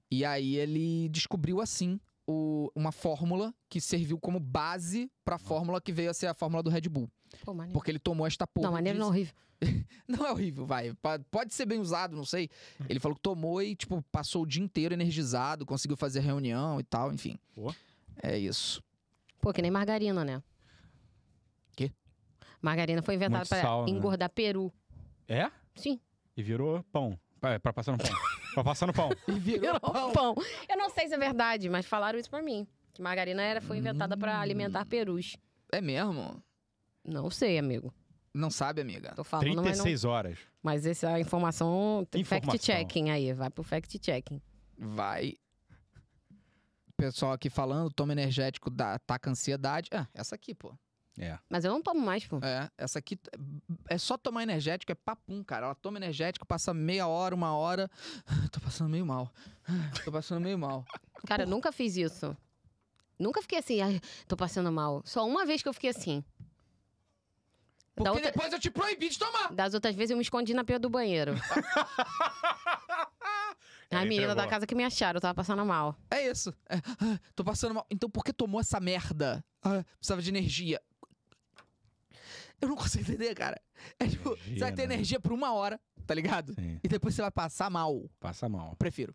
E aí ele descobriu assim o- uma fórmula que serviu como base pra fórmula que veio a ser a fórmula do Red Bull. Pô, maneiro. Porque ele tomou esta porra. não, e maneiro disse- não horrível. não é horrível, vai. Pa- Pode ser bem usado, não sei. Ele falou que tomou e, tipo, passou o dia inteiro energizado, conseguiu fazer reunião e tal, enfim. Pô. É isso. Pô, que nem margarina, né? Quê? Margarina foi inventada Muito pra sal, né? engordar peru. É? Sim. E virou pão. É, pra passar no pão. pra passar no pão. E virou pão. Pão. Eu não sei se é verdade, mas falaram isso pra mim. Que margarina era, foi inventada pra alimentar perus. É mesmo? Não sei, amigo. Não é sabe, amiga? Tô falando, mas não 36 horas. Mas essa informação tem Informação. fact-checking aí, vai pro fact-checking. Vai. Pessoal aqui falando, toma energético, dá, ataca ansiedade. Ah, essa aqui, pô. É. Mas eu não tomo mais, pô. É, essa aqui t- é só tomar energético, é papum, cara. Ela toma energético, passa meia hora, uma hora. Tô passando meio mal. Tô passando meio mal. Cara, eu nunca fiz isso. Nunca fiquei assim, ai, tô passando mal. Só uma vez que eu fiquei assim. Porque Da outra- depois eu te proibi de tomar. Das outras vezes eu me escondi na pia do banheiro. A Ela menina da entregou. casa que me acharam, eu tava passando mal. É isso. É, ah, tô passando mal. Então por que tomou essa merda? Ah, precisava de energia. Eu não consigo entender, cara. É tipo, você vai Energia, ter né? energia por uma hora, tá ligado? Sim. E depois você vai passar mal. Passa mal. Prefiro.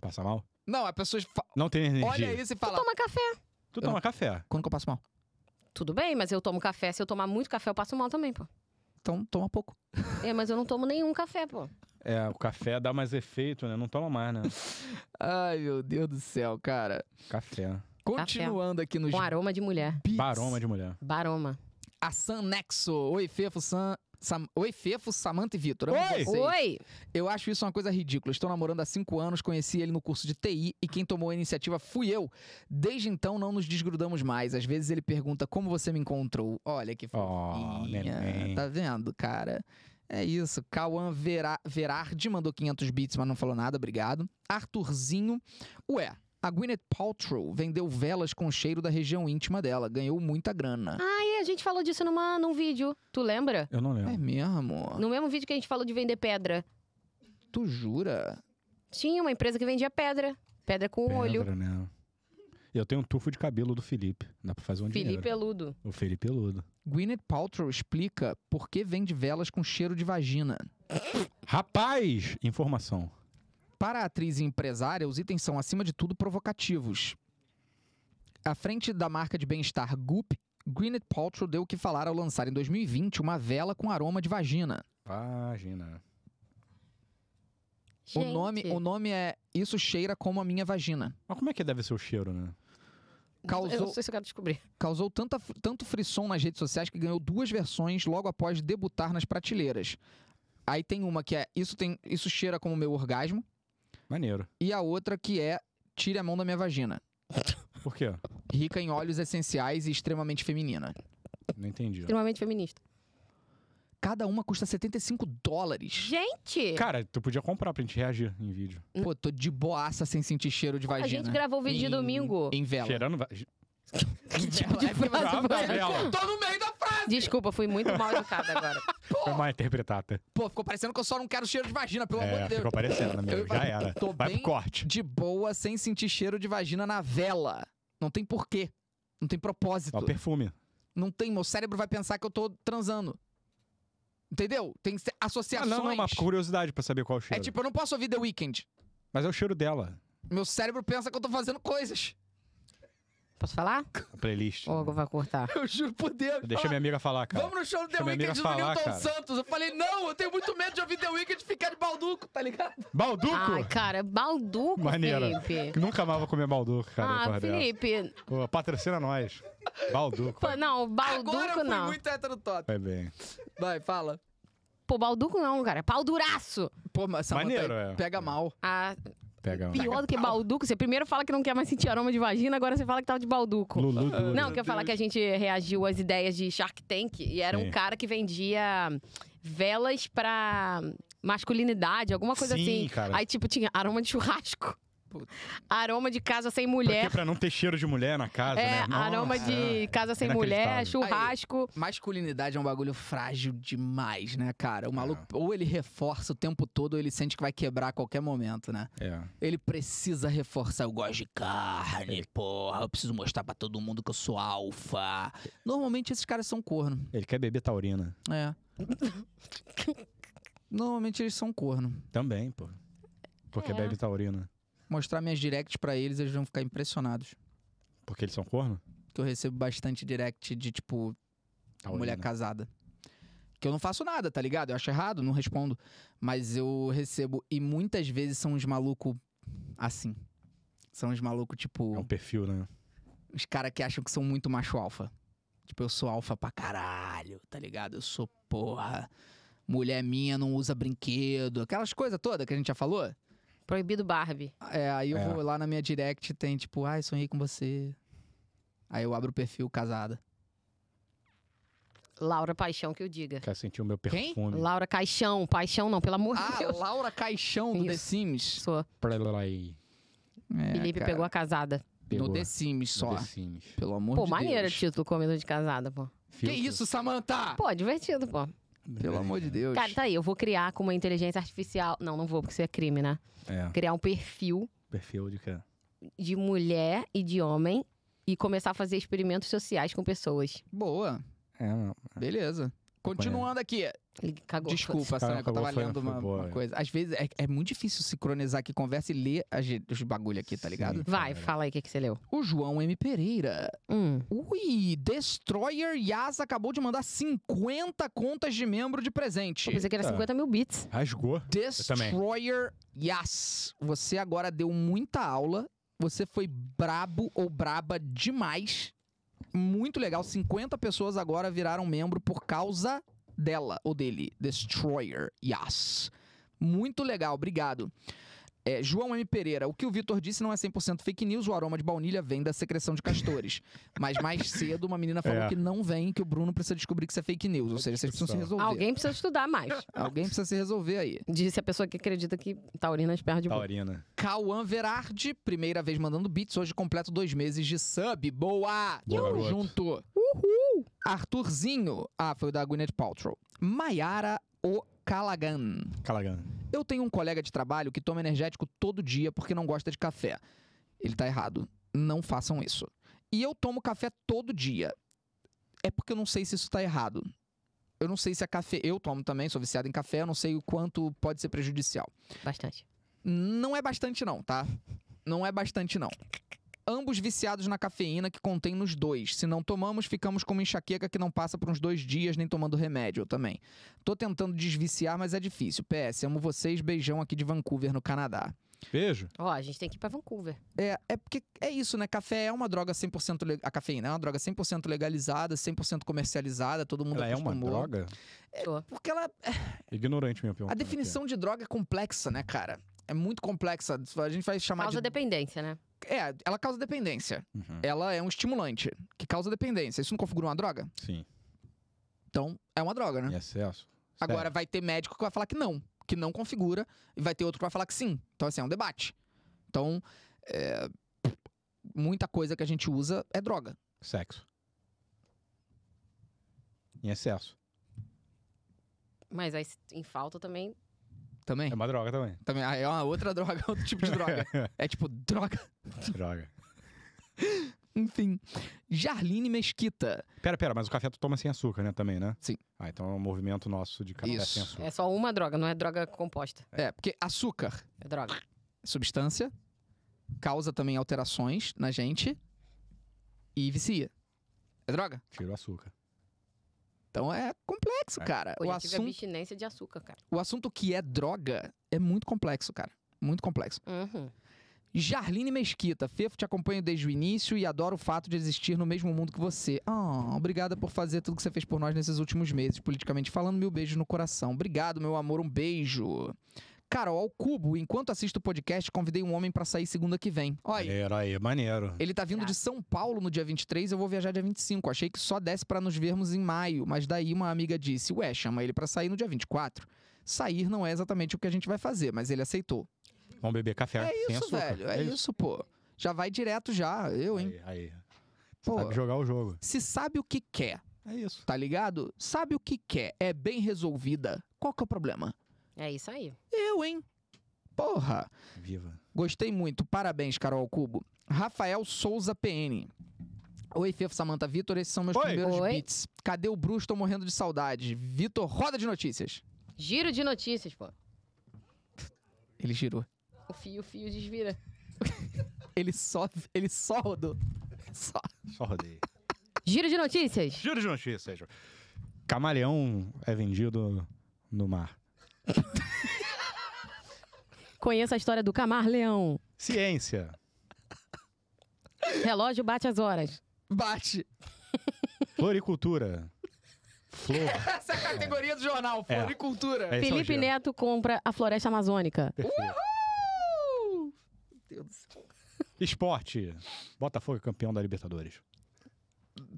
Passa mal? Não, as pessoas fa- Não tem energia. olha isso e fala. Toma café. Tu toma café. Quando que eu passo mal? Tudo bem, mas eu tomo café. Se eu tomar muito café, eu passo mal também, pô. Então toma pouco. É, mas eu não tomo nenhum café, pô. É, o café dá mais efeito, né? Não toma mais, né? Ai, meu Deus do céu, cara. Café. Continuando aqui nos Com aroma de mulher. beats. Baroma de mulher. Baroma. A San Nexo. Oi, Fefo, San... Sam... Oi, Fefo, Samanta e Vitor. Amo Oi! vocês. Oi! Eu acho isso uma coisa ridícula. Estou namorando há cinco anos, conheci ele no curso de TI e quem tomou a iniciativa fui eu. Desde então não nos desgrudamos mais. Às vezes ele pergunta como você me encontrou. Olha que fofinha. neném. tá vendo, cara? É isso. Cauã Vera... Verardi mandou 500 bits, mas não falou nada. Obrigado. Arthurzinho. Ué, a Gwyneth Paltrow vendeu velas com cheiro da região íntima dela. Ganhou muita grana. Ai, a gente falou disso numa, num vídeo. Tu lembra? Eu não É lembro. mesmo? No mesmo vídeo que a gente falou de vender pedra. Tu jura? Tinha uma empresa que vendia pedra. Pedra com um olho. Pedra, né? Eu tenho um tufo de cabelo do Felipe. Dá pra fazer um Felipe dinheiro. Peludo. é- O Felipe é Peludo. Gwyneth Paltrow explica por que vende velas com cheiro de vagina. Rapaz! Informação. Para a atriz e empresária, os itens são, acima de tudo, provocativos. À frente da marca de bem-estar Goop, Gwyneth Paltrow deu o que falar ao lançar em 2020 uma vela com aroma de vagina. Página. O nome, Gente, o nome é Isso Cheira Como a Minha Vagina. Mas como é que deve ser o cheiro, né? Causou, Eu não sei se eu quero descobrir. causou tanta, fr- tanto frisson nas redes sociais que ganhou duas versões logo após debutar nas prateleiras. Aí tem uma que é Isso, tem, isso Cheira Como o Meu Orgasmo. Maneiro. e a outra que é Tire a mão da minha vagina. Por quê? Rica em óleos essenciais e extremamente feminina. Não entendi. Extremamente feminista. Cada uma custa 75 dólares. Gente! Cara, tu podia comprar pra gente reagir em vídeo. Pô, tô de boaça sem sentir cheiro de a vagina. gente gravou o vídeo de Em- domingo. Em vela. Cheirando. va- Ah, Em tipo de vela. frase Brava, foi essa? Bela. Tô no meio da frase! Desculpa, fui muito mal educada agora. Foi mal interpretada. Pô, ficou parecendo que eu só não quero cheiro de vagina, pelo amor É, de Deus. ficou parecendo, meu. Eu- Já era. Tô Vai bem pro corte. de boa sem sentir cheiro de vagina na vela. Não tem porquê. Não tem propósito. Ó, o perfume. Não tem. Meu cérebro vai pensar que eu tô transando. Entendeu? Tem se- Ah, associações. não, não, é uma curiosidade pra saber qual é o É cheiro. tipo, eu não posso ouvir The Weeknd. Mas é o cheiro dela. Meu cérebro pensa que eu tô fazendo coisas. Posso falar? A playlist. Ou né? vai cortar? Eu juro por Deus. Ah, Eu Deixei minha amiga falar, cara. Vamos no show do The Deixa minha Weeknd amiga do falar, Newton cara. Santos. Eu falei, não, eu tenho muito medo de ouvir The Weeknd ficar de balduco, tá ligado? Balduco! Ai, cara, balduco, Maneira. Felipe. Nunca amava comer balduco, cara. ah, porra dela. Felipe. Pô, patrocina nós. Balduco. Pô, não, balduco Agora eu fui não. muito hétero top. Vai bem. Vai, fala. Pô, balduco não, cara. Pau duraço. Pô, mas essa Maneiro, aí é. pega mal. Ah, Pega um. pior do que balduco. Você primeiro fala que não quer mais sentir aroma de vagina, agora você fala que tava de balduco. Lulu doido. Não, que eu falar que a gente reagiu às ideias de Shark Tank e era Sim. um cara que vendia velas pra masculinidade, alguma coisa Sim, assim. cara. Aí, tipo, tinha aroma de churrasco, Puta. aroma de casa sem Pra quê? mulher. Pra não ter cheiro de mulher na casa, né? É, aroma Nossa. É, de casa sem mulher, Inacreditável. churrasco. Masculinidade é um bagulho frágil demais, né, cara? O maluco, É. ou ele reforça o tempo todo, ou ele sente que vai quebrar a qualquer momento, né? É. Ele precisa reforçar. Eu gosto de carne, porra. Eu preciso mostrar pra todo mundo que eu sou alfa. Normalmente esses caras são corno. Ele quer beber taurina. É. Normalmente eles são corno. Também, pô. Porque É. bebe taurina. Mostrar minhas directs pra eles, eles vão ficar impressionados. Porque eles são corno? Que eu recebo bastante direct de, tipo, Taurina. mulher casada. Que eu não faço nada, tá ligado? Eu acho errado, não respondo. Mas eu recebo. E muitas vezes são uns malucos assim. São uns malucos, tipo. É um perfil, né? os caras que acham que são muito macho alfa. Tipo, eu sou alfa pra caralho, tá ligado? Eu sou porra. Mulher minha não usa brinquedo. Aquelas coisas todas que a gente já falou. Proibido Barbie. É, aí eu É. vou lá na minha direct tem tipo, ai, sonhei com você. Aí eu abro o perfil casada. Laura Paixão que eu diga. Quer sentir o meu Quem? perfume? Laura Caixão, Paixão não, pelo amor de Ah, Deus. Laura Caixão do The Isso. Sims. Sou. Pra lá aí. É, Felipe cara, pegou a casada. Pegou. No The Sims No só. The Sims. Pelo amor Pô, de maneiro o Deus. título Comedor de Casada, pô. Que Filtro. isso, Samantha? Pô, divertido, pô. Pelo amor de Deus. Cara, tá aí, eu vou criar com uma inteligência artificial. Não, não vou, porque isso é crime, né? É, Criar um perfil perfil de cara. de mulher e de homem e começar a fazer experimentos sociais com pessoas. Boa. É, não. Beleza. Continuando aqui. Ele cagou. Desculpa, Cara, Sônia, que eu tava acabou, foi- lendo foi uma, boa, uma é. coisa. Às vezes é, é muito difícil sincronizar aqui conversa e ler as- os bagulho aqui, tá ligado? Sim, Vai, cara. fala aí o que, que você leu. O João M. Pereira. Hum. Ui, Destroyer Yas acabou de mandar 50 contas de membro de presente. Eu pensei que era Eita. 50 mil bits. Rasgou. também. Destroyer Yas. Você agora deu muita aula. Você foi brabo ou braba demais. Muito legal. 50 pessoas agora viraram membro por causa dela ou dele. Destroyer Yas. Muito legal, obrigado. É, João M. Pereira, o que o Vitor disse não é 100% fake news, o aroma de baunilha vem da secreção de castores. Mas mais cedo uma menina falou É. que não vem, que o Bruno precisa descobrir que isso é fake news. Ou seja, vocês precisam se resolver. Alguém precisa estudar mais. Alguém precisa se resolver aí. Disse a pessoa que acredita que taurinas perde o Taurina. Cauã Verardi, primeira vez mandando beats, hoje completo dois meses de sub. Boa! Tamo garoto. junto! Uhul! Arthurzinho. Ah, foi o da Gwyneth Paltrow. Maiara O'Callaghan. Calagan. Eu tenho um colega de trabalho que toma energético todo dia porque não gosta de café. Ele tá errado. Não façam isso. E eu tomo café todo dia. É porque eu não sei se isso tá errado. Eu não sei se a café. Eu tomo também, sou viciado em café, eu não sei o quanto pode ser prejudicial. Bastante. Não é bastante, não, tá? Não é bastante, não. Ambos viciados na cafeína que contém nos dois. Se não tomamos, ficamos com uma enxaqueca que não passa por uns dois dias, nem tomando remédio eu também. Tô tentando desviciar, mas é difícil. PS, amo vocês. Beijão aqui de Vancouver, no Canadá. Beijo. Ó, a gente tem que ir pra Vancouver. É, é porque é isso, né? Café é uma droga 100% le- a cafeína é uma droga 100% legalizada, 100% comercializada, todo mundo Ela é uma acostumou. droga? Sou. Porque ela Ignorante, minha opinião. a definição de droga é complexa, né, cara? É muito complexa. A gente vai chamar Causa de dependência, né? É, ela causa dependência. Uhum. ela é um estimulante que causa dependência. Isso não configura uma droga? Sim. Então, é uma droga, né? Em excesso. Agora, vai ter médico que vai falar que não, que não configura, e vai ter outro que vai falar que sim. Então, assim, é um debate. Então, é, muita coisa que a gente usa é droga. Sexo. Em excesso. Mas aí, se- em falta também. Também. É uma droga também. Também ah, é uma outra droga, outro tipo de droga. É tipo droga. droga. Enfim. Jarline Mesquita. Pera, pera, mas o café tu toma sem açúcar, né? Também, né? Sim. Ah, então é um movimento nosso de café Isso. sem açúcar. É só uma droga, não é droga composta. É, porque açúcar É droga. é substância, causa também alterações na gente e vicia. É droga? Tira o açúcar. Então é complexo, É. cara. Hoje o, eu tive assunto, abstinência de açúcar, cara. o assunto que é droga é muito complexo, cara. Muito complexo. Uhum. Jarline Mesquita, Fefo, te acompanho desde o início e adoro o fato de existir no mesmo mundo que você. Ah, obrigada por fazer tudo que você fez por nós nesses últimos meses, politicamente falando. Mil beijos no coração. Obrigado, meu amor, um beijo. Carol, ao cubo, enquanto assisto o podcast, convidei um homem pra sair segunda que vem. Olha, Maneiro aí, maneiro. ele tá vindo de São Paulo no dia 23, eu vou viajar dia 25. Achei que só desse pra nos vermos em maio, mas daí uma amiga disse: "Ué, chama ele pra sair no dia 24". Sair não é exatamente o que a gente vai fazer, mas ele aceitou. Vamos beber café É sem isso, açúcar. velho. É, isso. pô. Já vai direto já, eu, hein. Aí, aí. Pô, Sabe jogar o jogo. se sabe o que quer, É isso. tá ligado? Sabe o que quer, é bem resolvida. Qual que é o problema? É isso aí. Eu, hein. Porra. Viva. Gostei muito. Parabéns, Carol Cubo. Rafael Souza PN. Oi, Fefo, Samanta Vitor. Esses são meus Oi. primeiros Oi. beats. Cadê o Bruce? Tô morrendo de saudade. Vitor, roda de notícias. Giro de notícias, pô. Ele girou. O fio, o fio desvira. Ele só, ele só rodou. Só. Só rodei. Giro de notícias. Giro de notícias, Sérgio. Camaleão é vendido no mar. Conheça a história do Camarleão. Ciência. Relógio bate as horas. Bate. Floricultura. Flor. Essa é a categoria do jornal, É. floricultura. É, esse é o Felipe giro. Neto compra a floresta amazônica. Perfeito. Meu Deus do céu. Esporte. Botafogo é campeão da Libertadores.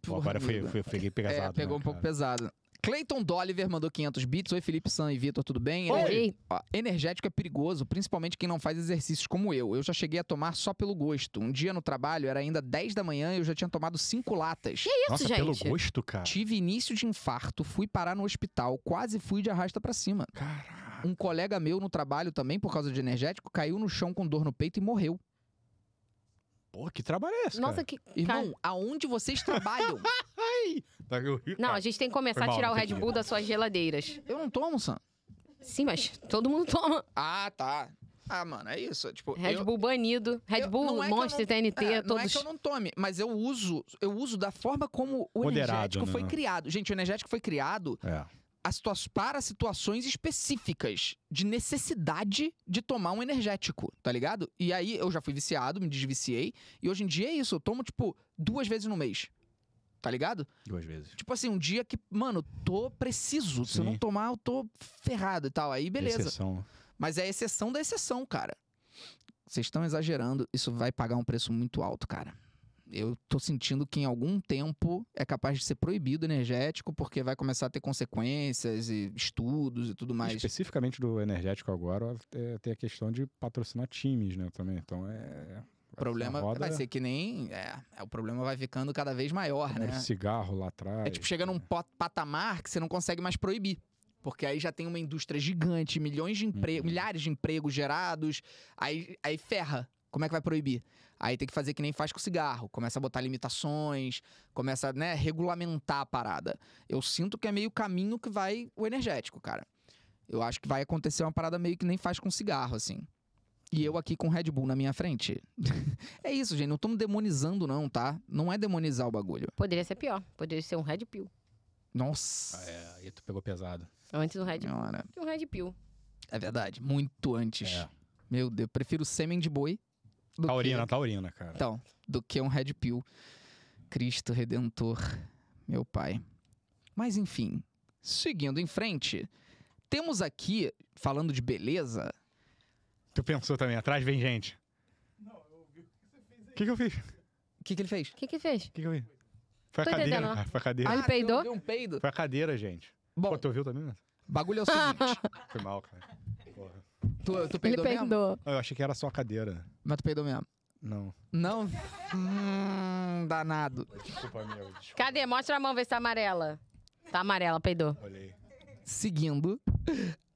Pô, agora foi, foi, eu peguei pesado. É, pegou né, um pouco cara? pesado. Clayton Dolliver mandou 500 bits. Oi, Felipe San e Vitor, tudo bem? Oi. Ó, energético é perigoso, principalmente quem não faz exercícios como eu. Eu já cheguei a tomar só pelo gosto. Um dia no trabalho, era ainda 10 da manhã e eu já tinha tomado 5 latas. Que isso, Nossa, gente? pelo gosto, cara. Tive início de infarto, fui parar no hospital, quase fui de arrasta pra cima. Caraca. Um colega meu no trabalho também, por causa de energético, caiu no chão com dor no peito e morreu. Pô, que trabalho é esse, cara? Nossa, que. Irmão, cara- aonde vocês trabalham? Tá, eu ri, Não, cara. a gente tem que começar Foi mal, a tirar o não Red entendi. Bull das suas geladeiras. Eu não tomo, Sam. Sim, mas todo mundo toma. Ah, tá. Ah, mano, é isso. Tipo, Red eu- Bull banido. Red eu- Bull, não é que eu Monster, não- TNT, É, não todos. é que eu não tome, mas eu uso, eu uso da forma como o Moderado, energético foi né? criado. Gente, o energético foi criado É. a situa- para situações específicas de necessidade de tomar um energético, tá ligado? E aí eu já fui viciado, me desviciei, e hoje em dia é isso, eu tomo tipo duas vezes no mês. Tá ligado? Duas vezes. Tipo assim, um dia que, mano, tô preciso. Se eu não Sim. tomar, eu tô ferrado e tal. Aí beleza. Exceção. Mas é exceção da exceção, cara. Vocês estão exagerando, isso vai pagar um preço muito alto, cara. Eu tô sentindo que em algum tempo é capaz de ser proibido energético, porque vai começar a ter consequências e estudos e tudo mais. Especificamente do energético agora, é, tem a questão de patrocinar times, né, também. Então é... O problema essa roda- né? vai ser que nem. É, é, o problema vai ficando cada vez maior, Era né? o cigarro lá atrás. É tipo, chega num pot- patamar que você não consegue mais proibir. Porque aí já tem uma indústria gigante, milhões de empregos, Uhum. milhares de empregos gerados, aí, aí ferra. Como é que vai proibir? Aí tem que fazer que nem faz com cigarro. Começa a botar limitações, começa a né, regulamentar a parada. Eu sinto que é meio caminho que vai o energético, cara. Eu acho que vai acontecer uma parada meio que nem faz com cigarro, assim. E eu aqui com Red Bull na minha frente. é isso, gente. Não estamos demonizando, não, tá? Não é demonizar o bagulho. Poderia ser pior. Poderia ser um Red Pill. Nossa. Ah, é, aí tu pegou pesado. Antes do Red Pill. Senhora. que Um Red Pill. É verdade, muito antes. É. Tá Meu Deus, prefiro sêmen de boi do Taurina, que, taurina, cara. então, do que um Red Pill. Cristo Redentor, meu pai. Mas enfim, seguindo em frente, temos aqui, falando de beleza, Tu pensou também, atrás vem gente. Não, eu ouvi o que você fez aí. O que, eu fiz? o que, que ele fez? O que que fez? O que, que eu fiz? Foi a Tô cadeira, entendendo, cara, foi a cadeira. Ele Ah, peidou? deu- deu um peido. Foi a cadeira, gente. Bom, Pô, tu ouviu também? né? bagulho é o seguinte, Foi mal, cara. Porra. tu, tu peidou mesmo? Ah, Eu achei que era só a cadeira. Mas tu peidou mesmo. Não. Não? Hum, danado. Desculpa, meu. Desculpa. Cadê? Mostra a mão, ver se tá amarela. Tá amarela, peidou. Olhei. seguindo,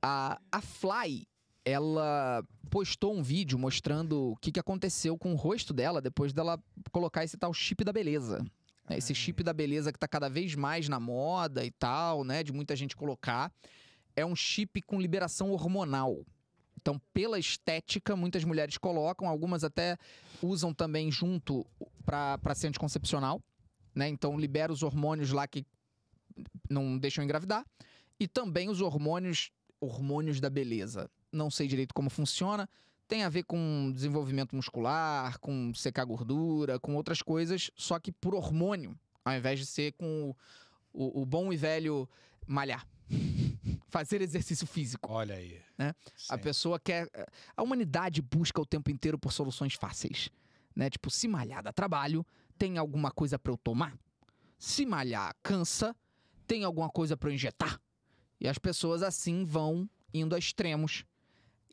a, a Fly, ela postou um vídeo mostrando o que, que aconteceu com o rosto dela depois dela colocar esse tal chip da beleza. né? Esse chip da beleza que tá cada vez mais na moda e tal, né? De muita gente colocar. É um chip com liberação hormonal. Então, pela estética, muitas mulheres colocam, algumas até usam também junto para ser anticoncepcional, né? Então, libera os hormônios lá que não deixam engravidar e também os hormônios, hormônios da beleza. Não sei direito como funciona. Tem a ver com desenvolvimento muscular, com secar gordura, com outras coisas, só que por hormônio, ao invés de ser com o, o- o bom e velho malhar. Fazer exercício físico. Olha aí. Né? A Sim. pessoa quer. eh, A humanidade busca o tempo inteiro por soluções fáceis. Né? Tipo, se malhar dá trabalho, tem alguma coisa pra eu tomar? Se malhar cansa, tem alguma coisa pra eu injetar? E as pessoas assim vão indo a extremos.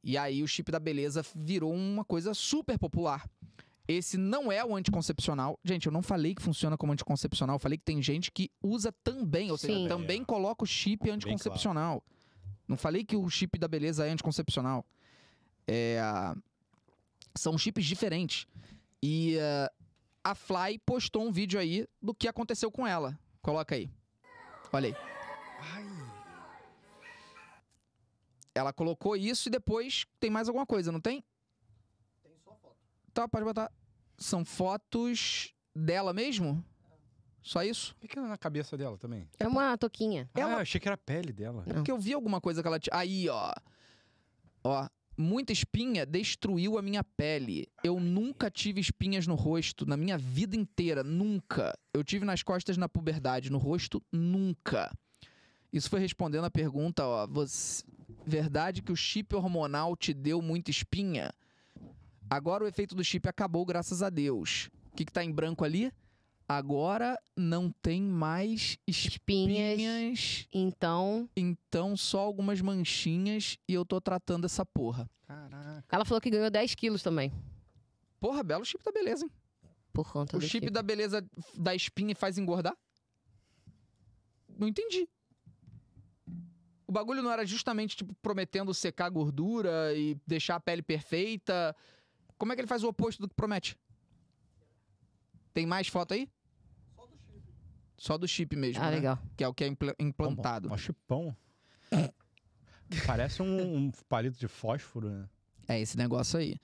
E aí o chip da beleza virou uma coisa super popular. Esse não é o anticoncepcional. Gente, eu não falei que funciona como anticoncepcional, eu falei que tem gente que usa também, ou Sim. seja, também coloca o chip anticoncepcional. Não falei que o chip da beleza é anticoncepcional. É, são chips diferentes. E ah, a Fly postou um vídeo aí do que aconteceu com ela. Coloca aí. Olha aí. Ela colocou isso e depois tem mais alguma coisa, não tem? Tem só foto. Tá, pode botar. São fotos dela mesmo? Só isso? O que, que era na cabeça dela também? É uma toquinha. Ela- Ah, achei que era a pele dela. Não. Porque eu vi alguma coisa que ela tinha. Aí, ó. Ó. Muita espinha destruiu a minha pele. Eu nunca tive espinhas no rosto, na minha vida inteira, nunca. Eu tive nas costas na puberdade, no rosto, nunca. Isso foi respondendo a pergunta, ó. Você... Verdade que o chip hormonal te deu muita espinha? Agora o efeito do chip acabou, graças a Deus. O que, que tá em branco ali? Agora não tem mais Espinhas. espinhas, Então, então só algumas manchinhas e eu tô tratando essa porra. Caraca. ela falou que ganhou 10 quilos também. Porra, belo chip da beleza, hein? Por conta O do Ah, chip, da beleza da espinha faz engordar? Não entendi. O bagulho não era justamente, tipo, prometendo secar a gordura e deixar a pele perfeita. Como é que ele faz o oposto do que promete? Tem mais foto aí? Só do chip mesmo, Ah, né? legal. Tá Que é o que é impla- implantado. Um chipão. Parece um, um palito de fósforo, né? É esse negócio aí.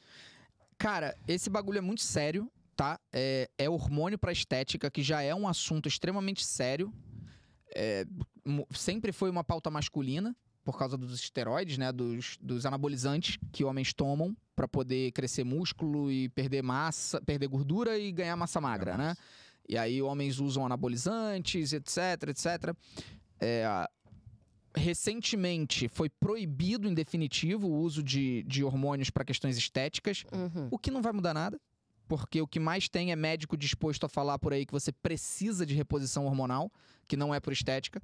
Cara, esse bagulho é muito sério, tá? É, é hormônio pra estética, que já é um assunto extremamente sério. É, mu- sempre foi uma pauta masculina, por causa dos esteroides, né? Dos, dos anabolizantes que homens tomam pra poder crescer músculo e perder massa, perder gordura e ganhar massa magra, né? E aí homens usam anabolizantes, etc, etc. É, recentemente foi proibido em definitivo o uso de, de hormônios para questões estéticas, Uhum. o que não vai mudar nada, porque o que mais tem é médico disposto a falar por aí que você precisa de reposição hormonal, que não é por estética.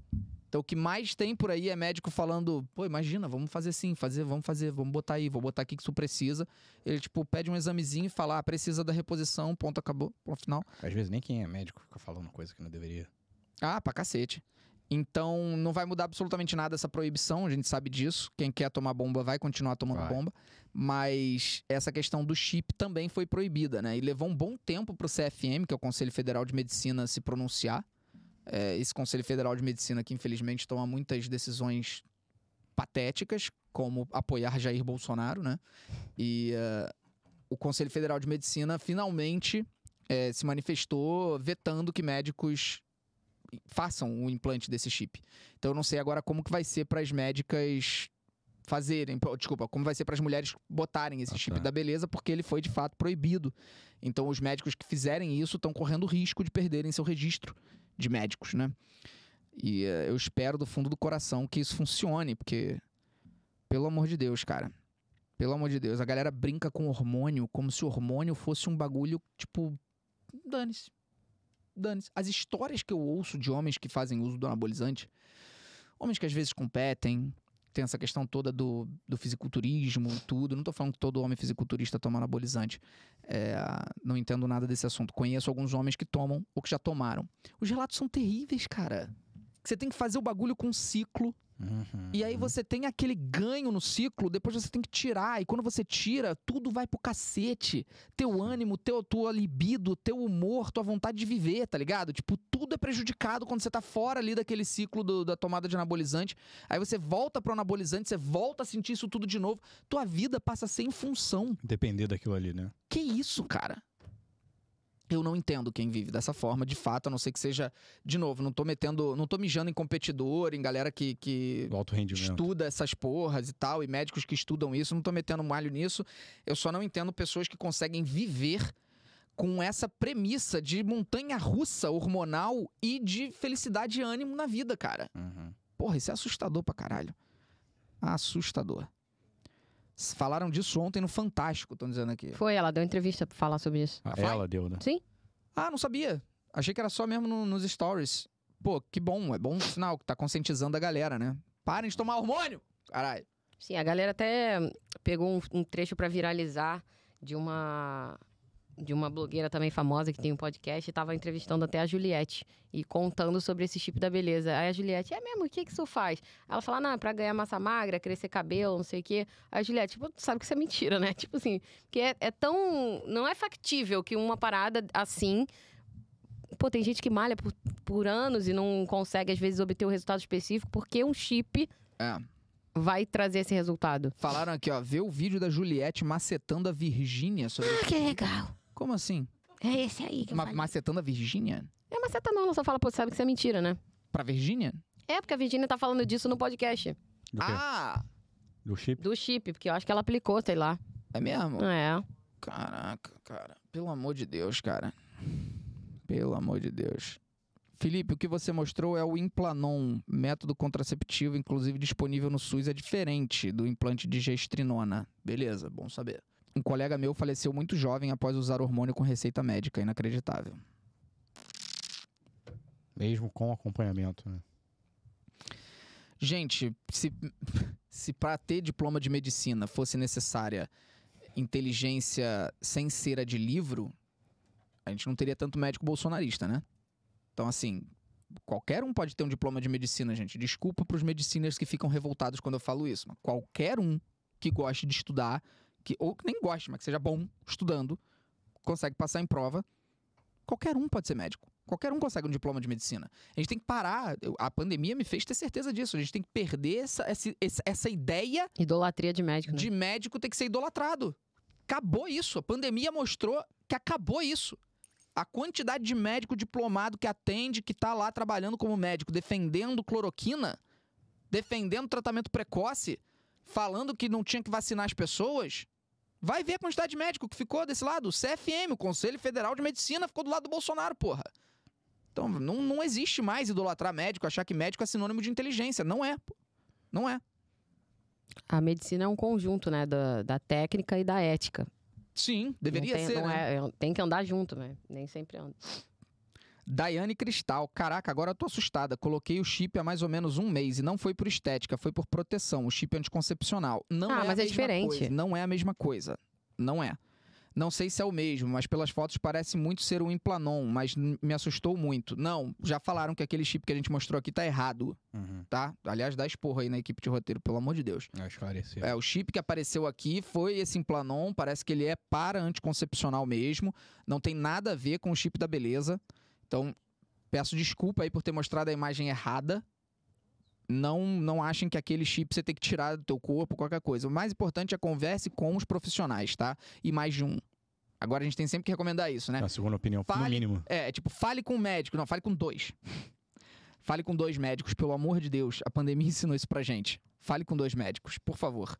Então o que mais tem por aí é médico falando, pô, imagina, vamos fazer assim, fazer, vamos fazer, vamos botar aí, vou botar aqui que isso precisa. Ele tipo pede um examezinho e fala, ah, precisa da reposição, ponto acabou, ponto final. Às vezes nem quem é médico fica falando coisa que não deveria. Ah, pra cacete. Então, não vai mudar absolutamente nada essa proibição, a gente sabe disso. Quem quer tomar bomba vai continuar tomando Vai. bomba. Mas essa questão do chip também foi proibida, né? E levou um bom tempo pro CFM, que é o Conselho Federal de Medicina, se pronunciar. É, esse Conselho Federal de Medicina que, infelizmente, toma muitas decisões patéticas, como apoiar Jair Bolsonaro, né? E eh, o Conselho Federal de Medicina finalmente eh, se manifestou vetando que médicos façam o implante desse chip. Então eu não sei agora como que vai ser para as médicas fazerem, pô, desculpa, como vai ser para as mulheres botarem esse Ah, chip tá. da beleza, porque ele foi de fato proibido. Então os médicos que fizerem isso estão correndo risco de perderem seu registro de médicos, né? E eh, eu espero do fundo do coração que isso funcione, porque pelo amor de Deus, cara. Pelo amor de Deus, a galera brinca com hormônio como se hormônio fosse um bagulho, tipo, dane-se. Dane-se. As histórias que eu ouço de homens que fazem uso do anabolizante, homens que às vezes competem, tem essa questão toda do, do fisiculturismo e tudo. Não tô falando que todo homem fisiculturista toma anabolizante. É, não entendo nada desse assunto. Conheço alguns homens que tomam ou que já tomaram. Os relatos são terríveis, cara. Você tem que fazer o bagulho com um ciclo e aí você tem aquele ganho no ciclo, depois você tem que tirar. E quando você tira, tudo vai pro cacete. Teu ânimo, teu, tua libido, teu humor, tua vontade de viver, tá ligado? Tipo, tudo é prejudicado quando você tá fora ali daquele ciclo do- da tomada de anabolizante. Aí você volta pro anabolizante, você volta a sentir isso tudo de novo. Tua vida passa sem função. Depender daquilo ali, né? Que isso, cara? Eu não entendo quem vive dessa forma, de fato, a não ser que seja. De novo, não tô metendo. Não tô mijando em competidor, em galera que- que Do alto rendimento. estuda essas porras e tal, e médicos que estudam isso, não tô metendo malho nisso. Eu só não entendo pessoas que conseguem viver com essa premissa de montanha russa hormonal e de felicidade e ânimo na vida, cara. Uhum. Porra, isso é assustador pra caralho. Assustador. S- Falaram disso ontem no Fantástico, estão dizendo aqui. Foi, ela deu entrevista pra falar sobre isso. Ah, Vai? Ela deu, né? Ah, não sabia. Achei que era só mesmo no- nos stories. Pô, que bom, é bom sinal que tá conscientizando a galera, né? Parem de tomar hormônio! Caralho. Sim, a galera até pegou um, um trecho pra viralizar de uma de uma blogueira também famosa que tem um podcast e tava entrevistando até a Juliette e contando sobre esse chip da beleza. Aí a Juliette, é mesmo, o que que isso faz? Ela fala, não, é pra ganhar massa magra, crescer cabelo, não sei o quê. Aí a Juliette, tipo, tu sabe que isso é mentira, né? Tipo assim, que é, é tão... Não é factível que uma parada assim... Pô, tem gente que malha por, por anos e não consegue, às vezes, obter o resultado específico porque um chip É. vai trazer esse resultado. Falaram aqui, ó, vê o vídeo da Juliette macetando a Virgínia sobre. Ah, que legal. Como assim? É esse aí que eu Ma- falei. macetando a Virgínia? É uma seta não, ela só fala, pô, sabe que isso é mentira, né? Pra Virgínia? É, porque a Virginia tá falando disso no podcast. Do, quê? Ah! do chip? Do chip, porque eu acho que ela aplicou, sei lá. É mesmo? É. Caraca, cara. Pelo amor de Deus, cara. Pelo amor de Deus. Felipe, o que você mostrou é o Implanon, método contraceptivo, inclusive disponível no SUS, é diferente do implante de gestrinona. Beleza, bom saber. Um colega meu faleceu muito jovem após usar hormônio com receita médica, inacreditável. Mesmo com acompanhamento, né? Gente, se, se para ter diploma de medicina fosse necessária inteligência sem ser a de livro, a gente não teria tanto médico bolsonarista, né? Então, assim, qualquer um pode ter um diploma de medicina, gente. Desculpa pros mediciners que ficam revoltados quando eu falo isso. Mas qualquer um que goste de estudar, que, ou que nem goste, mas que seja bom estudando, consegue passar em prova. Qualquer um pode ser médico. Qualquer um consegue um diploma de medicina. A gente tem que parar. Eu- A pandemia me fez ter certeza disso. A gente tem que perder essa, esse- essa, essa ideia Idolatria de médico, né? de médico ter que ser idolatrado. Acabou isso. A pandemia mostrou que acabou isso. A quantidade de médico diplomado que atende, que tá lá trabalhando como médico, defendendo cloroquina, defendendo tratamento precoce, falando que não tinha que vacinar as pessoas. Vai ver a quantidade de médico que ficou desse lado. O CFM, o Conselho Federal de Medicina, ficou do lado do Bolsonaro, porra. Então, não, não existe mais idolatrar médico, achar que médico é sinônimo de inteligência. Não é. pô. Não é. A medicina é um conjunto, né? Da, da técnica e da ética. Sim, Não deveria tem, ser. não né? é- é- tem que andar junto, né? Nem sempre anda. Daiane Cristal. Caraca, agora eu tô assustada. Coloquei o chip há mais ou menos um mês e não foi por estética, foi por proteção. O chip é anticoncepcional. Não Ah, é a mas é mesma diferente. coisa, Não é a mesma coisa. Não é. Não sei se é o mesmo, mas pelas fotos parece muito ser um implanon, mas n- me assustou muito. Não, já falaram que aquele chip que a gente mostrou aqui tá errado, Uhum. tá? Aliás, dá esporro aí na equipe de roteiro, pelo amor de Deus. É esclarecer. É, o chip que apareceu aqui foi esse implanon, parece que ele é para anticoncepcional mesmo, não tem nada a ver com o chip da beleza. Então, peço desculpa aí por ter mostrado a imagem errada. Não, não achem que aquele chip você tem que tirar do teu corpo, qualquer coisa. O mais importante é converse com os profissionais, tá? E mais de um. Agora a gente tem sempre que recomendar isso, né? Na segunda opinião, no Fale- mínimo. É, é tipo, fale com um médico. Não, fale com dois. Fale com dois médicos, pelo amor de Deus. A pandemia ensinou isso pra gente. Fale com dois médicos, por favor.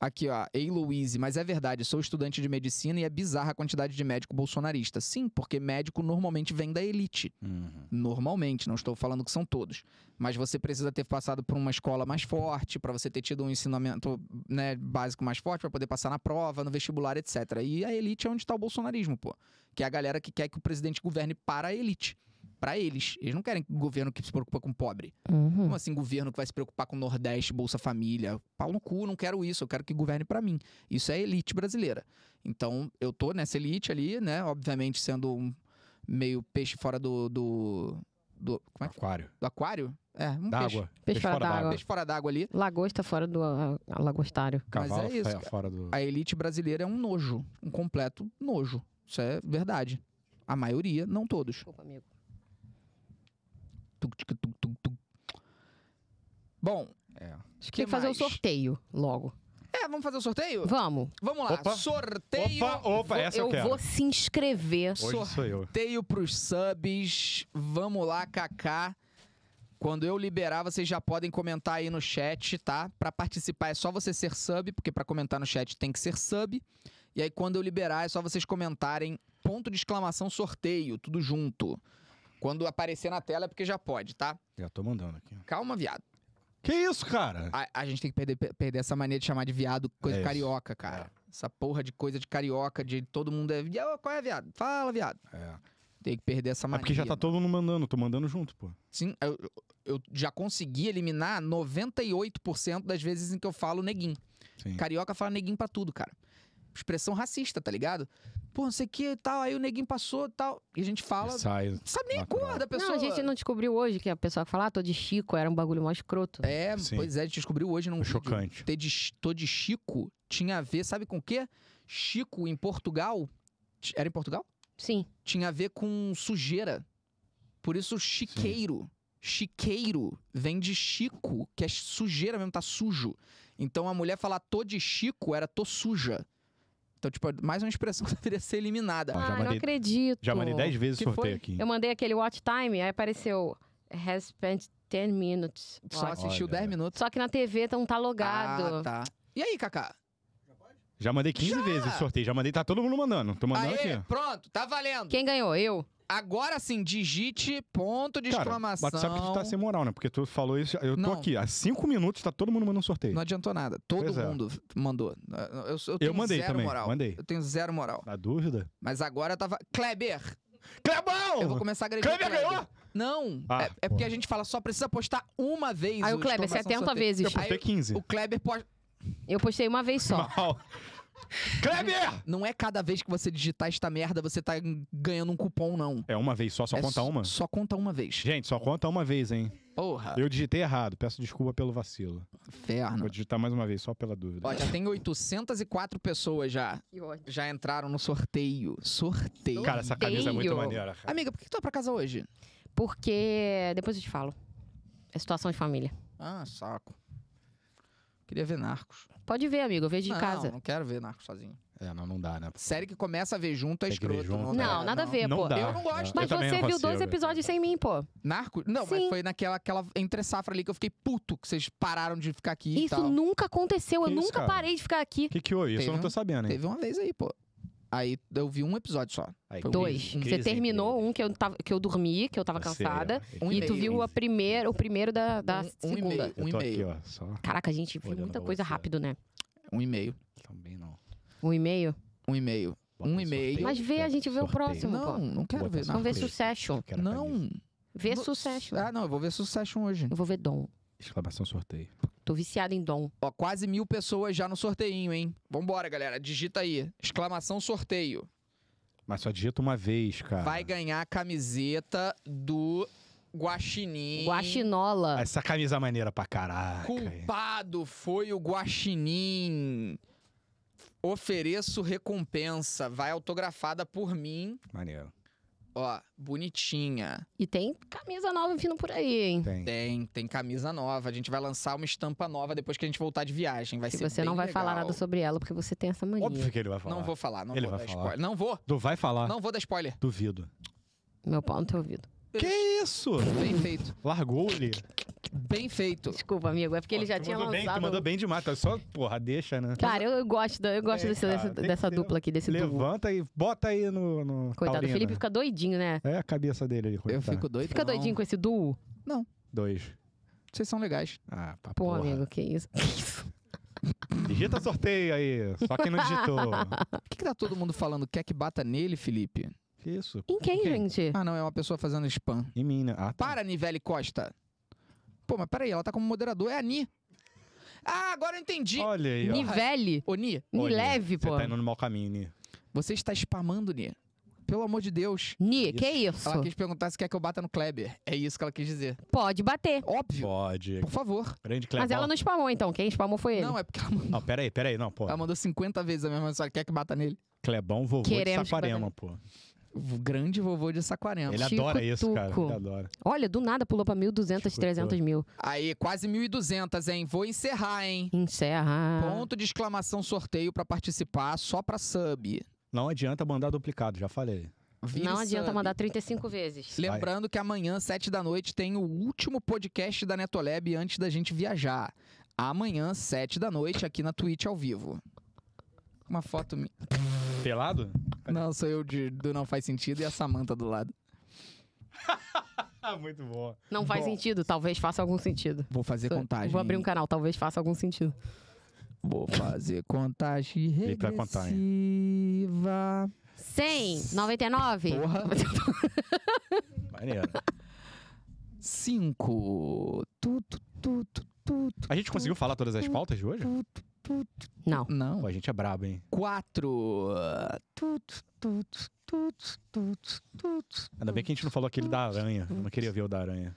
Aqui, ó, Ei Louise, mas é verdade, sou estudante de medicina e é bizarra a quantidade de médico bolsonarista. Sim, porque médico normalmente vem da elite. Uhum. Normalmente, não estou falando que são todos. Mas você precisa ter passado por uma escola mais forte, para você ter tido um ensinamento né, básico mais forte, para poder passar na prova, no vestibular, etc. E a elite é onde está o bolsonarismo, pô. Que é a galera que quer que o presidente governe para a elite. Para eles. Eles não querem governo que se preocupa com pobre. Uhum. Hum. Como assim, governo que vai se preocupar com Nordeste, Bolsa Família? Pau no cu, não quero isso, eu quero que governe para mim. Isso é elite brasileira. Então, eu tô nessa elite ali, né? Obviamente, sendo um meio peixe fora do. do, do como é que Aquário. do aquário? É, um peixe, D'água. Peixe fora d'água. peixe fora d'água ali. Lagosta fora do ah, ah, lagostário. Cavalo Mas é isso, fe- fora do. A elite brasileira é um nojo, um completo nojo. Isso é verdade. A maioria, não todos. Desculpa, amigo. Tuc, tic, tuc, tuc, tuc. Bom, Acho que tem que fazer o mais? sorteio logo. é, vamos fazer o sorteio? Vamos. Vamos lá, Opa. sorteio. Opa, opa, essa eu, eu quero. vou se inscrever. sor- Hoje sou eu. sorteio pros subs. Vamos lá, Kaká. Quando eu liberar, vocês já podem comentar aí no chat, tá? Pra participar é só você ser sub, porque pra comentar no chat tem que ser sub. E aí quando eu liberar é só vocês comentarem ponto de exclamação sorteio, tudo junto. Quando aparecer na tela é porque já pode, tá? Já tô mandando aqui. Calma, viado. Que isso, cara? A, a gente tem que perder, perder essa mania de chamar de viado coisa É isso. É. carioca, cara. Essa porra de coisa de carioca, de todo mundo é. "E aí, Qual é, viado? Fala, viado. É. Tem que perder essa É mania. porque já tá mano. todo mundo mandando, tô mandando junto, pô. Sim, eu, eu já consegui eliminar 98% das vezes em que eu falo neguinho. Sim. Carioca fala neguinho pra tudo, cara. Expressão racista, tá ligado? Pô, não sei o que e tal, aí o neguinho passou e tal. E a gente fala. E Sai. Não sabe nem a natural. cor da pessoa. Não, a gente não descobriu hoje que a pessoa que fala, ah, tô de Chico, era um bagulho mó escroto. É, Sim. pois é, a gente descobriu hoje num vídeo. Foi chocante. Ter de, tô de Chico tinha a ver, sabe com o quê? Chico em Portugal. t- Era em Portugal? Sim. Tinha a ver com sujeira. Por isso, chiqueiro. Chiqueiro vem de chico, que é sujeira mesmo, tá sujo. Então a mulher falar tô de chico era tô suja. Então, tipo, mais uma expressão que deveria ser eliminada. Ah, já Ah, não mandei- acredito. Já mandei 10 vezes Que sorteio foi? aqui. Eu mandei aquele watch time, aí apareceu has spent 10 minutes. Só watch. assistiu Olha. 10 minutos. Só que na TV não tá logado. Ah, tá. E aí, Kaká? Já mandei 15 Já! vezes sorteio. Já mandei, tá todo mundo mandando. Tô mandando Aê, aqui. pronto, tá valendo. Quem ganhou? Eu? Agora sim, digite ponto de Cara, exclamação. mas tu sabe que tu tá sem moral, né? Porque tu falou isso. Eu tô Não. aqui. Há 5 minutos tá todo mundo mandando sorteio. Não adiantou nada. Todo Pois é. mundo mandou. Eu, eu, eu Eu tenho mandei zero também. moral. Mandei. Eu tenho zero moral. Na dúvida? Mas agora eu tava. Kleber, Eu vou Clebão! começar a agredir. o Kleber Kleber. ganhou? Não. Ah, é, é porque porra. a gente fala só precisa postar uma vez. Aí o o Kleber, Exclamação 70 Sorteio. vezes. Eu postei 15. O Kleber posta. Eu postei uma vez só. Mal. Kleber! Não é cada vez que você digitar esta merda, você tá ganhando um cupom, não. É uma vez só, só É conta s- uma? Só conta uma vez. Gente, só conta uma vez, hein? Porra, Eu digitei errado, peço desculpa pelo vacilo. inferno. Vou digitar mais uma vez, só pela dúvida. Ó, já tem 804 pessoas já. Que ódio. Já entraram no sorteio. Sorteio. Cara, essa camisa é muito Odeio. maneira, cara. Amiga, por que que tu vai pra casa hoje? Porque. Depois eu te falo. É situação de família. Ah, saco. Queria ver Narcos. Pode ver, amigo. Eu vejo de não, casa. não quero ver Narcos sozinho. É, não, não dá, né? Série que começa a ver junto é Tem que ver escroto. junto, dá, Não, nada a ver, não pô. Dá. Eu não gosto. Eu Mas também você não viu consigo, dois cara. episódios sem mim, pô. Narcos? Não, mas Sim. foi naquela aquela entre-safra ali que eu fiquei puto que vocês pararam de ficar aqui e Isso tal. nunca aconteceu. Eu Que isso, nunca cara? parei de ficar aqui. Que que houve? Isso Teve eu não tô um- sabendo, hein? Teve uma vez aí, pô. Aí eu vi um episódio só. Aí, Foi um Dois. crise, você crise, terminou crise. um que eu, tava, que eu dormi, que eu tava Você, cansada. ó, Um E e-mail. tu viu a crise. primeira, o primeiro da, da Um- um segunda. e-mail. Eu tô aqui, e-mail. ó, só Caraca, a gente viu Olhando muita pra coisa você. rápido, né? Um e-mail. também não. Um e-mail. Um e-mail. Bota Um no e-mail. sorteio. Mas vê, a gente vê o Sorteio. próximo. Não, não quero Bota ver só Vamos ver Narcos. Beleza. Succession. Eu quero a camisa. Não. Vê No- Succession. Ah, não, eu vou ver Succession hoje. Eu vou ver Dom. Exclamação sorteio. Tô viciada em Dom. Ó, quase mil pessoas já no sorteio, hein? Vambora, galera. Digita aí. Exclamação sorteio. Mas só digita uma vez, cara. Vai ganhar a camiseta do Guaxinim. Guaxinola. Essa camisa é maneira pra caraca. hein? Culpado foi o Guaxinim. Ofereço recompensa. Vai autografada por mim. Maneiro. Ó, bonitinha. E tem camisa nova vindo por aí, hein? Tem. Tem, tem camisa nova. A gente vai lançar uma estampa nova depois que a gente voltar de viagem. Vai Que ser você não bem vai falar legal. nada sobre ela, porque você tem essa mania. Óbvio que ele vai falar. Não vou falar, não Ele vou vai dar falar. Ah. spoiler. Não vou, Tu vai falar. não vou dar spoiler. Duvido. Meu pau no teu ouvido. Que isso? Bem feito. Largou-lhe. Bem feito. Desculpa, amigo. É porque ele já Tu tinha mandou bem, lançado... tu mandou bem demais. tá? Só, porra, deixa, né? Cara, eu, eu gosto, da- eu gosto Tem, desse- É, cara, dessa, tem que dessa ter. dupla aqui, desse duo. Levanta e bota aí no. no Coitado, o Taurina. Felipe fica doidinho, né? É a cabeça dele ali. Eu coitado. fico doido. Fica não. doidinho com esse duo. Dois. Vocês são legais. Ah, pra Pô, porra. amigo, que isso. Digita sorteio aí. Só quem não digitou. Por que, que tá todo mundo falando quer que bata nele, Felipe? que isso? Em quem, gente? Ah, não, é uma pessoa fazendo spam. Em mim, né? Ah, tá. Para, Nivele Costa. Pô, mas peraí, ela tá como moderador. É a Ni. Ah, agora eu entendi. Olha aí, ó. Nivele. Ô, Ni, Ni Olha, leve, Você pô. tá indo no mau caminho, Ni. você está spamando, Ni. Pelo amor de Deus. Ni, que isso? Ela quis perguntar se quer que eu bata no Kleber. É isso que ela quis dizer. Pode bater. Óbvio. Pode. Por favor. Grande Clebão. Mas ela não spamou, então. Quem spamou foi ele. Não, é porque ela mandou, Não, peraí, peraí. Não, pô. ela mandou 50 vezes a mesma mensagem. Quer que bata nele? Clebão, vovô Queremos de que Saquarema, pô. O grande vovô de Saquarema. é- Ele adora isso, cara. Chico-tuco. Ele adora. Olha, do nada pulou pra 1.200, Escutou. 300 mil. Aí, quase 1.200, hein? Vou encerrar, hein? Encerra. Ponto de exclamação sorteio pra participar, só pra sub. Não adianta mandar duplicado, já falei. Vire Não adianta sub. mandar 35 vezes. Lembrando que amanhã, sete da noite, tem o último podcast da Netolab antes da gente viajar. Amanhã, sete da noite, aqui na Twitch ao vivo. Uma foto minha. Pelado? Não, sou eu de, do Não Faz Sentido e a Samanta do lado. Ah, muito bom. Não faz sentido. Talvez faça algum sentido. Vou fazer contagem. Vou abrir um canal. Talvez faça algum sentido. Vou fazer contagem Vem pra contar, 100, 99. Porra. Maneiro. Cinco. Tu, tu, tu, tu, tu, tu, A gente conseguiu falar todas as pautas de hoje? Não. Não. Pô, a gente é brabo, hein? 4. Tuts, tuts, tuts, tuts, tuts. Ainda bem que a gente não falou aquele da aranha. Eu não queria ver o da aranha.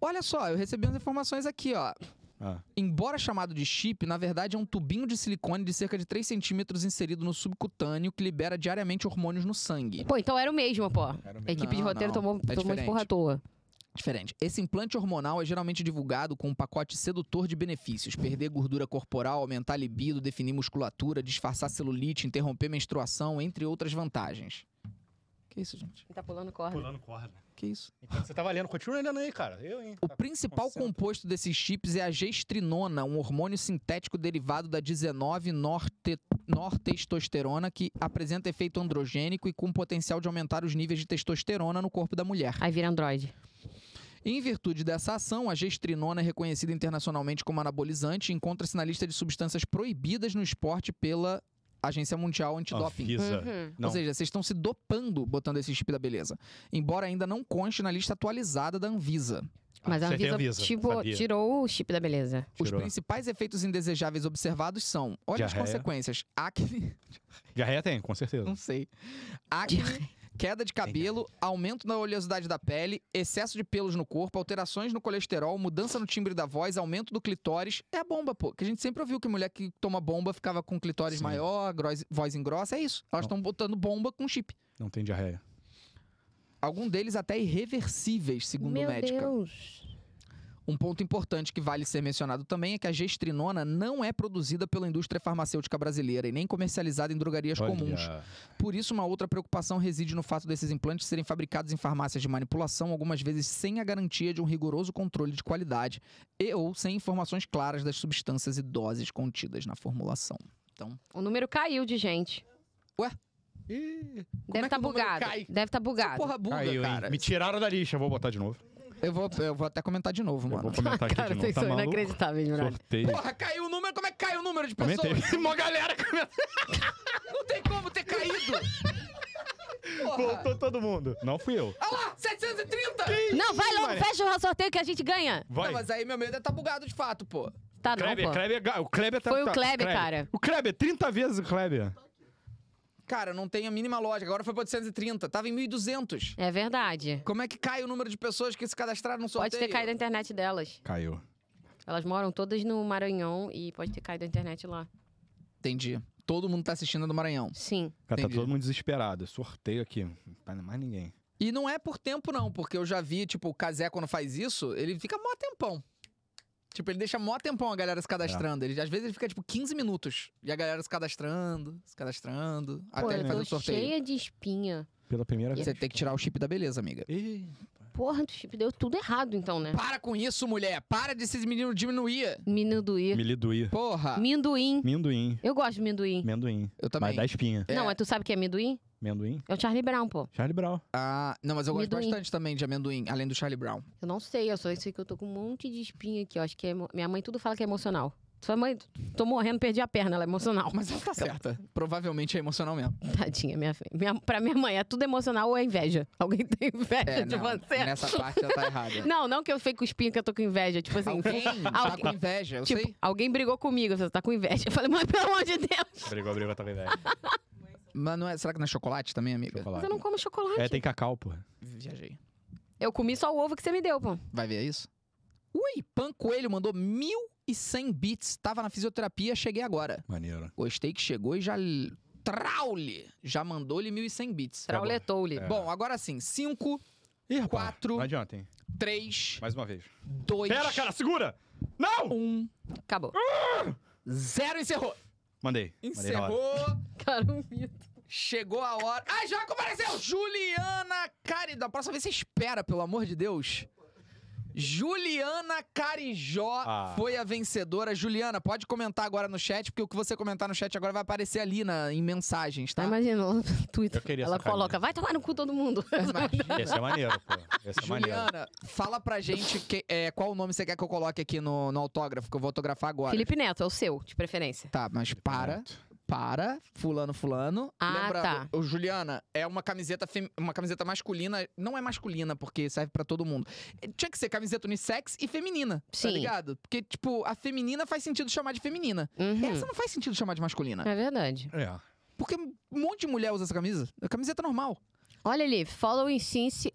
Olha só, eu recebi umas informações aqui, ó. Ah, Embora chamado de chip, na verdade é um tubinho de silicone de cerca de 3 centímetros inserido no subcutâneo que libera diariamente hormônios no sangue. Pô, então era o mesmo, pô. era A mesmo. equipe de Não, roteiro não. tomou, É tomou de diferente. porra à toa. Diferente. Esse implante hormonal é geralmente divulgado com um pacote sedutor de benefícios: perder gordura corporal, aumentar a libido, definir musculatura, disfarçar celulite, interromper menstruação, entre outras vantagens. Que isso, gente? Tá pulando corda. Pulando corda. Que isso? Enquanto Então, você tava lendo, continua lendo aí, cara. Eu, hein? O principal concentra. composto desses chips é a gestrinona, um hormônio sintético derivado da 19-nortestosterona que apresenta efeito androgênico e com potencial de aumentar os níveis de testosterona no corpo da mulher. Aí vira Android. Em virtude dessa ação, a gestrinona é reconhecida internacionalmente como anabolizante e encontra-se na lista de substâncias proibidas no esporte pela Agência Mundial Antidoping. Avisa. Uhum. Não. Ou seja, vocês estão se dopando botando esse chip da beleza. Embora ainda não conste na lista atualizada da Anvisa. Mas a Você Anvisa avisa, tipo, sabia. tirou o chip da beleza. Os Tirou. principais efeitos indesejáveis observados são: olha as Diarreia. consequências. Acne, Diarreia tem, com certeza. não sei. Acne, queda de cabelo, aumento na oleosidade da pele, excesso de pelos no corpo, alterações no colesterol, mudança no timbre da voz, aumento do clitóris. É a bomba, pô. Que a gente sempre ouviu que mulher que toma bomba ficava com clitóris Sim. maior, grois- voz engrossa. É isso. Elas Não. estão botando bomba com chip. Não tem diarreia. Algum deles até irreversíveis, segundo Meu o médica. Deus. Um ponto importante que vale ser mencionado também é que a gestrinona não é produzida pela indústria farmacêutica brasileira e nem comercializada em drogarias Olha, comuns. Por isso, uma outra preocupação reside no fato desses implantes serem fabricados em farmácias de manipulação, algumas vezes sem a garantia de um rigoroso controle de qualidade e ou sem informações claras das substâncias e doses contidas na formulação. O número caiu de gente. Ih, Deve é estar que o número bugado. cai? Deve estar bugado. porra buga, Caiu, hein? cara. Me tiraram da lixa, vou botar de novo. Eu vou, eu vou até comentar de novo, Eu mano. vou comentar aqui cara, de novo. vocês Tá são maluco? inacreditáveis, Muralha. Sorteio. Porra, caiu o número? Como é que caiu o número de pessoas? Comentei. Uma galera comentou. Não tem como ter caído! Porra. Voltou todo mundo. Não fui eu. Olha lá, 730! Não, vai logo, Maria. fecha o sorteio que a gente ganha. Vai. Não, mas aí meu medo é tá bugado de fato, pô. Tá não, Kleber, pô. Kleber, ga- o Kleber tá, Foi o tá- Kleber, cara. O Kleber, 30 vezes o Kleber. Cara, não tem a mínima lógica. Agora foi pra 830, tava em 1200. É verdade. Como é que cai o número de pessoas que se cadastraram no sorteio? Pode ter caído a internet delas. Caiu. Elas moram todas no Maranhão e pode ter caído a internet lá. Entendi. Todo mundo tá assistindo do Maranhão. Sim. Cara, tá Entendi. todo mundo desesperado. Sorteio aqui. Não tá mais ninguém. E não é por tempo, não, porque eu já vi, tipo, o Kazé quando faz isso, ele fica mó tempão. Tipo, ele deixa mó tempão a galera se cadastrando. Ele, às vezes ele fica, tipo, 15 minutos. E a galera se cadastrando, se cadastrando, Pô, até eu ele fazer tô o sorteio. cheia de espinha. Pela primeira vez. Você tem que tirar o chip da beleza, amiga. Ih, Porra, do chip deu tudo errado então, né? Para com isso, mulher. Para de esses meninos diminuir. Minduí. Miliduí. Porra. Minduim. Minduim. Eu gosto de minduim. Menduim. Eu também. Mas dá espinha. É. Não, mas tu sabe o que é minduim? Menduim? É o Charlie Brown, pô. Charlie Brown. Ah, não, mas eu gosto Amendoim. bastante também de amendoim, além do Charlie Brown. Eu não sei, eu só sei que eu tô com um monte de espinha aqui. Eu acho que é. emo- Minha mãe tudo fala que é emocional. Sua mãe, tô morrendo, perdi a perna, ela é emocional. Mas ela tá certa. Provavelmente é emocional mesmo. Tadinha, minha, minha, pra minha mãe, é tudo emocional ou é inveja? Alguém tem inveja É, de não, você? Nessa parte ela tá errada. Não, não que eu fiquei com espinha que eu tô com inveja. Tipo assim, Alguém tá Alguém- com inveja, eu tipo, sei. alguém brigou comigo, você tá com inveja. Eu falei, mãe, pelo amor de Deus, Brigou, brigou, tá velho. Mas não é, será que não é chocolate também, amiga? Chocolate. você não come chocolate. É, tem cacau, porra. Viajei. Eu comi só o ovo que você me deu, pô. Vai ver é isso? Ui, Pan Coelho mandou 1.100 bits. Tava na fisioterapia, cheguei agora. Maneiro. Gostei que chegou e já... l- Traule! Já mandou-lhe 1.100 bits. Trauletou-lhe. É. Bom, agora sim. 5, Ih, rapaz, Quatro. Não adianta, hein? 3, Mais uma vez. 2, Pera, cara, segura! Não! 1, Acabou. 0. Encerrou. Mandei. Mandei na hora. Encerrou. Cara, um mito. Chegou a hora. Ah, já apareceu! Juliana Cari. Da próxima vez você espera, pelo amor de Deus. Juliana Carijó Ah. foi a vencedora. Juliana, pode comentar agora no chat, porque o que você comentar no chat agora vai aparecer ali na, em mensagens, Tá tá? imagina, lá no Twitter. Eu queria ela essa camisa. coloca, vai tomar no cu todo mundo. Esse é maneiro, pô. Esse é maneiro. Juliana, fala pra gente que- é, qual o nome você quer que eu coloque aqui no, no autógrafo, que eu vou autografar agora. Felipe Neto, é o seu, de preferência. Tá, mas para, Pronto. para, fulano, fulano. Ah, Lembra, tá. o, Juliana, é uma camiseta, fem- uma camiseta masculina, não é masculina, porque serve pra todo mundo. Eh, Tinha que ser camiseta unissex e feminina, tá Sim. ligado? Porque, tipo, a feminina faz sentido chamar de feminina. Uhum. Essa não faz sentido chamar de masculina. É verdade. É. Porque um monte de mulher usa essa camisa. É camiseta normal. Olha ali, following since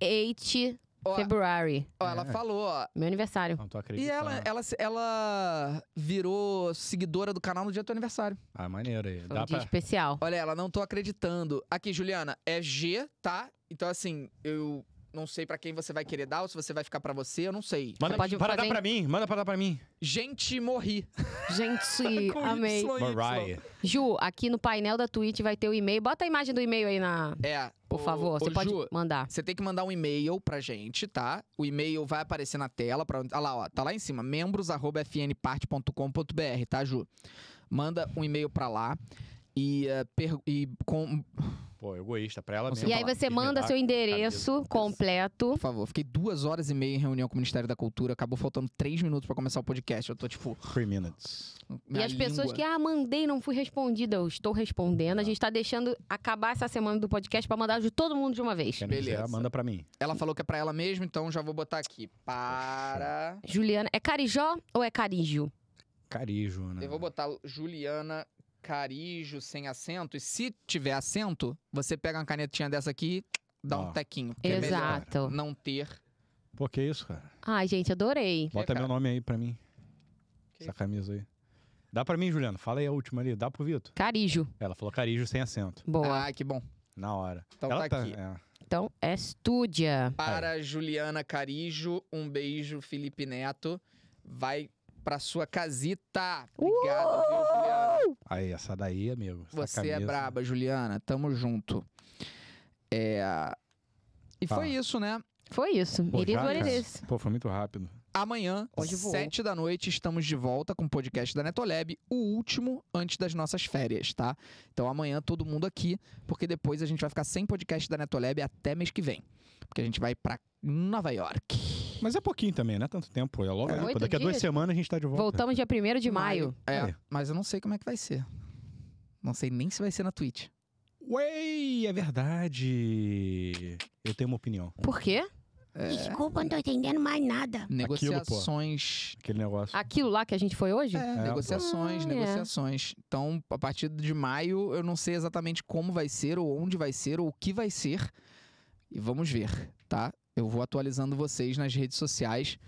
8 Ó, February. ó, ela É. falou, ó. Meu aniversário. Não tô E acreditando. ela, é ela, se- ela virou seguidora do canal no dia do teu aniversário. Ah, maneiro aí. Foi um Dá dia pra... especial. Olha ela, não tô acreditando. Aqui, Juliana, é G, tá? Então, assim, eu não sei pra quem você vai querer dar ou se você vai ficar pra você, eu não sei. Manda pode para dar fazer- pra mim. Manda pra dar pra mim. Gente, morri. Gente, Com amei. Y, Y. Mariah. Ju, aqui no painel da Twitch vai ter o e-mail. Bota a imagem do e-mail aí na. É. Por ô- favor, ô, você pode Ju, mandar. Você tem que mandar um e-mail pra gente, tá? O e-mail vai aparecer na tela. Pra... Olha lá, ó, tá lá em cima. membros.fnparte.com.br, tá, Ju? Manda um e-mail pra lá. e, eh, per- e com- Pô, egoísta pra ela mesmo. E aí falar, você "Quis me manda dar seu a endereço camisa". completo. Por favor, fiquei duas horas e meia em reunião com o Ministério da Cultura, acabou faltando três minutos pra começar o podcast. Eu tô tipo. Three minutes. minha e as pessoas língua. que, ah, mandei, não fui respondida. Eu estou respondendo. A gente está deixando acabar essa semana do podcast para mandar de todo mundo de uma vez. Quem não quiser, Beleza. manda pra mim. Ela falou que é pra ela mesma, então já vou botar aqui. Para. Juliana, é Carijó ou é Carijo? Carijo, né? Eu vou botar Juliana Carijo sem acento. E se tiver acento, você pega uma canetinha dessa aqui, dá Ó. um tequinho. porque é melhor Exato. Não ter. Pô, que isso, cara? Ai, gente, adorei. Bota cara? meu nome aí pra mim. Que Essa camisa aí. Dá pra mim, Juliano. Fala aí a última ali. Dá pro Vitor. Carijo. Ela falou carijo sem acento. Boa. Ah, que bom. Na hora. Então ela tá aqui. é. Então, é estúdia. Para Juliana Carijo, um beijo, Felipe Neto. Vai pra sua casita. Obrigado, viu, Juliana? Aí, essa daí, amigo. Essa Você é camisa- braba, Juliana. Tamo junto. É... E Fala. foi isso, né? Foi isso. Pô, Iris já, cara? Iris. Pô, foi muito rápido. Amanhã, Hoje voou. sete da noite, estamos de volta com o podcast da Netolab, o último antes das nossas férias, tá? Então amanhã todo mundo aqui, porque depois a gente vai ficar sem podcast da Netolab até mês que vem. Porque a gente vai pra Nova York. Mas é pouquinho também, não é tanto tempo. É logo. É. depois. Oito Daqui a duas dias? semanas a gente tá de volta. Voltamos dia 1 de maio. É, Aí. mas eu não sei como é que vai ser. Não sei nem se vai ser na Twitch. Ué, é verdade. Eu tenho uma opinião. Por quê? Desculpa, não tô entendendo mais nada. Negociações Aquele negócio. Aquilo lá que a gente foi hoje? É, negociações, Ah, é. negociações. Então, a partir de maio, eu não sei exatamente como vai ser, ou onde vai ser, ou o que vai ser. E vamos ver, tá? Eu vou atualizando vocês nas redes sociais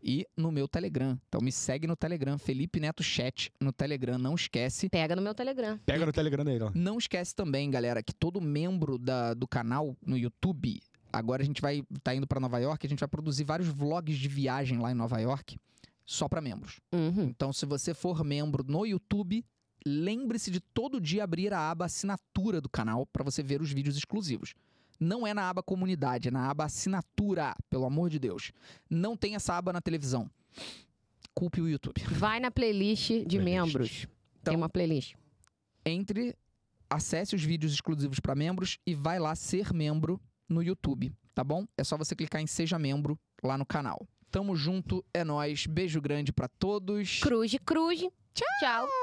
e no meu Telegram. Então me segue no Telegram, Felipe Neto Chat no Telegram, não esquece. Pega no meu Telegram. Pega no Telegram dele, ó. Não esquece também, galera, que todo membro da- do canal no YouTube, agora a gente vai tá indo pra Nova York, a gente vai produzir vários vlogs de viagem lá em Nova York, só pra membros. Uhum. Então, se você for membro no YouTube, lembre-se de todo dia abrir a aba assinatura do canal para você ver os vídeos exclusivos. Não é na aba comunidade, é na aba assinatura, pelo amor de Deus. Não tem essa aba na televisão. Culpe o YouTube. Vai na playlist de Playlist. membros. Então- Tem uma playlist. Entre, acesse os vídeos exclusivos para membros e vai lá ser membro no YouTube, tá bom? É só você clicar em seja membro lá no canal. Tamo junto, é nóis. Beijo grande para todos. Cruz, cruz. Tchau. Tchau.